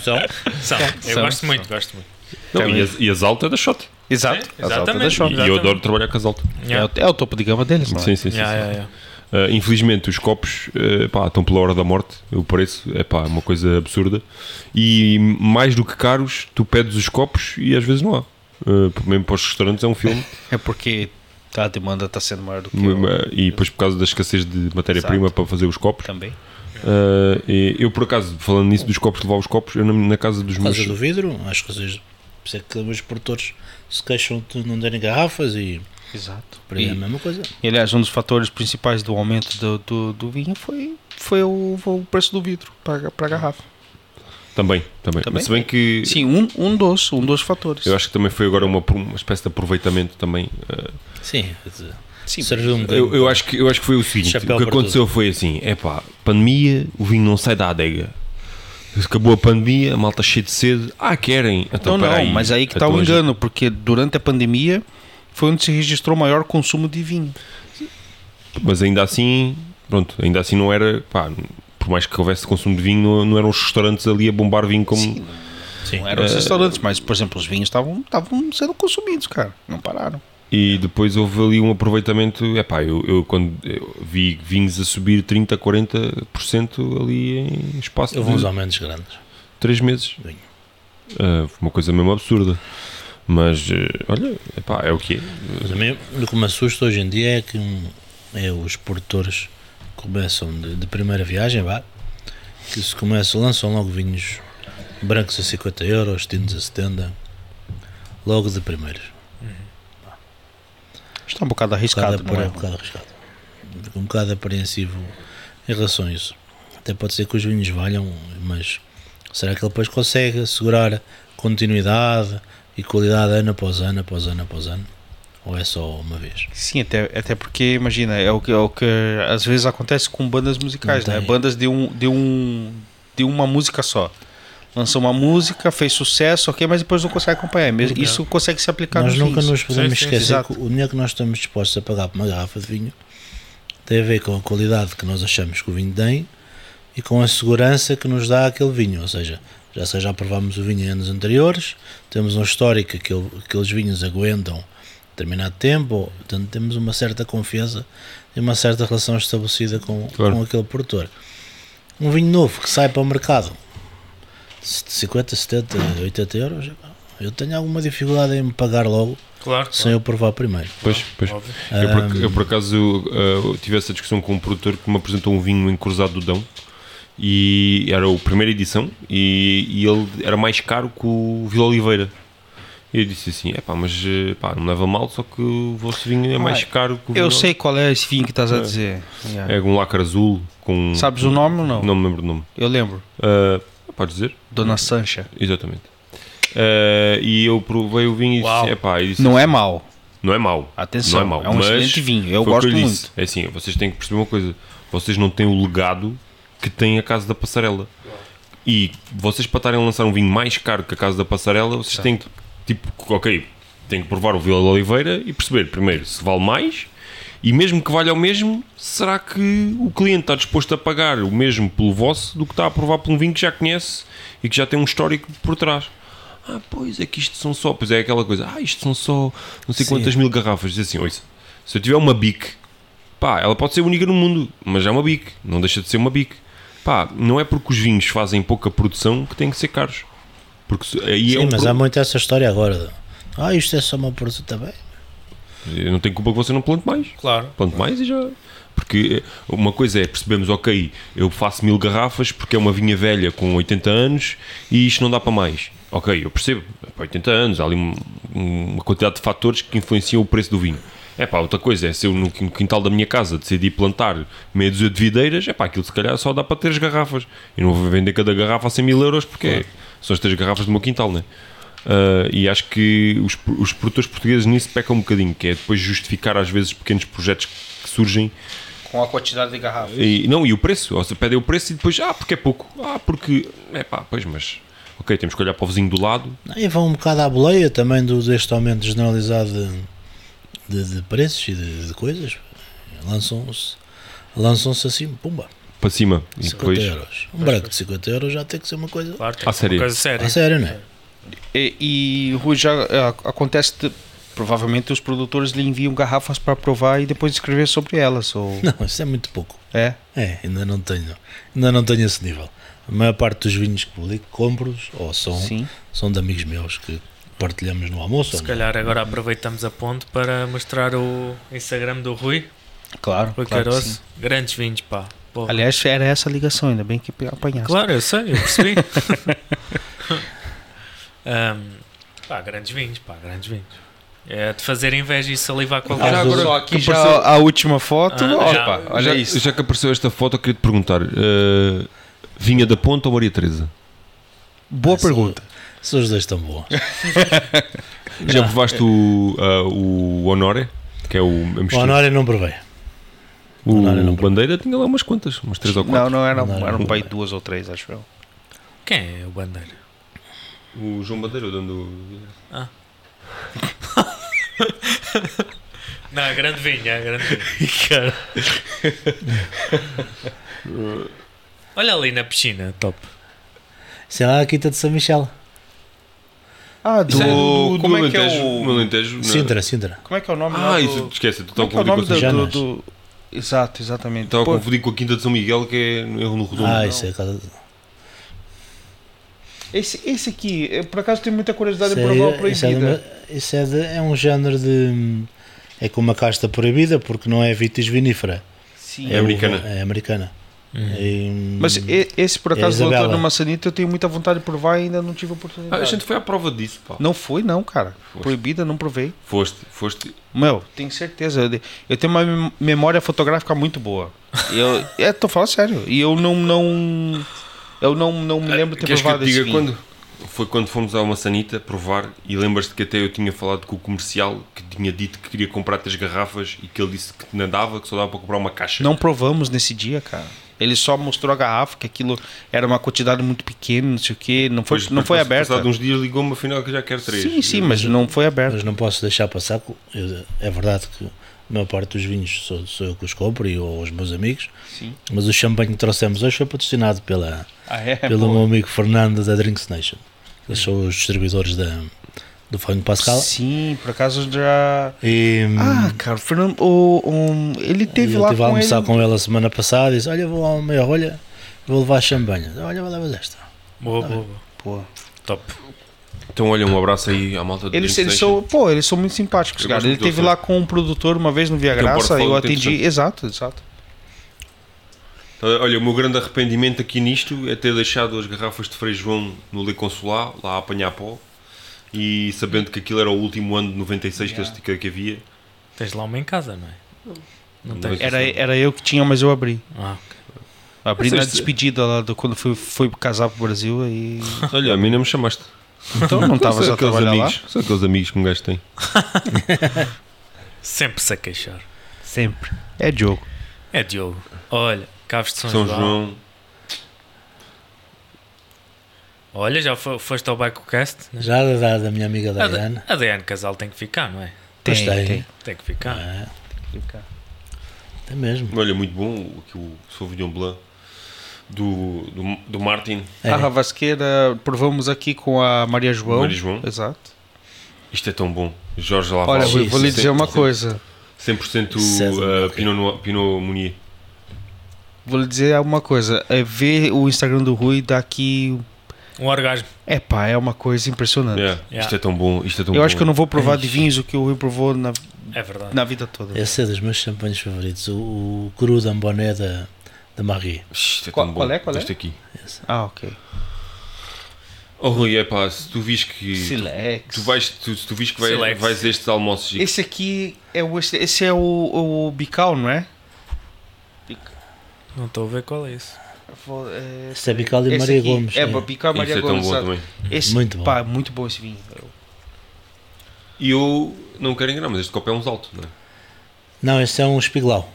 Speaker 4: São?
Speaker 2: São. Eu
Speaker 3: São,
Speaker 2: gosto muito, gosto muito.
Speaker 1: Não,
Speaker 3: Também.
Speaker 1: e, as, e as altas é da shot.
Speaker 3: Exato.
Speaker 2: É,
Speaker 3: As altas
Speaker 2: exatamente.
Speaker 3: da Schwab.
Speaker 1: E
Speaker 2: Exatamente.
Speaker 1: eu adoro trabalhar com as altas.
Speaker 3: É
Speaker 2: Yeah.
Speaker 3: o- É o topo de gama deles, não é?
Speaker 1: Sim, sim, sim.
Speaker 2: Yeah,
Speaker 1: sim.
Speaker 2: yeah, yeah.
Speaker 1: Uh, infelizmente, os copos uh, pá, estão pela hora da morte. O preço é pá, é uma coisa absurda. E mais do que caros, tu pedes os copos e às vezes não há. Uh, mesmo para os restaurantes é um filme.
Speaker 3: É porque tá, a demanda está sendo maior do que
Speaker 1: Uh,
Speaker 3: eu
Speaker 1: e depois, por causa da escassez de matéria-prima
Speaker 3: Exato. É.
Speaker 1: para fazer os copos.
Speaker 3: também.
Speaker 1: uh, e eu, por acaso, falando nisso dos copos, levar os copos, eu na, na casa dos
Speaker 4: Por
Speaker 1: meus.
Speaker 4: causa do vidro, acho que vocês. Por isso é que os produtores se queixam de não darem garrafas e
Speaker 3: Exato.
Speaker 4: para aí é a
Speaker 3: E,
Speaker 4: mesma coisa.
Speaker 3: e, aliás, um dos fatores principais do aumento do, do, do vinho foi, foi o, o preço do vidro para a garrafa.
Speaker 1: Também, também.
Speaker 3: Também?
Speaker 1: Mas se bem que.
Speaker 3: Sim, um, um dos, um dos fatores.
Speaker 1: Eu acho que também foi agora uma, uma espécie de aproveitamento também. uh,
Speaker 4: Sim, quer dizer,
Speaker 3: Sim,
Speaker 4: serviu um
Speaker 1: Eu, eu acho que, eu acho que foi o seguinte:
Speaker 4: Chapéu
Speaker 1: o que
Speaker 4: para
Speaker 1: aconteceu foi assim: é pá, pandemia, o vinho não sai da adega. Acabou a pandemia, a malta cheia de sede. Ah, querem? Então,
Speaker 3: Então não,
Speaker 1: peraí.
Speaker 3: mas aí que está
Speaker 1: Então
Speaker 3: o
Speaker 1: a gente-
Speaker 3: engano, porque durante a pandemia foi onde se registrou o maior consumo de vinho.
Speaker 1: Mas ainda assim, pronto, ainda assim não era. Pá, por mais que houvesse consumo de vinho, não, não eram os restaurantes ali a bombar vinho como.
Speaker 3: Sim,
Speaker 4: Sim.
Speaker 3: não eram
Speaker 1: É.
Speaker 3: os restaurantes, mas, por exemplo, os vinhos estavam estavam sendo consumidos, cara. Não pararam.
Speaker 1: E depois houve ali um aproveitamento. É pá, eu, eu quando eu vi vinhos a subir 30, 40% ali em espaço
Speaker 4: Houve uns
Speaker 1: de
Speaker 4: um aumentos grandes.
Speaker 1: 3 meses.
Speaker 4: Vinho.
Speaker 1: Ah, foi uma coisa mesmo absurda. Mas, eh, olha, epá, é o que é.
Speaker 4: Mas a mim, o que me assusta hoje em dia é que hum, é, os produtores começam de, de primeira viagem, vá, que se começam, lançam logo vinhos brancos a 50 euros, tintos a 70, logo de primeiro.
Speaker 3: Está um bocado
Speaker 4: Um bocado,
Speaker 3: arriscado, não
Speaker 4: apre-
Speaker 3: é?
Speaker 4: um bocado arriscado. Fico um bocado apreensivo em relação a isso. Até pode ser que os vinhos valham, mas Será que ele depois consegue assegurar continuidade e qualidade ano após ano, após ano, após ano? Ou é só uma vez?
Speaker 3: Sim, até, até porque, imagina, é o, que, é o que às vezes acontece com bandas musicais,
Speaker 4: Não
Speaker 3: né?
Speaker 4: tem.
Speaker 3: Bandas de, um, de, um, de uma música só. Lançou uma música, fez sucesso, ok, mas depois não consegue acompanhar. Mesmo,
Speaker 2: Ok.
Speaker 3: Isso consegue se aplicar
Speaker 4: nós
Speaker 3: nos
Speaker 4: nunca
Speaker 3: fins.
Speaker 4: nos podemos
Speaker 2: Sim, sim,
Speaker 4: esquecer
Speaker 3: exato.
Speaker 4: que o dinheiro que nós estamos dispostos a pagar por uma garrafa de vinho tem a ver com a qualidade que nós achamos que o vinho tem e com a segurança que nos dá aquele vinho. Ou seja, já, se- já provámos o vinho em anos anteriores, temos um histórico que ele- aqueles vinhos aguentam determinado tempo, portanto temos uma certa confiança e uma certa relação estabelecida com,
Speaker 1: Claro.
Speaker 4: com aquele produtor. Um vinho novo que sai para o mercado de 50, 70, 80 euros, eu tenho alguma dificuldade em me pagar logo
Speaker 2: Claro,
Speaker 4: sem eu provar primeiro.
Speaker 1: Pois, pois.
Speaker 2: óbvio.
Speaker 1: Eu por, ac- eu, por acaso eu, eh, tive essa discussão com um produtor que me apresentou um vinho encruzado do Dão e era a primeira edição e, e ele era mais caro que o Vila Oliveira. E eu disse assim, é pá, mas eh, pá, não leva mal, só que o vosso vinho é mais
Speaker 3: Ah,
Speaker 1: caro que o
Speaker 3: Eu
Speaker 1: Vila-
Speaker 3: sei qual é esse vinho que estás a
Speaker 1: É.
Speaker 3: dizer. Yeah.
Speaker 1: É um lacre azul com...
Speaker 3: Sabes o nome ou não?
Speaker 1: Não me lembro o nome.
Speaker 3: Eu lembro.
Speaker 1: Eh, pode dizer?
Speaker 3: Dona Sancha.
Speaker 1: Exatamente. Eh, e eu provei o vinho e
Speaker 2: Uau.
Speaker 1: disse, é pá,
Speaker 3: Não é mau.
Speaker 1: não é mau.
Speaker 3: Atenção,
Speaker 1: mau,
Speaker 3: é um
Speaker 1: mas
Speaker 3: excelente vinho,
Speaker 1: foi
Speaker 3: eu
Speaker 1: o que
Speaker 3: gosto muito.
Speaker 1: disse. É assim, vocês têm que perceber uma coisa: vocês não têm o legado que tem a Casa da Passarela. E vocês, para estarem a lançar um vinho mais caro que a Casa da Passarela, vocês têm que, tipo, ok, têm que provar o Vila de Oliveira e perceber primeiro se vale mais. E mesmo que valha o mesmo, será que o cliente está disposto a pagar o mesmo pelo vosso do que está a provar por um vinho que já conhece e que já tem um histórico por trás? Ah, pois é que isto são só, pois é aquela coisa, ah, isto são só não sei
Speaker 4: Sim.
Speaker 1: quantas mil garrafas. Diz assim, ouça, se eu tiver uma bic, pá, ela pode ser única no mundo, mas é uma bic, não deixa de ser uma bic. Pá, não é porque os vinhos fazem pouca produção que têm que ser caros. Porque se- aí é
Speaker 4: Sim,
Speaker 1: um
Speaker 4: mas
Speaker 1: pro-
Speaker 4: há muito essa história agora. Ah, isto é só uma produto também.
Speaker 1: Eu não tenho culpa que você não plante mais.
Speaker 2: Claro.
Speaker 1: Plante mais e já. Porque eh, uma coisa é percebemos, ok, eu faço mil garrafas porque é uma vinha velha com 80 anos e isto não dá para mais. Ok, eu percebo, é para 80 anos, há ali um- um- uma quantidade de fatores que influenciam o preço do vinho. É pá, outra coisa é se eu no quin- quintal da minha casa decidi plantar meia dúzia de videiras, é pá, aquilo se calhar só dá para três garrafas. Eu não vou vender cada garrafa a 100 mil euros porque é- são as três garrafas do meu quintal, não é? Uh, e acho que os, os produtores portugueses nisso pecam um bocadinho, que é depois justificar às vezes pequenos projetos que surgem
Speaker 3: Com a quantidade de garrafa.
Speaker 1: e, não, e o preço, ou seja, pedem o preço e depois, ah, porque é pouco, ah, porque, é pá, pois, mas, ok, temos que olhar para o vizinho do lado,
Speaker 4: E vão um bocado à boleia também do, deste aumento generalizado de, de- de preços e de, de coisas. Lançam-se lançam assim, pumba,
Speaker 1: para cima, e
Speaker 4: 50
Speaker 1: depois,
Speaker 4: euros. Um branco de 50 euros já tem que ser uma coisa
Speaker 2: Claro, tem
Speaker 1: À
Speaker 2: uma
Speaker 1: sério.
Speaker 2: coisa
Speaker 4: a
Speaker 2: séria.
Speaker 4: sério, não é?
Speaker 3: E, e Rui, já é, acontece. de- provavelmente os produtores lhe enviam garrafas para provar e depois escrever sobre elas. Ou,
Speaker 4: Não, isso é muito pouco.
Speaker 3: é?
Speaker 4: É, ainda não tenho, ainda não tenho esse nível. A maior parte dos vinhos que publico compro-os ou são,
Speaker 3: Sim.
Speaker 4: são de amigos meus que partilhamos no almoço.
Speaker 2: Se
Speaker 4: ou não.
Speaker 2: calhar agora aproveitamos a ponte para mostrar o Instagram do Rui,
Speaker 3: Claro.
Speaker 2: Rui
Speaker 3: claro que sim.
Speaker 2: Caroço. Grandes vinhos, pá. Porra.
Speaker 3: Aliás, era essa a ligação, ainda bem que apanhaste.
Speaker 2: Claro, eu sei, eu percebi. Ahm, pá, grandes vinhos, pá, grandes vinhos. É de fazer inveja e salivar com a
Speaker 1: Já
Speaker 2: voz do
Speaker 1: agora-
Speaker 2: Rui.
Speaker 3: só aqui
Speaker 1: que
Speaker 3: já
Speaker 1: apareceu-
Speaker 3: a última foto.
Speaker 2: Ah,
Speaker 3: opa,
Speaker 2: já.
Speaker 3: olha
Speaker 1: já,
Speaker 3: é isso.
Speaker 1: já que apareceu esta foto, eu queria te perguntar, eh, vinha da Ponta ou Maria Teresa?
Speaker 3: Boa
Speaker 4: São-
Speaker 3: pergunta.
Speaker 4: Assim,
Speaker 3: É
Speaker 4: São os dois tão bons.
Speaker 1: Já provaste o, ah, o Honore, que é o, a
Speaker 4: O
Speaker 1: mistura?
Speaker 4: Honório não provei.
Speaker 1: o
Speaker 4: Honore não-
Speaker 1: Bandeira tinha lá umas quantas, umas três ou quatro.
Speaker 3: Não, não era,
Speaker 4: Não,
Speaker 3: eram
Speaker 4: não.
Speaker 3: para aí duas ou três, acho eu.
Speaker 2: Quem é o Bandeira?
Speaker 1: O João Bandeira, o dono do...
Speaker 2: Não, grande vinho, é grande vinho. Cara. Olha ali na piscina, top.
Speaker 4: Sei lá, a Quinta de São Michel.
Speaker 3: Ah,
Speaker 1: Isso é do, do
Speaker 3: como é que é
Speaker 1: Alentejo, no
Speaker 3: o.
Speaker 1: Alentejo, na-
Speaker 4: Sintra, Sintra.
Speaker 3: Como é que é o nome lá
Speaker 1: Ah,
Speaker 3: do-
Speaker 1: isso, esquece, tu
Speaker 3: Como
Speaker 1: estava
Speaker 3: é que é o nome
Speaker 1: confundindo
Speaker 4: da-
Speaker 1: com
Speaker 3: do, do,
Speaker 4: Janas.
Speaker 3: do- Exato, exatamente.
Speaker 1: Estava a
Speaker 3: Pô,
Speaker 1: confundir com a Quinta de São Miguel, que é no erro no Redondo.
Speaker 4: Ah, isso é a casa.
Speaker 3: esse, esse aqui, eu, por acaso tenho muita curiosidade
Speaker 4: Isso
Speaker 3: em provar o
Speaker 4: é, isso é, de
Speaker 3: proibida.
Speaker 4: uma- isso é, de- é um género de. É com uma casta proibida porque não é vitis vinífera.
Speaker 3: Sim.
Speaker 1: É
Speaker 4: uva-
Speaker 1: americana.
Speaker 4: É americana. E-
Speaker 3: Mas e- esse por
Speaker 4: É
Speaker 3: acaso do
Speaker 4: Isabela.
Speaker 3: Antônio Massanita eu tenho muita vontade de provar e ainda não tive
Speaker 1: Ah, é
Speaker 3: oportunidade.
Speaker 1: a gente foi à prova disso, pá.
Speaker 3: Não foi não, cara.
Speaker 1: Poxa.
Speaker 3: Proibida, não provei.
Speaker 1: Foste, foste.
Speaker 3: Meu, tenho certeza. Eu, de- eu tenho uma mem- memória fotográfica muito boa. Eu é, tô falando sério. E eu não não Eu não, não me lembro de ter
Speaker 1: Queres que eu
Speaker 3: provado
Speaker 1: te
Speaker 3: esse
Speaker 1: diga
Speaker 3: vinho.
Speaker 1: quando? Foi quando fomos a uma sanita provar e lembras-te que até eu tinha falado com o comercial que tinha dito que queria comprar três garrafas e que ele disse que não dava, que só dava para comprar uma caixa.
Speaker 3: Não provamos nesse dia, cara. Ele só mostrou a garrafa, que aquilo era uma quantidade muito pequena, não sei o quê. Não foi,
Speaker 1: Depois,
Speaker 3: não foi
Speaker 1: passado
Speaker 3: aberta.
Speaker 1: uns dias ligou-me afinal que já quero três.
Speaker 3: Sim, sim, mas não foi aberta.
Speaker 4: Mas não posso deixar passar. co- eu- é verdade que a maior parte dos vinhos sou, sou eu que os compro e ou os meus amigos.
Speaker 3: Sim.
Speaker 4: Mas o champanhe que trouxemos hoje foi patrocinado pela,
Speaker 3: Ah, é?
Speaker 4: pelo
Speaker 3: Pô.
Speaker 4: meu amigo Fernando da Drinks Nation. Eles são os distribuidores da, do Fórum Pascal.
Speaker 3: Sim, por acaso já.
Speaker 4: E
Speaker 3: Ah, cara, o Fernando. O, um, ele teve
Speaker 4: eu
Speaker 3: lá com ele.
Speaker 4: estive a almoçar com ele a semana passada e disse: Olha, vou lá meia olha, vou levar champanhe. Olha, vou levar esta.
Speaker 2: Boa, boa, boa.
Speaker 3: Pô.
Speaker 2: Top.
Speaker 1: Então olha, um abraço aí à malta do
Speaker 3: Eles,
Speaker 1: Drink
Speaker 3: eles
Speaker 1: Station.
Speaker 3: são, pô, eles são muito simpáticos,
Speaker 1: Eu
Speaker 3: cara.
Speaker 1: gosto
Speaker 3: Ele
Speaker 1: muito do
Speaker 3: teve lá com um produtor uma vez no Via
Speaker 1: Tem um
Speaker 3: Graça,
Speaker 1: portfólio
Speaker 3: eu atendi.
Speaker 1: interessante.
Speaker 3: Exato, exato.
Speaker 1: Então, Olha, o meu grande arrependimento aqui nisto é ter deixado as garrafas de Frei João no Le Consular, lá a apanhar pó, e sabendo que aquilo era o último ano de 96 que eles- que, que havia.
Speaker 2: Tens lá uma em casa, não é? Não tens?
Speaker 1: Mas-
Speaker 3: Era, era eu que tinha, mas eu abri.
Speaker 2: Ah,
Speaker 3: Abri na
Speaker 1: Vocês-
Speaker 3: despedida lá do, quando fui, fui casar pro Brasil aí.
Speaker 1: Olha, a mim não me chamaste.
Speaker 3: Então não tava
Speaker 1: São
Speaker 3: já
Speaker 1: aqueles
Speaker 3: trabalhar lá.
Speaker 1: amigos, São aqueles amigos que um gajo tem.
Speaker 2: sempre se a queixar.
Speaker 3: Sempre. É Diogo.
Speaker 2: É Diogo. Olha, Caves de São,
Speaker 1: São
Speaker 2: João.
Speaker 1: João.
Speaker 2: Olha, já fo- foste ao Bicocast? né?
Speaker 4: Já da, da minha amiga
Speaker 2: A
Speaker 4: Diana.
Speaker 2: D- a Diane Casal tem que ficar, não é?
Speaker 4: Pois
Speaker 3: Ah, Tem,
Speaker 4: tem.
Speaker 3: tem.
Speaker 2: Tem que ficar.
Speaker 4: Ah, tem mesmo.
Speaker 1: Olha, muito bom o que o Sauvignon Blanc do, do, do Martin.
Speaker 4: É.
Speaker 3: A Ravasqueira provamos aqui com a Maria João.
Speaker 1: Maria João.
Speaker 3: Exato.
Speaker 1: Isto é tão bom. Jorge
Speaker 3: Olha,
Speaker 1: Laval.
Speaker 3: Rui, vou lhe dizer uma coisa.
Speaker 1: 100%
Speaker 2: é
Speaker 4: César,
Speaker 1: uh,
Speaker 4: ok.
Speaker 1: Pinot, Noir- Pinot Meunier.
Speaker 3: Vou lhe dizer uma coisa. É ver o Instagram do Rui daqui.
Speaker 2: Um orgasmo.
Speaker 3: Epá, é uma coisa impressionante.
Speaker 1: Yeah,
Speaker 2: Yeah.
Speaker 1: Isto é tão bom. Isto é tão
Speaker 3: Eu acho
Speaker 1: bom.
Speaker 3: que eu não vou provar de vinhos o que o Rui provou na,
Speaker 2: É verdade.
Speaker 3: na vida toda.
Speaker 4: Esse é dos meus champanhes favoritos. O, o Cru Damboné da, da Marie.
Speaker 1: Isto é
Speaker 3: Qual-
Speaker 1: tão bom.
Speaker 3: qual é, qual é?
Speaker 1: Isto aqui.
Speaker 3: Ah, ok.
Speaker 1: Oh Rui, é pá, se tu vis que.
Speaker 3: Silex.
Speaker 1: Tu vais, tu, se tu vis que vai,
Speaker 2: Silex.
Speaker 1: vais a estes almoços e
Speaker 3: Esse aqui é o esse é o, o bical, não é?
Speaker 2: Não estou a ver qual é isso.
Speaker 3: Vou- é-
Speaker 4: Este é Bical e
Speaker 3: esse
Speaker 4: Maria
Speaker 3: aqui
Speaker 4: Gomes.
Speaker 3: É,
Speaker 4: né?
Speaker 3: bical e Maria
Speaker 1: isto é tão
Speaker 3: Gomes.
Speaker 1: bom
Speaker 3: exato.
Speaker 1: também.
Speaker 3: Esse,
Speaker 4: Muito bom.
Speaker 3: Pá, muito bom esse vinho.
Speaker 1: E eu não quero enganar, mas este copo é um salto, não é?
Speaker 4: Não, esse é um espiglau.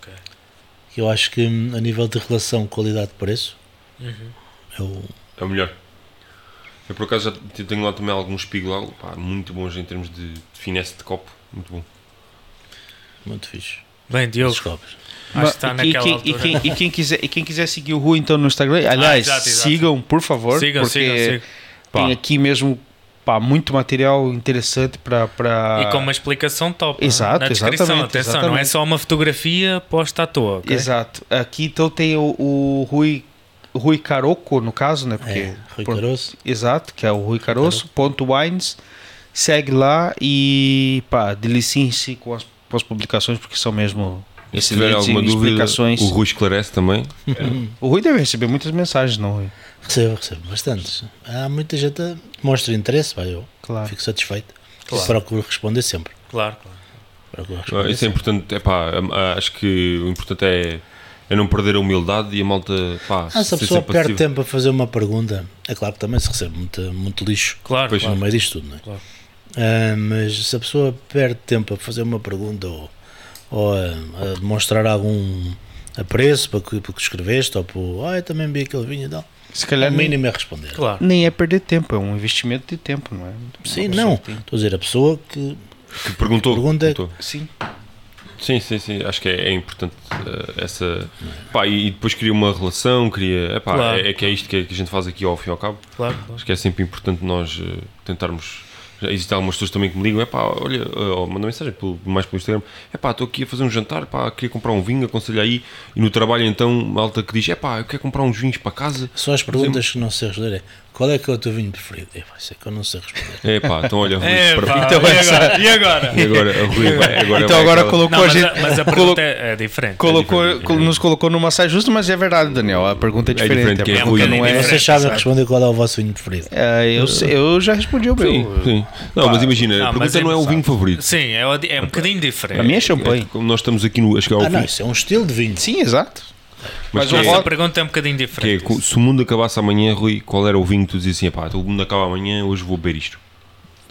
Speaker 2: Ok.
Speaker 4: que Eu acho que hum, a nível de relação qualidade-preço
Speaker 3: Uhum.
Speaker 4: é o
Speaker 1: É o melhor. Eu por acaso já te- tenho lá também alguns espiglau, pá, muito bons em termos de, de finesse de copo, muito bom.
Speaker 4: muito fixe.
Speaker 2: Bem, Diogo,
Speaker 4: Esses copos.
Speaker 2: acho que está
Speaker 3: e,
Speaker 2: tá naquela
Speaker 3: quem, e,
Speaker 2: altura. Ah,
Speaker 3: quem, e quem quiser, e quem quiser seguir o Rui então no Instagram, aliás,
Speaker 2: exato, exato.
Speaker 3: sigam, por favor,
Speaker 2: Sigam,
Speaker 3: porque
Speaker 2: sigam, sigam.
Speaker 3: tem
Speaker 1: Pá.
Speaker 3: aqui mesmo pá, muito material interessante para
Speaker 2: E com uma explicação top. não é?
Speaker 3: Exato,
Speaker 2: Na descrição,
Speaker 3: exatamente,
Speaker 2: atenção, não é
Speaker 3: exatamente.
Speaker 2: só uma fotografia posta à toa.
Speaker 3: né?
Speaker 2: ok?
Speaker 3: Exato. Aqui então tem o, o Rui Rui Caroco, no caso, né? Porque
Speaker 4: É, Rui
Speaker 3: por-
Speaker 4: Caroço.
Speaker 3: Exato, que é o Rui Caroço, ponto Wines. Segue lá e pá, deliciem-se com as, com as publicações, porque são mesmo
Speaker 1: E se tiver
Speaker 3: excelentes
Speaker 1: alguma dúvida,
Speaker 3: explicações.
Speaker 1: o Rui esclarece também.
Speaker 3: o Rui deve receber muitas mensagens, não, Rui?
Speaker 4: Recebo, recebo bastantes. Há muita gente a- que mostra interesse, vai, eu
Speaker 3: Claro.
Speaker 4: fico satisfeito.
Speaker 2: Ah. Claro.
Speaker 4: Procuro responder sempre.
Speaker 2: Claro, claro.
Speaker 4: Procuro
Speaker 1: Ah,
Speaker 4: responder
Speaker 1: Isso é
Speaker 4: sempre.
Speaker 1: importante, é pá, ah, acho que o importante é, é não perder a humildade e a malta, pá,
Speaker 4: Ah, se a
Speaker 1: ser
Speaker 4: pessoa
Speaker 1: sempre
Speaker 4: perde
Speaker 1: passiva.
Speaker 4: tempo a fazer uma pergunta, é claro que também se recebe muito, muito lixo
Speaker 2: Claro,
Speaker 1: Pois,
Speaker 2: claro.
Speaker 4: no meio disto tudo, não é?
Speaker 2: Claro.
Speaker 4: Ah, mas se a pessoa perde tempo a fazer uma pergunta ou, ou a, a demonstrar algum apreço para que, para que escreveste ou para o, ah, eu também vi aquele vinho e tal,
Speaker 3: Se
Speaker 4: o
Speaker 3: calhar nem,
Speaker 4: mínimo é responder.
Speaker 2: claro.
Speaker 3: nem é perder tempo, é um investimento de tempo, não é?
Speaker 4: Sim,
Speaker 3: Uma
Speaker 4: não.
Speaker 3: pessoa tem-
Speaker 4: Estou a dizer, a pessoa que
Speaker 1: Que perguntou.
Speaker 4: Pergunta-
Speaker 1: perguntou.
Speaker 3: Sim.
Speaker 1: Sim, sim, sim. Acho que é, é importante eh, essa. Pá, e, e depois cria uma relação, cria. epá,
Speaker 2: Claro.
Speaker 1: é, é que é isto que, é- que a gente faz aqui ao fim e ao cabo.
Speaker 2: claro, claro.
Speaker 1: Acho que é sempre importante nós eh, tentarmos. já Existem algumas pessoas também que me ligam, é pá, olha, eh, ou mandam mensagem pelo- mais pelo Instagram, é pá, estou aqui a fazer um jantar, pá, queria comprar um vinho, aconselho aí. E no trabalho então, malta que diz, é pá, eu quero comprar uns vinhos para casa.
Speaker 4: só as perguntas que não sei responder é qual é que é o teu vinho preferido? É, pá, isso é que eu não sei responder.
Speaker 1: É pá, então olha, Rui,
Speaker 2: É,
Speaker 1: para-
Speaker 2: pá,
Speaker 3: Então
Speaker 2: e
Speaker 3: essa-
Speaker 2: agora? E agora?
Speaker 1: E agora, Rui, vai- agora
Speaker 3: Então
Speaker 1: vai
Speaker 3: agora
Speaker 1: aquela-
Speaker 3: colocou
Speaker 2: Não,
Speaker 3: a
Speaker 2: mas,
Speaker 3: gente.
Speaker 2: a, mas a
Speaker 3: colo-
Speaker 2: pergunta é, é diferente.
Speaker 3: colocou-
Speaker 1: É diferente,
Speaker 3: colo- nos colocou numa saia justa, mas é verdade, Daniel. A pergunta é
Speaker 1: É
Speaker 3: diferente.
Speaker 1: diferente, que é
Speaker 3: a pergunta
Speaker 1: Rui,
Speaker 3: não
Speaker 1: é
Speaker 3: é.
Speaker 4: Vocês sabem responder qual é o vosso vinho preferido.
Speaker 3: É, eu, sei- eu já respondi o meu.
Speaker 1: Sim, sim. Não, mas imagina,
Speaker 2: Não,
Speaker 1: a
Speaker 2: mas
Speaker 1: pergunta
Speaker 2: é
Speaker 1: não é o
Speaker 2: engraçado.
Speaker 1: vinho favorito.
Speaker 2: Sim, é, o- é um bocadinho diferente.
Speaker 3: A minha é
Speaker 1: É,
Speaker 3: champanhe.
Speaker 1: como nós estamos aqui no, a chegar ao
Speaker 4: Ah, não,
Speaker 1: fim.
Speaker 4: isso é um estilo de vinho.
Speaker 3: Sim, exato.
Speaker 1: Mas
Speaker 3: Mas
Speaker 1: que
Speaker 3: o
Speaker 1: é-
Speaker 2: Essa
Speaker 3: voto-
Speaker 2: pergunta é um bocadinho
Speaker 1: que é,
Speaker 2: diferente.
Speaker 1: co- se o mundo acabasse amanhã, Rui, qual era o vinho que tu dizias assim, pá, o mundo acaba amanhã, hoje vou beber isto?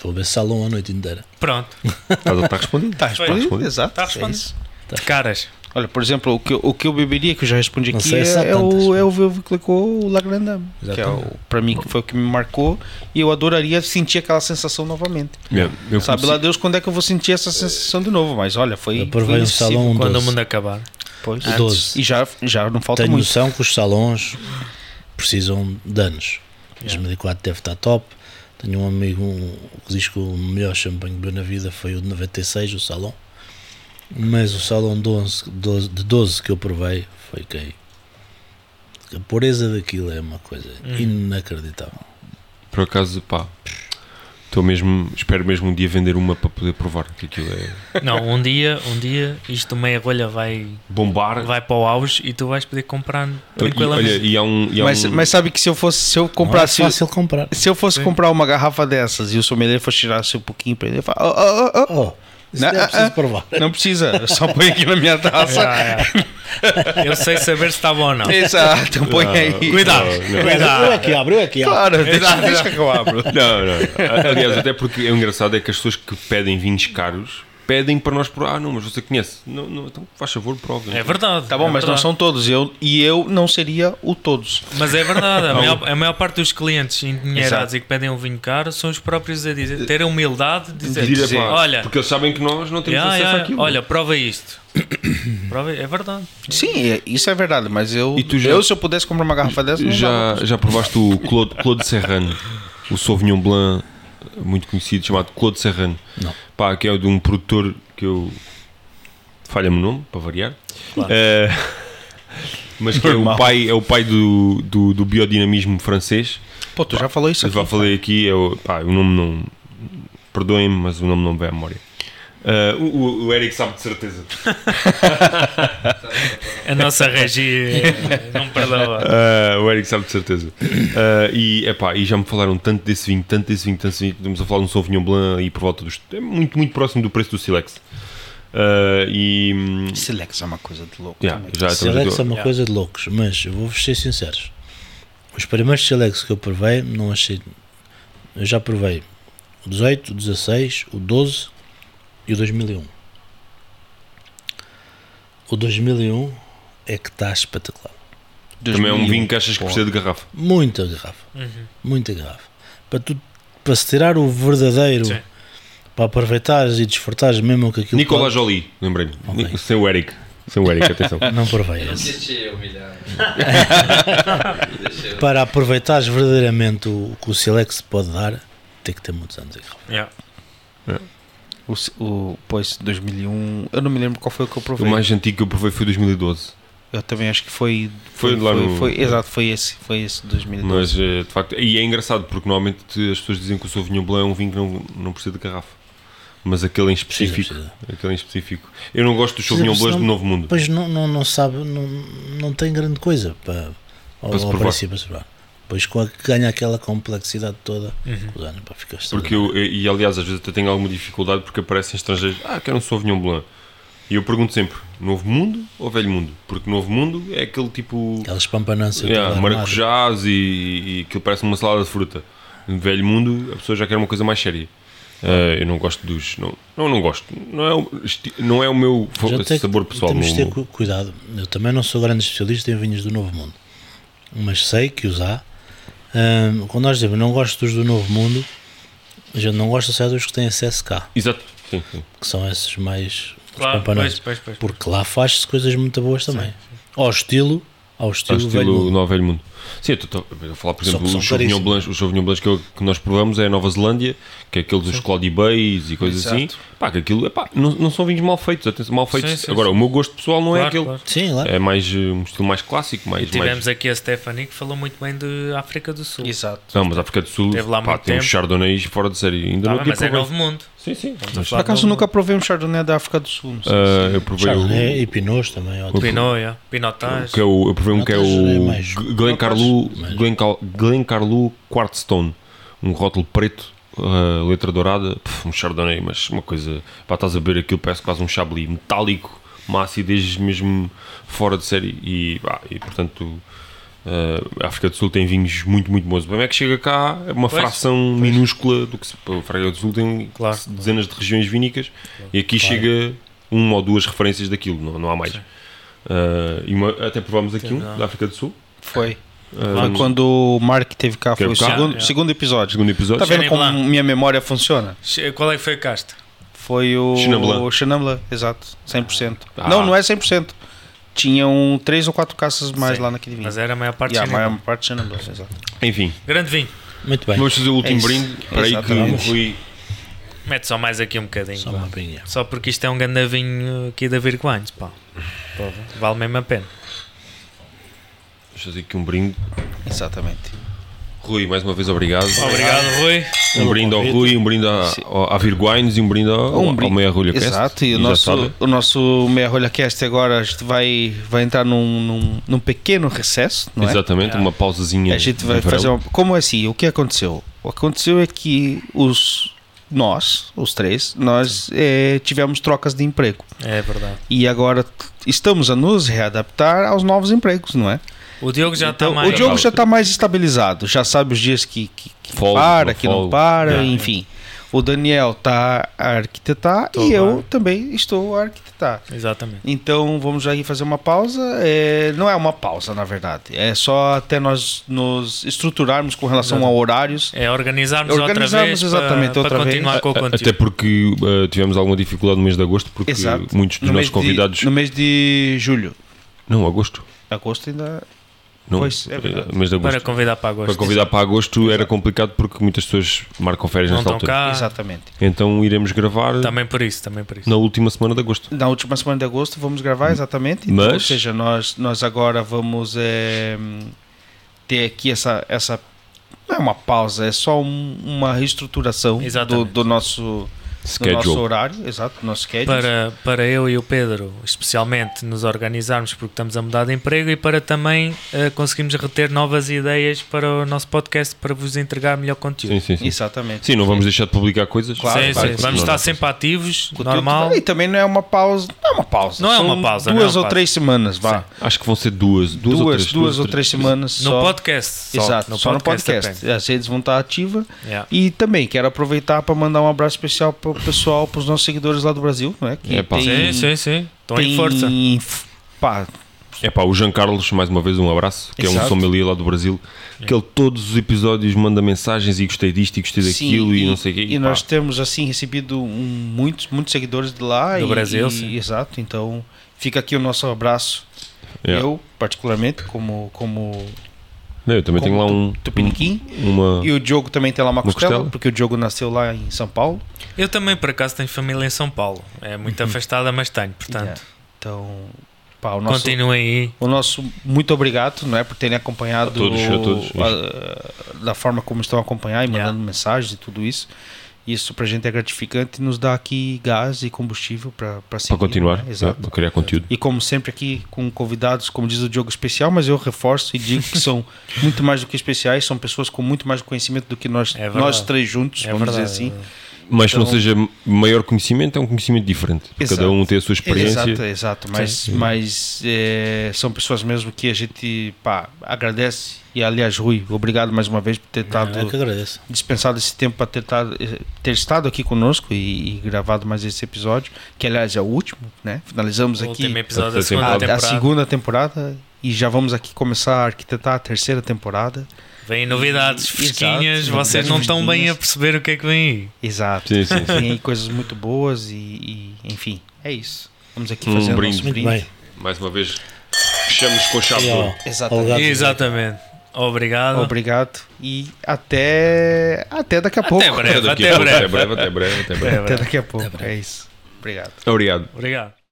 Speaker 4: Vou beber salão a noite inteira. É
Speaker 2: Pronto,
Speaker 1: Estás a estar respondido?
Speaker 3: Tá respondido,
Speaker 1: respondido.
Speaker 3: exato.
Speaker 2: está a responder.
Speaker 4: isso.
Speaker 2: De caras.
Speaker 3: Olha, por exemplo, o que, eu- o que eu beberia, que eu já respondi
Speaker 4: Não
Speaker 3: aqui,
Speaker 4: sei se há
Speaker 3: é, é
Speaker 4: tantas.
Speaker 3: o, é o Velvo que clicou o La Grande Dame, Que é
Speaker 4: Exatamente.
Speaker 3: o, pra mim que foi o que me marcou. E eu adoraria sentir aquela sensação novamente.
Speaker 1: Yeah, eu
Speaker 3: Sabe
Speaker 1: comecei-
Speaker 3: lá Deus quando é que eu vou sentir essa sensação de novo. Mas olha, foi.
Speaker 4: Eu provei
Speaker 3: foi
Speaker 4: um
Speaker 3: inesquecível.
Speaker 4: salão
Speaker 2: Quando o
Speaker 4: 12.
Speaker 2: mundo acabar.
Speaker 3: Pois.
Speaker 4: Ah, 12.
Speaker 3: E já, já não falta
Speaker 4: Tenho
Speaker 3: muito.
Speaker 4: noção que os salões precisam de anos. 2004 deve estar top. Tenho um amigo um, que diz que o melhor champanhe que bebeu na vida foi o de 96, o salão. Mas o salão de 11 12 de 12 que eu provei foi que a pureza daquilo é uma coisa
Speaker 3: Hum.
Speaker 4: inacreditável.
Speaker 1: Por acaso, pá, estou mesmo, espero mesmo um dia vender uma para poder provar que aquilo é
Speaker 2: Não, um dia, um dia, isto meia rolha vai,
Speaker 1: bombar.
Speaker 2: vai para o auge e tu vais poder comprar
Speaker 1: e, olha,
Speaker 2: tranquilamente.
Speaker 1: e há um. E há
Speaker 3: Mas,
Speaker 1: um
Speaker 3: mas sabe que se eu fosse, se eu
Speaker 4: Não é
Speaker 3: comprasse.
Speaker 4: fácil comprar.
Speaker 3: se eu fosse
Speaker 2: Sim.
Speaker 3: comprar uma garrafa dessas e o sommelier fosse tirar seu pouquinho pra ele, eu falo, "Oh, oh, oh,
Speaker 4: Oh, isso
Speaker 3: Não,
Speaker 4: é
Speaker 3: ah,
Speaker 4: preciso
Speaker 3: ah.
Speaker 4: provar.
Speaker 3: oh, não precisa, eu só põe aqui na minha taça.
Speaker 2: Ah, é. Eu sei saber se está bom ou não.
Speaker 3: É.
Speaker 2: É
Speaker 3: Exato, põe
Speaker 1: Não,
Speaker 3: aí.
Speaker 2: Cuidado,
Speaker 1: Não, não.
Speaker 4: Abriu
Speaker 2: cuidado.
Speaker 4: aqui, abriu aqui. ó.
Speaker 3: Claro, deixa, deixa que eu abro.
Speaker 1: Ah, Não, não. Aliás, até porque é engraçado é que as pessoas que pedem vinhos caros pedem para nós provar. Ah, não, mas você conhece. Não, não, então faz favor, prova.
Speaker 2: É verdade.
Speaker 3: Tá bom,
Speaker 2: é
Speaker 3: mas não
Speaker 2: verdade.
Speaker 3: são todos. Eu, e eu não seria o todos.
Speaker 2: Mas é verdade, a maior, a maior parte dos clientes endinheirados
Speaker 3: Exato.
Speaker 2: e que pedem um vinho caro são os próprios a dizer, ter a humildade de dizer,
Speaker 1: Dizer, pá,
Speaker 2: olha,
Speaker 1: Porque eles sabem que nós não temos
Speaker 2: ya,
Speaker 1: acesso
Speaker 2: ya,
Speaker 1: àquilo.
Speaker 2: olha, prova isto. prova, é verdade.
Speaker 3: Sim, é- isso é verdade, mas eu,
Speaker 1: E tu já-
Speaker 3: eu se eu pudesse comprar uma garrafa dessa, não dava.
Speaker 1: já, já provaste o Claude, Claude Serrano, o Sauvignon Blanc muito conhecido, chamado Claude Serrano.
Speaker 4: Não.
Speaker 1: Pá, que é de um produtor que eu. Falha-me o nome, para variar. Eh, mas que é o,
Speaker 3: Normal.
Speaker 1: pai, é o pai do, do, do biodinamismo francês.
Speaker 3: Pô, tu já falou isso é
Speaker 1: Eu
Speaker 3: aqui.
Speaker 1: já falei aqui, eu, pá, o nome não. Perdoem-me, mas o nome não me vem à memória. Eh, o- o, o Eric sabe de certeza.
Speaker 2: A nossa regi eh, não perdoa.
Speaker 1: Ah, o Eric sabe de certeza. Ah, e, epá, e já me falaram tanto desse vinho, tanto desse vinho, tanto desse vinho. Estamos a falar de um Sauvignon Blanc e por volta dos. É muito, muito próximo do preço do Silex. Ah, e. hum,
Speaker 3: Silex é uma coisa de louco.
Speaker 1: yeah,
Speaker 3: também.
Speaker 1: já estamos
Speaker 4: Silex é
Speaker 1: a-
Speaker 4: uma
Speaker 2: Yeah.
Speaker 4: coisa de loucos, mas eu vou-vos ser sinceros. Os primeiros Silex que eu provei, não achei. Eu já provei o 18, o 16, o 12 e o 2001. O 2001 é que está espetacular.
Speaker 1: Também é um
Speaker 3: 2001.
Speaker 1: vinho que achas que
Speaker 3: Pô.
Speaker 1: precisa de garrafa.
Speaker 4: Muita garrafa. Muita garrafa. Para, tu, para se tirar o verdadeiro,
Speaker 2: Sim.
Speaker 4: para aproveitares e desfrutares mesmo que aquilo.
Speaker 1: Nicolas Jolie, lembrei-me.
Speaker 4: Ok.
Speaker 1: Ni- Sem o Eric. Sem o Eric, atenção.
Speaker 4: pode- Não provei
Speaker 5: Não
Speaker 4: esse.
Speaker 5: deixei humilhar. Deixei
Speaker 4: Para aproveitares verdadeiramente o o que o Silex pode dar, tem que ter muitos anos de garrafa.
Speaker 2: Ya.
Speaker 3: O, si- o, pois, 2001. Eu não me lembro qual foi o que eu
Speaker 1: o
Speaker 3: provei.
Speaker 1: mais antigo que eu provei foi 2012.
Speaker 3: Eu também acho que foi.
Speaker 1: Foi lá no-
Speaker 3: foi- Exato, foi esse. Foi esse 2012.
Speaker 1: Mas eh, de facto, e é engraçado porque normalmente te- as pessoas dizem que o Sauvignon Blanc é um vinho que não, não precisa de garrafa, mas aquele em específico,
Speaker 4: Precisa,
Speaker 1: aquele em específico. Eu não gosto dos
Speaker 4: Precisa,
Speaker 1: Sauvignon
Speaker 4: porque
Speaker 1: Blancs do
Speaker 4: senão-
Speaker 1: Novo Mundo.
Speaker 4: Pois não, não, não sabe, não, não tem grande coisa para, ao,
Speaker 1: Para se
Speaker 4: ao
Speaker 1: provar.
Speaker 4: princípio para se provar. Pois com a- ganha aquela complexidade toda com os anos para ficar
Speaker 1: Porque eu, e aliás, às vezes até tenho alguma dificuldade porque aparecem estrangeiros, ah, quero um Sauvignon Blanc. E eu pergunto sempre, Novo Mundo ou Velho Mundo? Porque Novo Mundo é aquele tipo
Speaker 4: aquelas pampanâncias
Speaker 1: yeah,
Speaker 4: toda armada.
Speaker 1: maracujás e, e aquilo parece uma salada de fruta. No Velho Mundo, a pessoa já quer uma coisa mais séria. Ah, eu não gosto dos. Não, não, não gosto. Não é o, esti- não é o meu fo-
Speaker 4: Mas eu tenho que-
Speaker 1: sabor pessoal.
Speaker 4: Temos de
Speaker 1: não-
Speaker 4: ter cu- cuidado. Eu também não sou grande especialista em vinhos do Novo Mundo, mas sei que os há. Ahm, quando nós dizemos não gosto dos do Novo Mundo, a gente não gosta só dos que têm acesso cá,
Speaker 1: Exato. Sim, sim.
Speaker 4: que são esses mais os
Speaker 2: Claro, pois,
Speaker 4: pampanâncias.
Speaker 2: pois, pois.
Speaker 4: Porque lá faz-se coisas muito boas também. Ao estilo, ao
Speaker 1: Ao
Speaker 4: estilo, velho
Speaker 1: estilo
Speaker 4: mundo.
Speaker 1: Novo Velho Mundo. Sim, eu estou eu vou falar, por
Speaker 4: Só
Speaker 1: exemplo,
Speaker 4: que são
Speaker 1: os Sauvignon
Speaker 4: caríssimos.
Speaker 1: Blancs, os Sauvignon Blancs que, eu- que nós provamos é a Nova Zelândia, que é aquele dos Cloudy Bays e coisas assim.
Speaker 3: Exato.
Speaker 1: Pá, que aquilo, epá, não, não são vinhos mal feitos. Atenção, mal feitos.
Speaker 2: Sim, sim,
Speaker 1: Agora, o meu gosto pessoal não é
Speaker 2: Claro,
Speaker 1: aquele.
Speaker 2: claro.
Speaker 4: Sim, lá.
Speaker 1: É mais eh, um estilo mais clássico, mais. mais-
Speaker 2: Tivemos aqui a Stephanie que falou muito bem de África do Sul.
Speaker 3: Exato.
Speaker 1: Não, mas a África do Sul
Speaker 2: Teve lá
Speaker 1: pá,
Speaker 2: muito
Speaker 1: tem uns
Speaker 2: tempo.
Speaker 1: chardonnays fora de série. Ainda
Speaker 2: Tá
Speaker 1: não
Speaker 2: bem,
Speaker 1: tinha
Speaker 2: mas é
Speaker 1: provado.
Speaker 2: Novo Mundo.
Speaker 1: Sim, sim. Mas,
Speaker 3: Por acaso nunca provei um Chardonnay da África do Sul. Não sei.
Speaker 1: ah, eu provei o,
Speaker 4: Chardonnay e Pinot também. é ótimo.
Speaker 2: Pinot, yeah. Pinotage.
Speaker 1: que é o- eu provei um que é
Speaker 4: Notas, é mais-
Speaker 1: o Glencarlu
Speaker 4: Mais-
Speaker 1: Glencarlu Quartzstone, um rótulo preto, ah, letra dourada, pff, um chardonnay, mas uma coisa, pá, estás a beber aquilo parece quase um chablis metálico, uma acidez mesmo fora de série. E, pá, e portanto, eh, a África do Sul tem vinhos muito, muito bons. O problema é que chega cá, é uma
Speaker 2: Pois,
Speaker 1: fração minúscula do que se. A África do Sul tem
Speaker 2: Claro.
Speaker 1: dezenas de regiões vínicas e aqui chega uma ou duas referências daquilo, não, não há mais. Eh, e uma- até provámos aqui um,
Speaker 2: Não.
Speaker 1: da África do Sul.
Speaker 3: Foi.
Speaker 1: eh,
Speaker 3: Foi quando o Mark teve cá, foi
Speaker 1: Teve
Speaker 3: o
Speaker 1: cá?
Speaker 3: segundo,
Speaker 2: Yeah.
Speaker 3: segundo episódio.
Speaker 1: Segundo episódio.
Speaker 3: Tá vendo
Speaker 2: Chenin
Speaker 3: como
Speaker 2: Blanc.
Speaker 3: minha memória funciona?
Speaker 2: Che- Qual é que foi a casta?
Speaker 3: Foi o
Speaker 1: Chenin Blanc.
Speaker 3: o Chenin Blanc, exato, 100%.
Speaker 1: Ah.
Speaker 3: Não, não é 100%. Tinham um três ou quatro caças mais
Speaker 2: Sim,
Speaker 3: lá naquele vinho.
Speaker 2: Mas era a maior parte
Speaker 3: Hum. Yeah,
Speaker 2: Chenin
Speaker 3: a
Speaker 2: Blanc.
Speaker 3: maior é parte Chenin Blanc, exato.
Speaker 1: Enfim,
Speaker 2: Grande vinho.
Speaker 4: Muito bem,
Speaker 1: vamos fazer o último
Speaker 3: É isso.
Speaker 1: brinde. Espera aí que o
Speaker 3: Exatamente.
Speaker 1: Rui.
Speaker 2: Mete só mais aqui um bocadinho.
Speaker 4: só
Speaker 2: vá.
Speaker 4: uma opinião.
Speaker 2: Só porque isto é um grande vinho aqui da Virguanhos, pá. Porra, Vale mesmo a pena.
Speaker 1: Vamos fazer aqui um brinde.
Speaker 3: Exatamente.
Speaker 1: Rui, mais uma vez obrigado.
Speaker 2: Obrigado, Rui.
Speaker 1: Um brinde ao Rui, um brinde à, ao- à Virguines e um brinde ao,
Speaker 3: Um
Speaker 1: ao
Speaker 3: brinde.
Speaker 1: Meia Rolha Cast.
Speaker 3: Exato, e o
Speaker 1: já
Speaker 3: nosso,
Speaker 1: sabem.
Speaker 3: o nosso Meia Rolha Cast agora a gente vai, vai entrar num, num, num pequeno recesso, não é?
Speaker 1: Exatamente, uma pausazinha.
Speaker 3: A gente vai
Speaker 1: de verão.
Speaker 3: fazer uma, Como assim? O que aconteceu? O que aconteceu é que os nós, os três, nós eh, tivemos trocas de emprego.
Speaker 2: É verdade.
Speaker 3: E agora t- estamos a nos readaptar aos novos empregos, não é?
Speaker 2: O Diogo já está
Speaker 3: Então,
Speaker 2: mais.
Speaker 3: o Diogo
Speaker 1: Paulo.
Speaker 3: já está mais estabilizado, já sabe os dias que, que, que
Speaker 1: Folga,
Speaker 3: para,
Speaker 1: não
Speaker 3: que não
Speaker 1: folga.
Speaker 3: para,
Speaker 2: É.
Speaker 3: enfim. O Daniel está a arquitetar
Speaker 2: Tô
Speaker 3: e eu
Speaker 2: lá.
Speaker 3: também estou a arquitetar.
Speaker 2: Exatamente.
Speaker 3: Então vamos aí fazer uma pausa. É, não é uma pausa, na verdade. É só até nós nos estruturarmos com relação a horários.
Speaker 2: É organizarmos, outra
Speaker 3: Organizarmos
Speaker 2: vez
Speaker 3: exatamente
Speaker 2: para,
Speaker 3: outra
Speaker 2: para
Speaker 3: vez.
Speaker 2: continuar com o
Speaker 1: A-
Speaker 2: conteúdo.
Speaker 1: Até porque uh, tivemos alguma dificuldade no mês de agosto, porque
Speaker 3: Exato.
Speaker 1: muitos dos
Speaker 3: No
Speaker 1: nossos
Speaker 3: mês de-
Speaker 1: convidados.
Speaker 3: no mês de julho.
Speaker 1: Não, agosto.
Speaker 3: Agosto ainda.
Speaker 1: Não,
Speaker 3: Pois, é verdade.
Speaker 1: eh, mês de agosto. Para,
Speaker 2: para convidar para agosto.
Speaker 1: convidar para agosto era complicado porque muitas pessoas marcam férias
Speaker 2: Não
Speaker 1: nesta
Speaker 2: estão
Speaker 1: altura.
Speaker 2: cá.
Speaker 3: Exatamente.
Speaker 1: Então iremos gravar
Speaker 2: Também por isso, também por isso.
Speaker 1: na última semana de agosto.
Speaker 3: Na última semana de agosto vamos gravar, exatamente.
Speaker 1: Mas-
Speaker 3: Ou seja, nós, nós agora vamos é, ter aqui essa, essa. Não é uma pausa, é só um- uma reestruturação do,
Speaker 2: Exatamente.
Speaker 3: do nosso, do
Speaker 1: Schedule.
Speaker 3: nosso horário, exato, do nosso schedule.
Speaker 2: Para, para eu e o Pedro, especialmente, nos organizarmos porque estamos a mudar de emprego e para também eh, conseguirmos reter novas ideias para o nosso podcast para vos entregar melhor conteúdo.
Speaker 1: Sim, sim, sim.
Speaker 3: Exatamente.
Speaker 1: Sim, não vamos deixar de publicar coisas.
Speaker 3: Claro,
Speaker 2: sim,
Speaker 3: claro
Speaker 2: sim.
Speaker 3: que
Speaker 2: Vamos
Speaker 1: Não,
Speaker 2: estar
Speaker 1: não.
Speaker 2: sempre ativos,
Speaker 3: Conteúdo
Speaker 2: normal.
Speaker 3: E também não é uma pausa. Não é uma pausa.
Speaker 2: Não é
Speaker 3: são
Speaker 2: uma pausa, não é
Speaker 3: Duas
Speaker 2: uma
Speaker 3: ou
Speaker 2: pausa.
Speaker 3: três semanas, vá.
Speaker 1: Acho que vão ser duas, duas,
Speaker 3: Duas,
Speaker 1: ou três.
Speaker 3: ou três semanas.
Speaker 2: No
Speaker 3: só.
Speaker 2: podcast. Só,
Speaker 3: Exato,
Speaker 2: no
Speaker 3: só
Speaker 2: podcast é
Speaker 3: no podcast. As redes vão estar ativas.
Speaker 2: Yeah.
Speaker 3: E também quero aproveitar para mandar um abraço especial para o pessoal, para os nossos seguidores lá do Brasil, não é? Que
Speaker 1: É, pá.
Speaker 2: Sim, sim, sim. Estão
Speaker 3: tem-
Speaker 2: em força.
Speaker 3: f- pá,
Speaker 1: É pá, o Jean Carlos, mais uma vez, um abraço, que é um
Speaker 3: Exato. É.
Speaker 1: sommelier lá do Brasil, que ele todos os episódios manda mensagens e gostei disto e gostei daquilo
Speaker 3: sim,
Speaker 1: e, não sei o quê.
Speaker 3: E
Speaker 1: pá.
Speaker 3: nós temos assim recebido um- muitos, muitos seguidores de lá
Speaker 2: Do
Speaker 3: e-
Speaker 2: Brasil,
Speaker 3: e-
Speaker 2: sim.
Speaker 3: Exato, então fica aqui o nosso abraço.
Speaker 1: É.
Speaker 3: Eu, particularmente, como como
Speaker 1: Não, eu também tenho lá um,
Speaker 3: Tupiniquim.
Speaker 1: um- uma...
Speaker 3: E o Diogo também tem lá uma
Speaker 1: Uma
Speaker 3: costela,
Speaker 1: costela?
Speaker 3: porque o Diogo nasceu lá em São Paulo.
Speaker 2: Eu também, por acaso, tenho família em São Paulo. É muito afastada, mas tenho. Portanto,
Speaker 3: Uhum. Yeah. Então, pá, o nosso,
Speaker 2: continuem aí.
Speaker 3: o nosso muito obrigado não é, por terem acompanhado
Speaker 1: A todos, a todos.
Speaker 3: a- da forma como estão a acompanhar e
Speaker 2: Yeah.
Speaker 3: mandando mensagens e tudo isso. Isso pra gente é gratificante e nos dá aqui gás e combustível pra, pra
Speaker 1: para
Speaker 3: seguir.
Speaker 1: continuar,
Speaker 3: né?
Speaker 1: exato,
Speaker 3: Exato.
Speaker 1: para criar conteúdo.
Speaker 3: E como sempre aqui com convidados, como diz o Diogo, especial, mas eu reforço e digo que são muito mais do que especiais, são pessoas com muito mais conhecimento do que nós,
Speaker 2: É verdade.
Speaker 3: nós três juntos,
Speaker 2: É
Speaker 3: vamos
Speaker 2: verdade.
Speaker 3: dizer assim.
Speaker 1: Mas que não
Speaker 3: Então-
Speaker 1: seja maior conhecimento, é um conhecimento diferente. Cada
Speaker 3: Exato.
Speaker 1: um tem a sua experiência.
Speaker 3: Exato, exato. Mas, mas é, são pessoas mesmo que a gente pá, agradece. E aliás, Rui, obrigado mais uma vez por ter estado,
Speaker 4: É, Eu que agradeço.
Speaker 3: dispensado esse tempo para ter, tado- ter estado aqui conosco e, e gravado mais esse episódio, que aliás é o último, né? Finalizamos
Speaker 2: O último
Speaker 3: aqui
Speaker 2: episódio da
Speaker 1: a
Speaker 2: segunda
Speaker 1: temporada.
Speaker 3: a, a
Speaker 2: temporada.
Speaker 3: segunda temporada e já vamos aqui começar a arquitetar a terceira temporada.
Speaker 2: Vêm novidades
Speaker 3: Exato,
Speaker 2: fresquinhas. Vocês
Speaker 3: novidades
Speaker 2: não estão bem a
Speaker 3: fresquinhas.
Speaker 2: perceber o que é que vem aí.
Speaker 3: Exato.
Speaker 1: Sim, sim, sim.
Speaker 3: Tem aí coisas muito boas e, e, enfim, é isso. Vamos aqui
Speaker 1: Um
Speaker 3: fazer o
Speaker 1: brinde. Tá
Speaker 3: nosso
Speaker 4: Muito
Speaker 3: brinde.
Speaker 4: bem.
Speaker 1: Mais uma vez, fechamos com chave.
Speaker 4: E
Speaker 1: de ouro.
Speaker 4: ao-
Speaker 3: Exatamente.
Speaker 4: ao legado de-
Speaker 2: Exatamente. Obrigado.
Speaker 3: Obrigado e até até daqui a pouco.
Speaker 2: breve.
Speaker 1: Até breve,
Speaker 2: Até
Speaker 1: até
Speaker 2: breve.
Speaker 1: breve, até breve, até breve.
Speaker 3: Até daqui a pouco. É isso. Obrigado.
Speaker 1: Obrigado.
Speaker 2: Obrigado.